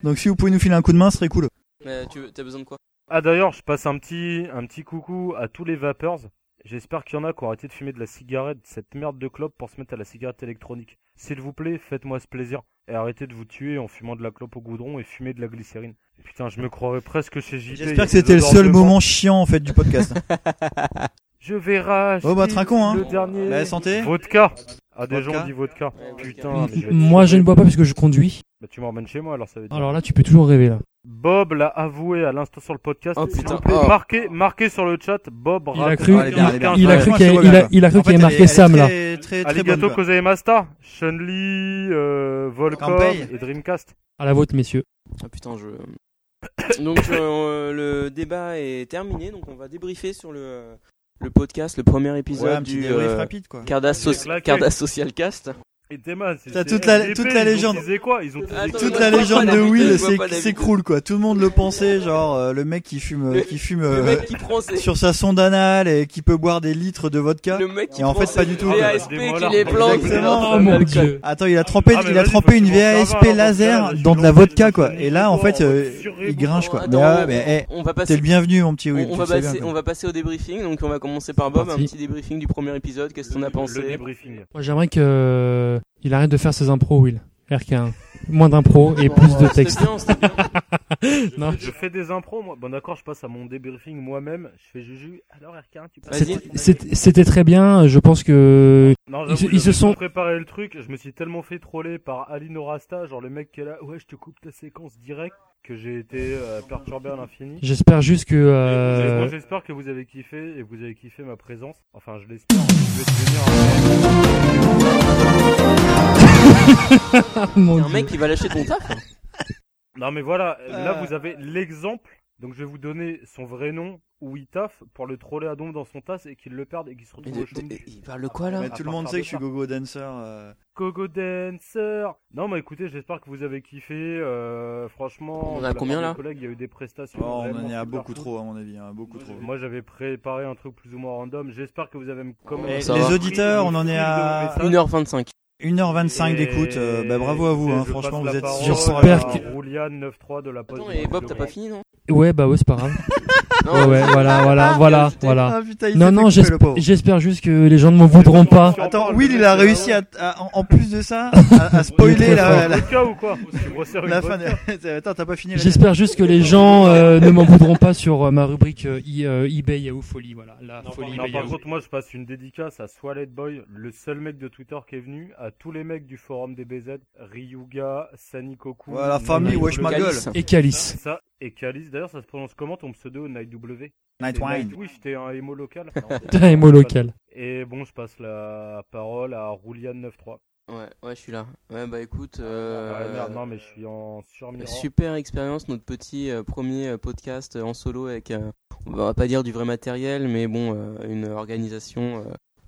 D: Donc si vous pouvez nous filer un coup de main, ce serait cool.
C: Mais tu veux- t'as besoin de quoi
B: Ah d'ailleurs, je passe un petit, un petit coucou à tous les vapeurs. J'espère qu'il y en a qui ont arrêté de fumer de la cigarette, cette merde de clope, pour se mettre à la cigarette électronique. S'il vous plaît, faites-moi ce plaisir. Et arrêtez de vous tuer en fumant de la clope au goudron et fumer de la glycérine. Putain, je me croirais presque chez JP. il y a
D: J'espère que
B: des
D: c'était le
B: odeurs
D: seul
B: de menthe.
D: moment chiant en fait du
B: <laughs>
D: podcast.
B: Je verrai.
D: Oh, bah, trinquons, hein.
B: Le dernier.
D: La santé.
B: Vodka. Ah,
D: Vodka.
B: des
D: Mmh,
B: gens ont dit vodka.
C: Ouais, vodka.
B: Putain. mais je vais être
E: Moi, je
B: saoulé.
E: ne bois pas parce que je conduis.
B: Bah, tu m'emmènes chez moi, alors ça veut dire.
E: Alors là, tu peux toujours rêver là.
B: Bob l'a avoué à l'instant sur le podcast.
C: Oh,
B: S'il
C: putain.
B: vous plaît,
C: Oh.
B: marquez, marquez sur le chat. Bob
E: Il a
B: raconte-
E: cru,
D: Ah, elle est bien, elle est bien.
E: il a
D: Ouais,
E: cru
D: moi,
E: qu'il
D: je
E: y
D: vois
E: a- il
D: bien,
E: a-
D: quoi.
E: il a cru
D: En
E: qu'il y
D: fait,
E: avait
D: elle est-
E: marqué Sam là.
D: Elle est très, très, très bonne,
B: Arigato
D: quoi.
B: Kozai Masta, Chun-Li, euh, Volcom
D: Kanpei.
B: et Dreamcast.
E: À la vôtre, messieurs.
C: Ah putain, je. <coughs> Donc euh, le débat est terminé, donc on va débriefer sur le, le podcast, le premier épisode
D: Ouais, un petit
C: du
D: débrief
C: euh,
D: rapide quoi.
C: Cardass,
B: J'ai claqué.
C: Cardass Social Cast.
B: Et Théma, c'est
D: T'as
B: c'est
D: toute la-
B: LDP,
D: toute la
B: ils ont
D: légende.
B: teasé quoi Ils ont teasé quoi
D: Toute la légende de Will s'éc- s'écroule quoi. Tout le monde le pensait, genre euh, le mec qui fume, euh, qui fume euh,
C: mec qui prend ses-
D: sur sa sonde anale et qui peut boire des litres de vodka.
C: Le mec qui
D: et
C: euh,
D: en
C: prend
D: fait pas
C: ses
D: du tout.
C: VASP
D: quoi.
C: qui les plante
D: Exactement.
C: dans Oh mon l'alcool. Dieu.
D: Attends, il a trempé,
C: Ah, mais
D: il a
C: vas-y,
D: trempé
C: faut
D: une
C: que tu m'en parles,
D: VASP laser dans de la vodka quoi. Et là en fait euh, il gringe quoi. Mais,
C: Attends,
D: ah,
C: on-
D: mais, eh,
C: on va passer.
D: T'es le bienvenu mon petit Will.
C: On, on
D: tu
C: va
D: sais bien,
C: passer,
D: quoi.
C: on va passer au débriefing. Donc on va commencer par Bob, un
E: parti.
C: petit débriefing du premier épisode. Qu'est-ce qu'on a pensé Le débriefing.
E: Moi, j'aimerais que euh, il arrête de faire ses impros, Will. RK1. Moins d'impros et plus de textes.
C: hein,
B: Je-
E: Non.
B: Je fais des impros, moi. Bon, d'accord, je passe à mon débriefing moi-même. Je fais Juju. Alors, RK1, tu passes.
E: C'était- c'était- C'était très bien. Je pense que
B: Non,
E: ils, se-
B: j'avoue,
E: ils se
B: j'avais
E: sont.
B: pas préparé le truc. Je me suis tellement fait troller par Alino Rasta, genre le mec qui est là. Ouais, je te coupe ta séquence direct que j'ai été euh, perturbé à l'infini.
E: J'espère juste que.
B: Et
E: euh,
B: moi, J'espère que vous avez kiffé et que vous avez kiffé ma présence. Enfin, je l'espère. Je vais devenir un-
E: Mon
C: T'es un
E: Dieu.
C: mec qui va lâcher ton taf. hein.
B: Non mais voilà, euh, là
C: Euh.
B: vous avez l'exemple. Donc je vais vous donner son vrai nom où il taffe pour le troller à don dans son tas et qu'il le perde et qu'il se retrouve
C: Mais
B: au chômage.
C: de- il parle de quoi, là
D: Mais tout le monde sait que je suis gogo dancer. euh,
B: Gogo Dancer. Non mais écoutez, j'espère que vous avez kiffé. euh, franchement,
D: On
B: de
D: a
B: la
D: combien,
B: part des
D: là
B: collègues, Il y a eu des prestations.
D: Oh, on
B: vraiment
D: en est à
B: super
D: beaucoup
B: cool.
D: trop à mon avis, hein, beaucoup trop.
B: Moi j'avais préparé un truc plus ou moins random. J'espère que vous avez quand même.
D: Et
C: Ça
D: les
C: va.
D: auditeurs, on en est à
C: 1h25.
D: 1h25 d'écoute. euh, bah, bravo à vous, hein,
B: Je
D: franchement,
B: passe
D: vous
B: la
D: êtes
B: parole
D: sur
B: à
D: Super.
B: Rouliane 9-3 de la pause.
C: Attends, et Bob, t'as pas fini, non
E: Ouais, bah ouais, c'est pas grave.
C: Non,
E: ouais, ouais,
C: c'est-
E: voilà, voilà,
C: Ah,
E: voilà,
C: putain,
E: voilà.
C: ah, putain, il
E: non,
C: s'est fait couper,
E: non, j'esp-
D: Oh.
C: le pauvre.
E: j'espère juste que les gens ne m'en voudront pas.
D: Attends, Will, il a réussi à, à- en, en plus de ça, à, à spoiler <laughs> la, la,
B: Vodka ou quoi Tu me resserres une
D: la fin.
B: vodka
D: de- Attends, t'as pas fini. la-
E: J'espère juste que les gens euh, ne m'en voudront pas sur euh, ma rubrique euh, i- euh, eBay Yahoo Folie. Voilà, la
B: Non,
E: folie
B: par- non,
E: eBay
B: par
E: Yahoo.
B: contre, moi, je passe une dédicace à Swallet Boy, le seul mec de Twitter qui est venu, à tous les mecs du forum des BZ, Ryuga, Sanikoku.
D: Ouais, la famille,
B: Nightwolf,
D: wesh ma gueule.
E: Et Calice.
B: Ça, et Calice, d'ailleurs, ça se prononce comment ton pseudo Night W
D: Nightwine.
B: Oui, j'étais un émo local.
E: <laughs> T'es un émo local.
B: Et bon, je passe la parole à Roulian93.
C: Ouais, ouais, je suis là. Ouais, bah écoute. euh,
B: Ah, Ouais, merde, non, mais je suis en surmirant.
C: Super expérience, notre petit euh, premier euh, podcast euh, en solo avec, euh, on va pas dire du vrai matériel, mais bon, euh, une organisation euh,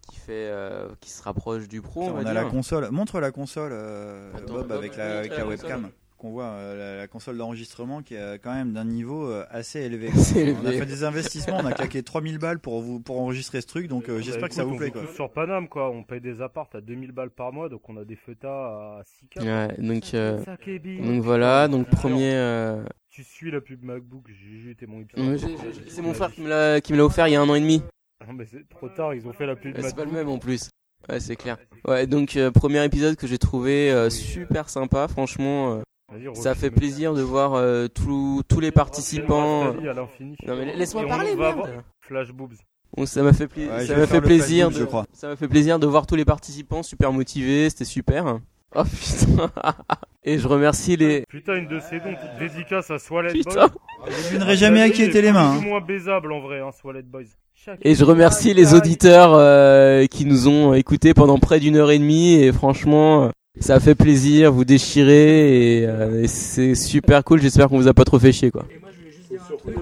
C: qui fait, euh, qui se rapproche du pro.
D: on
C: va
D: a
C: dire.
D: la console. Montre la console, euh,
C: Attends,
D: Bob,
C: Bob,
D: avec la,
C: montre
D: avec
C: la
D: la
C: console.
D: webcam qu'on voit, euh, la, la console d'enregistrement qui est quand même d'un niveau euh, assez élevé.
C: Assez
D: On a
C: élevé.
D: fait des investissements, on a claqué 3000 balles pour vous pour enregistrer ce truc, donc euh, j'espère que ça vous plaît. Quoi.
B: Sur Paname, quoi, on paye des appartes à 2000 balles par mois, donc on a des feutas à 6K.
C: Ouais, donc, euh,
B: Ça, Kevin.
C: donc voilà, donc premier. euh,
B: Tu suis la pub MacBook, Juju, t'es mon hipster.
C: ouais, j'ai- j'ai- c'est mon frère qui me l'a qui me l'a offert il y a un an et demi.
B: Non, mais c'est trop tard, ils ont fait la pub
C: Ouais, c'est pas le
B: MacBook.
C: même en plus. Ouais, c'est clair. Ouais, donc euh, premier épisode que j'ai trouvé euh, super sympa, franchement. euh,
B: Vas-y,
C: ça fait plaisir de voir euh, tous- tous les participants. euh,
B: Rasta vie à l'infini.
C: Non, mais laisse-moi
B: Et on
C: parler,
B: va
C: merde.
B: voir Flash Boobs.
C: Bon, ça m'a fait, pla-
D: Ouais, je
C: ça
D: vais
C: m'a
D: faire
C: fait
D: le
C: plaisir.
D: Facebook,
C: de...
D: je crois.
C: Ça m'a fait plaisir de voir tous les participants super motivés, c'était super. Oh putain. <laughs> Et je remercie les.
B: Putain, une de ces dons. Dédicace à Swallet
C: Putain.
B: Boys.
D: Je devinerai jamais à qui étaient les mains, hein.
B: Plus ou moins baisable en vrai, hein, Swallet Boys. Chaque-
C: Et je remercie les auditeurs euh, qui nous ont écoutés pendant près d'une heure et demie. Et franchement, euh, ça a fait plaisir, vous déchirez et, euh, et c'est super cool. J'espère qu'on vous a pas trop fait chier quoi.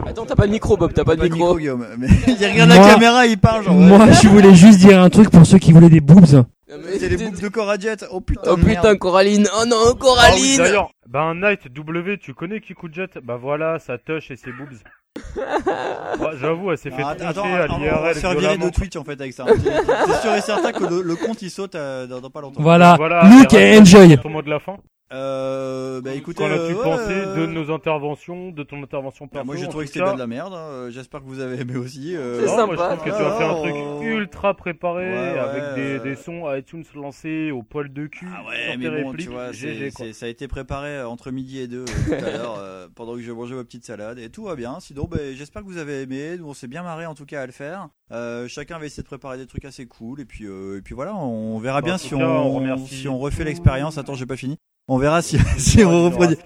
C: Attends, t'as pas de micro, Bob, t'as pas de
D: Pas de micro,
C: micro.
D: Guillaume. Mais <laughs> il regarde la
E: Moi-
D: caméra, il parle genre. ouais.
E: Moi, je voulais juste dire un truc pour ceux qui voulaient des boobs.
D: euh, C'est les boucles de corps à jet. Oh putain.
C: Oh
D: merde.
C: putain, Coraline. Oh non,
B: Ah oui,
C: Coraline.
B: D'ailleurs, bah un Knight W, tu connais Kiku Jet Bah voilà, ça touche et ses boobs. Ouais, J'avoue, elle s'est fait
D: Non,
B: toucher
D: Ah, attends, attends, on va
B: à l'IRL.
D: se faire virer
B: violemment.
D: de Twitch en fait avec ça. C'est sûr et certain que le, le compte il saute euh, dans, dans pas longtemps.
E: Voilà.
B: Voilà,
E: Look
B: et
E: and enjoy.
B: Au moment de la fin.
D: Euh, bah écoutez,
B: Qu'en
D: euh,
B: as-tu
D: ouais,
B: pensé
D: euh, Bah,
B: de nos interventions, de ton intervention perso
D: Moi j'ai
B: en
D: trouvé que
B: tout
D: c'était
B: cas
D: bien de la merde. hein, euh, J'espère que vous avez aimé aussi. euh,
C: C'est
B: Non, moi, je
C: sympa.
B: trouve que tu as fait un truc
D: Oh.
B: ultra préparé
D: Ouais, ouais,
B: avec des,
D: euh.
B: des sons à iTunes lancés au poil de cul <laughs>
D: Ah ouais,
B: sur
D: mais
B: tes
D: bon,
B: répliques.
D: tu vois, c'est-
B: GG, quoi.
D: c'est- ça a été préparé euh, entre midi et deux euh, tout à l'heure euh, <laughs> pendant que je mangeais ma petite salade et tout va bien. Sinon, ben, j'espère que vous avez aimé. Nous, on s'est bien marré en tout cas à le faire. Euh, chacun va essayer de préparer des trucs assez cool et puis euh, et puis voilà, on verra
B: Bah,
D: bien
B: en
D: si
B: tout cas, on
D: on,
B: remercie
D: si on refait l'expérience. Attends, j'ai pas fini. On verra
B: <laughs>
D: si, si on reproduit.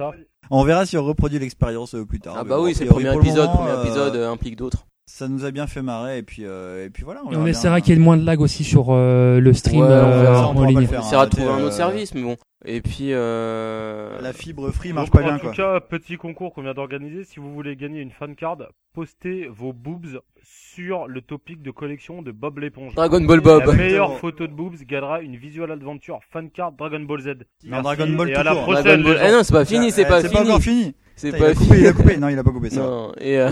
D: On verra si on reproduit l'expérience euh, plus tard.
C: Ah
D: Mais
C: bah
D: bon,
C: oui,
D: a
C: c'est le
D: priori,
C: premier
D: pour le
C: épisode.
D: moment,
C: Premier
D: euh,
C: épisode euh, implique d'autres.
D: ça nous a bien fait marrer et puis euh, et puis voilà.
E: On essaiera qu'il y ait moins de lag aussi sur euh, le stream
D: Ouais, on verra,
E: euh,
D: ça, on
E: en
D: pourra pas
E: ligne.
D: le faire,
C: On essaiera de trouver
D: arrêtez,
C: un autre
D: euh,
C: service, mais bon. Et puis. Euh...
D: La fibre free
C: marche
D: marche pas
B: en
D: bien
B: tout
D: quoi.
B: cas, petit concours qu'on vient d'organiser. Si vous voulez gagner une fan card, postez vos boobs sur le topic de collection de Bob l'éponge.
C: Dragon Ball Bob.
B: La meilleure
C: Exactement.
B: photo de boobs gagnera une visual adventure fan card Dragon Ball Z. Merci,
D: Dragon Ball
B: et
D: tout
B: à la
D: court.
B: prochaine.
C: Dragon Ball-
B: les gens.
C: Eh non, c'est pas fini, c'est
D: Eh,
C: pas
D: c'est
C: fini.
D: pas encore fini.
C: C'est
D: Putain,
C: pas
D: il a coupé,
C: fini.
D: il a coupé. Non, il a pas coupé ça.
C: Non, et, euh,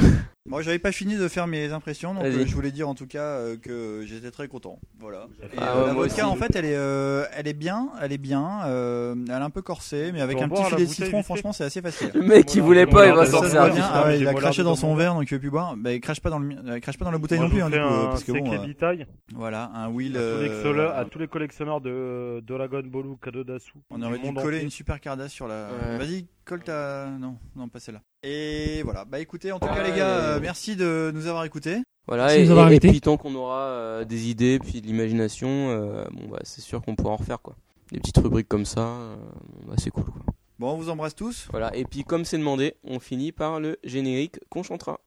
D: Moi, j'avais pas fini de faire mes impressions, donc
C: Vas-y.
D: euh, je voulais dire en tout cas euh, que j'étais très content. Voilà. Et,
C: Ah
D: euh,
C: ouais,
D: la
C: moi
D: vodka,
C: aussi.
D: en fait, elle est, euh, elle est bien, elle est bien, euh, elle est un peu corsée, mais avec
B: Faut
D: un
B: en
D: petit
B: boire la
D: filet de
B: bouteille
D: citron,
B: vite fait.
D: franchement, c'est assez facile.
C: Le mec, il voulait pas, il
D: Ça
C: va
D: se
C: sortir
D: voit
C: un
D: bien.
C: petit
D: Ah ouais,
C: peu.
D: il
B: J'ai
D: a
B: volé
D: craché
B: un
D: dans
B: bouton.
D: son verre, donc il veut plus boire. Bah, il crache pas dans le, mi- euh, crache pas dans la bouteille
B: Moi,
D: non plus,
B: je
D: hein,
B: vous
D: du
B: fais
D: coup, euh,
B: un
D: parce que bon,
B: Seki
D: euh,
B: Bitaille
D: voilà, un wheel.
B: à, tous les
D: euh,
B: collectionneurs- à tous les collectionneurs de Dragon Ball ou Kado Dasu.
D: on aurait dû coller une super cardasse sur la.
C: Ouais.
D: Vas-y, colle ta. Non, non, pas celle-là. Et voilà. Bah écoutez, en tout cas,
C: Ouais.
D: les gars, euh, merci de nous avoir écoutés.
C: Voilà,
E: Merci
C: et,
E: de nous avoir
C: et- et
E: invités.
C: puis tant qu'on aura euh, des idées, puis de l'imagination, euh, bon bah c'est sûr qu'on pourra en refaire quoi. Des petites rubriques comme ça, euh, bon, bah, c'est cool quoi.
D: Bon, on vous embrasse tous.
C: Voilà, et puis comme c'est demandé, on finit par le générique qu'on chantera.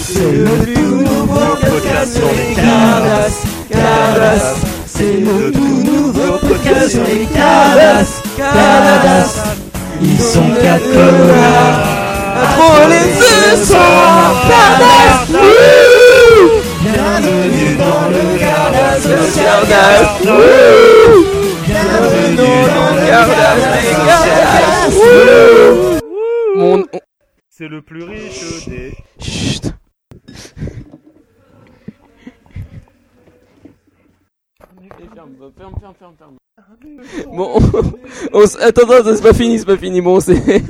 J: C'est le tout nouveau podcast sur les Cardas, Cardas. C'est le tout nouveau podcast sur les Cardas, Cardas. Ils sont quatre comme
E: euh.
J: à troller ce soir, Cardas. Wouh Bienvenue dans le Cardas, le Cardas. Wouh Bienvenue dans le Cardas, les Cardas. Wouh
C: Bon, on- on-
B: C'est le plus riche des.
C: Chut. Bon, on, on s- attends, attends, attends, c'est pas fini, c'est pas fini. Bon, c'est. <laughs>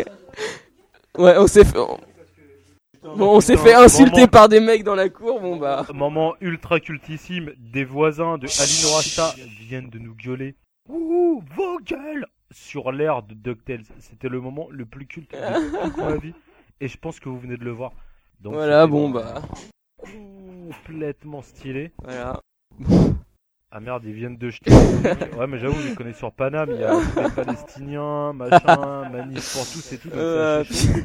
C: Ouais, on s'est fait. Bon, on s'est fait insulter par des mecs dans la cour. Bon, bah.
B: Moment ultra cultissime, des voisins de Aline Rasta viennent de nous gueuler. Ouh, vos gueules Sur l'air de DuckTales. C'était le moment le plus
C: <laughs>
B: culte de toute ma vie. Et je pense que vous venez de le voir. Donc,
C: Voilà,
B: c'était
C: bon, bah.
B: Complètement stylé.
C: Voilà.
B: Ah merde, ils viennent de jeter. ouais, mais j'avoue, je les connais sur Paname. Il y a des Palestiniens, machin, manif pour tous et tout. donc
C: Euh,
B: c'est assez chaud.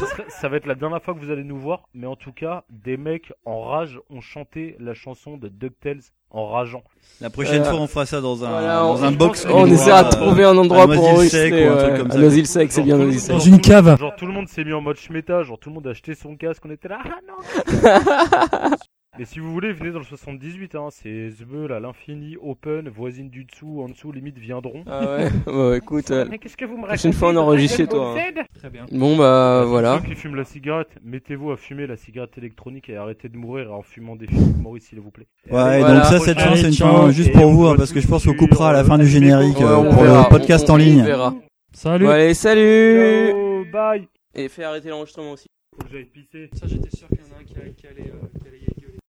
B: Ce serait- ça va être la dernière fois que vous allez nous voir, mais en tout cas, des mecs en rage ont chanté la chanson de DuckTales en rageant.
D: La prochaine
C: Voilà.
D: fois, on fera ça dans un,
C: Euh, Voilà,
D: dans
C: on-
D: un box.
C: on
D: nous euh.
C: essaiera
D: aura,
C: de trouver un endroit pour
D: Noisy-le-Sec
C: enregistrer.
D: ou un truc
C: ouais.
D: comme
C: À
D: ça.
C: Noisy-le-Sec, c'est
B: Genre,
C: bien
B: tout le
D: <laughs>
C: Noisy-le-Sec.
B: monde-
E: Dans une
B: tout le monde-
E: cave.
B: Genre tout le monde s'est mis en mode schméta, genre tout le monde a acheté son casque, on était là. Ah non
C: <laughs>
B: Mais si vous voulez, venez dans le 78, hein, c'est Zbeul à l'infini, open, voisine du dessous, en dessous, limite viendront.
C: Ah ouais, bah écoute. euh,
B: Mais qu'est-ce que vous me
C: prochaine fois, on enregistre chez toi. hein.
E: Très bien.
C: Bon, bah voilà.
B: Ceux qui fument la cigarette, mettez-vous à fumer la cigarette électronique et arrêtez de mourir en fumant des films de Maurice, s'il vous plaît.
D: Ouais, et
C: Voilà.
D: donc ça, cette
E: Allez,
D: chanson, c'est une
E: ciao.
D: chanson juste
B: Et
D: pour
B: on
D: vous, hein,
B: voit
D: parce que
B: tout
D: je pense qu'on
B: sur,
D: coupera à la
B: euh,
D: fin du générique
B: Ouais,
D: euh,
B: on
D: pour
C: verra,
D: le podcast
C: on-
D: en
C: on
D: ligne.
C: verra.
E: Salut.
C: Bon, allez, salut
B: Ciao, bye
C: Et fais arrêter l'enregistrement aussi.
B: Faut que j'aille pisser.
E: Ça, j'étais sûr qu'il y en a un qui allait. euh,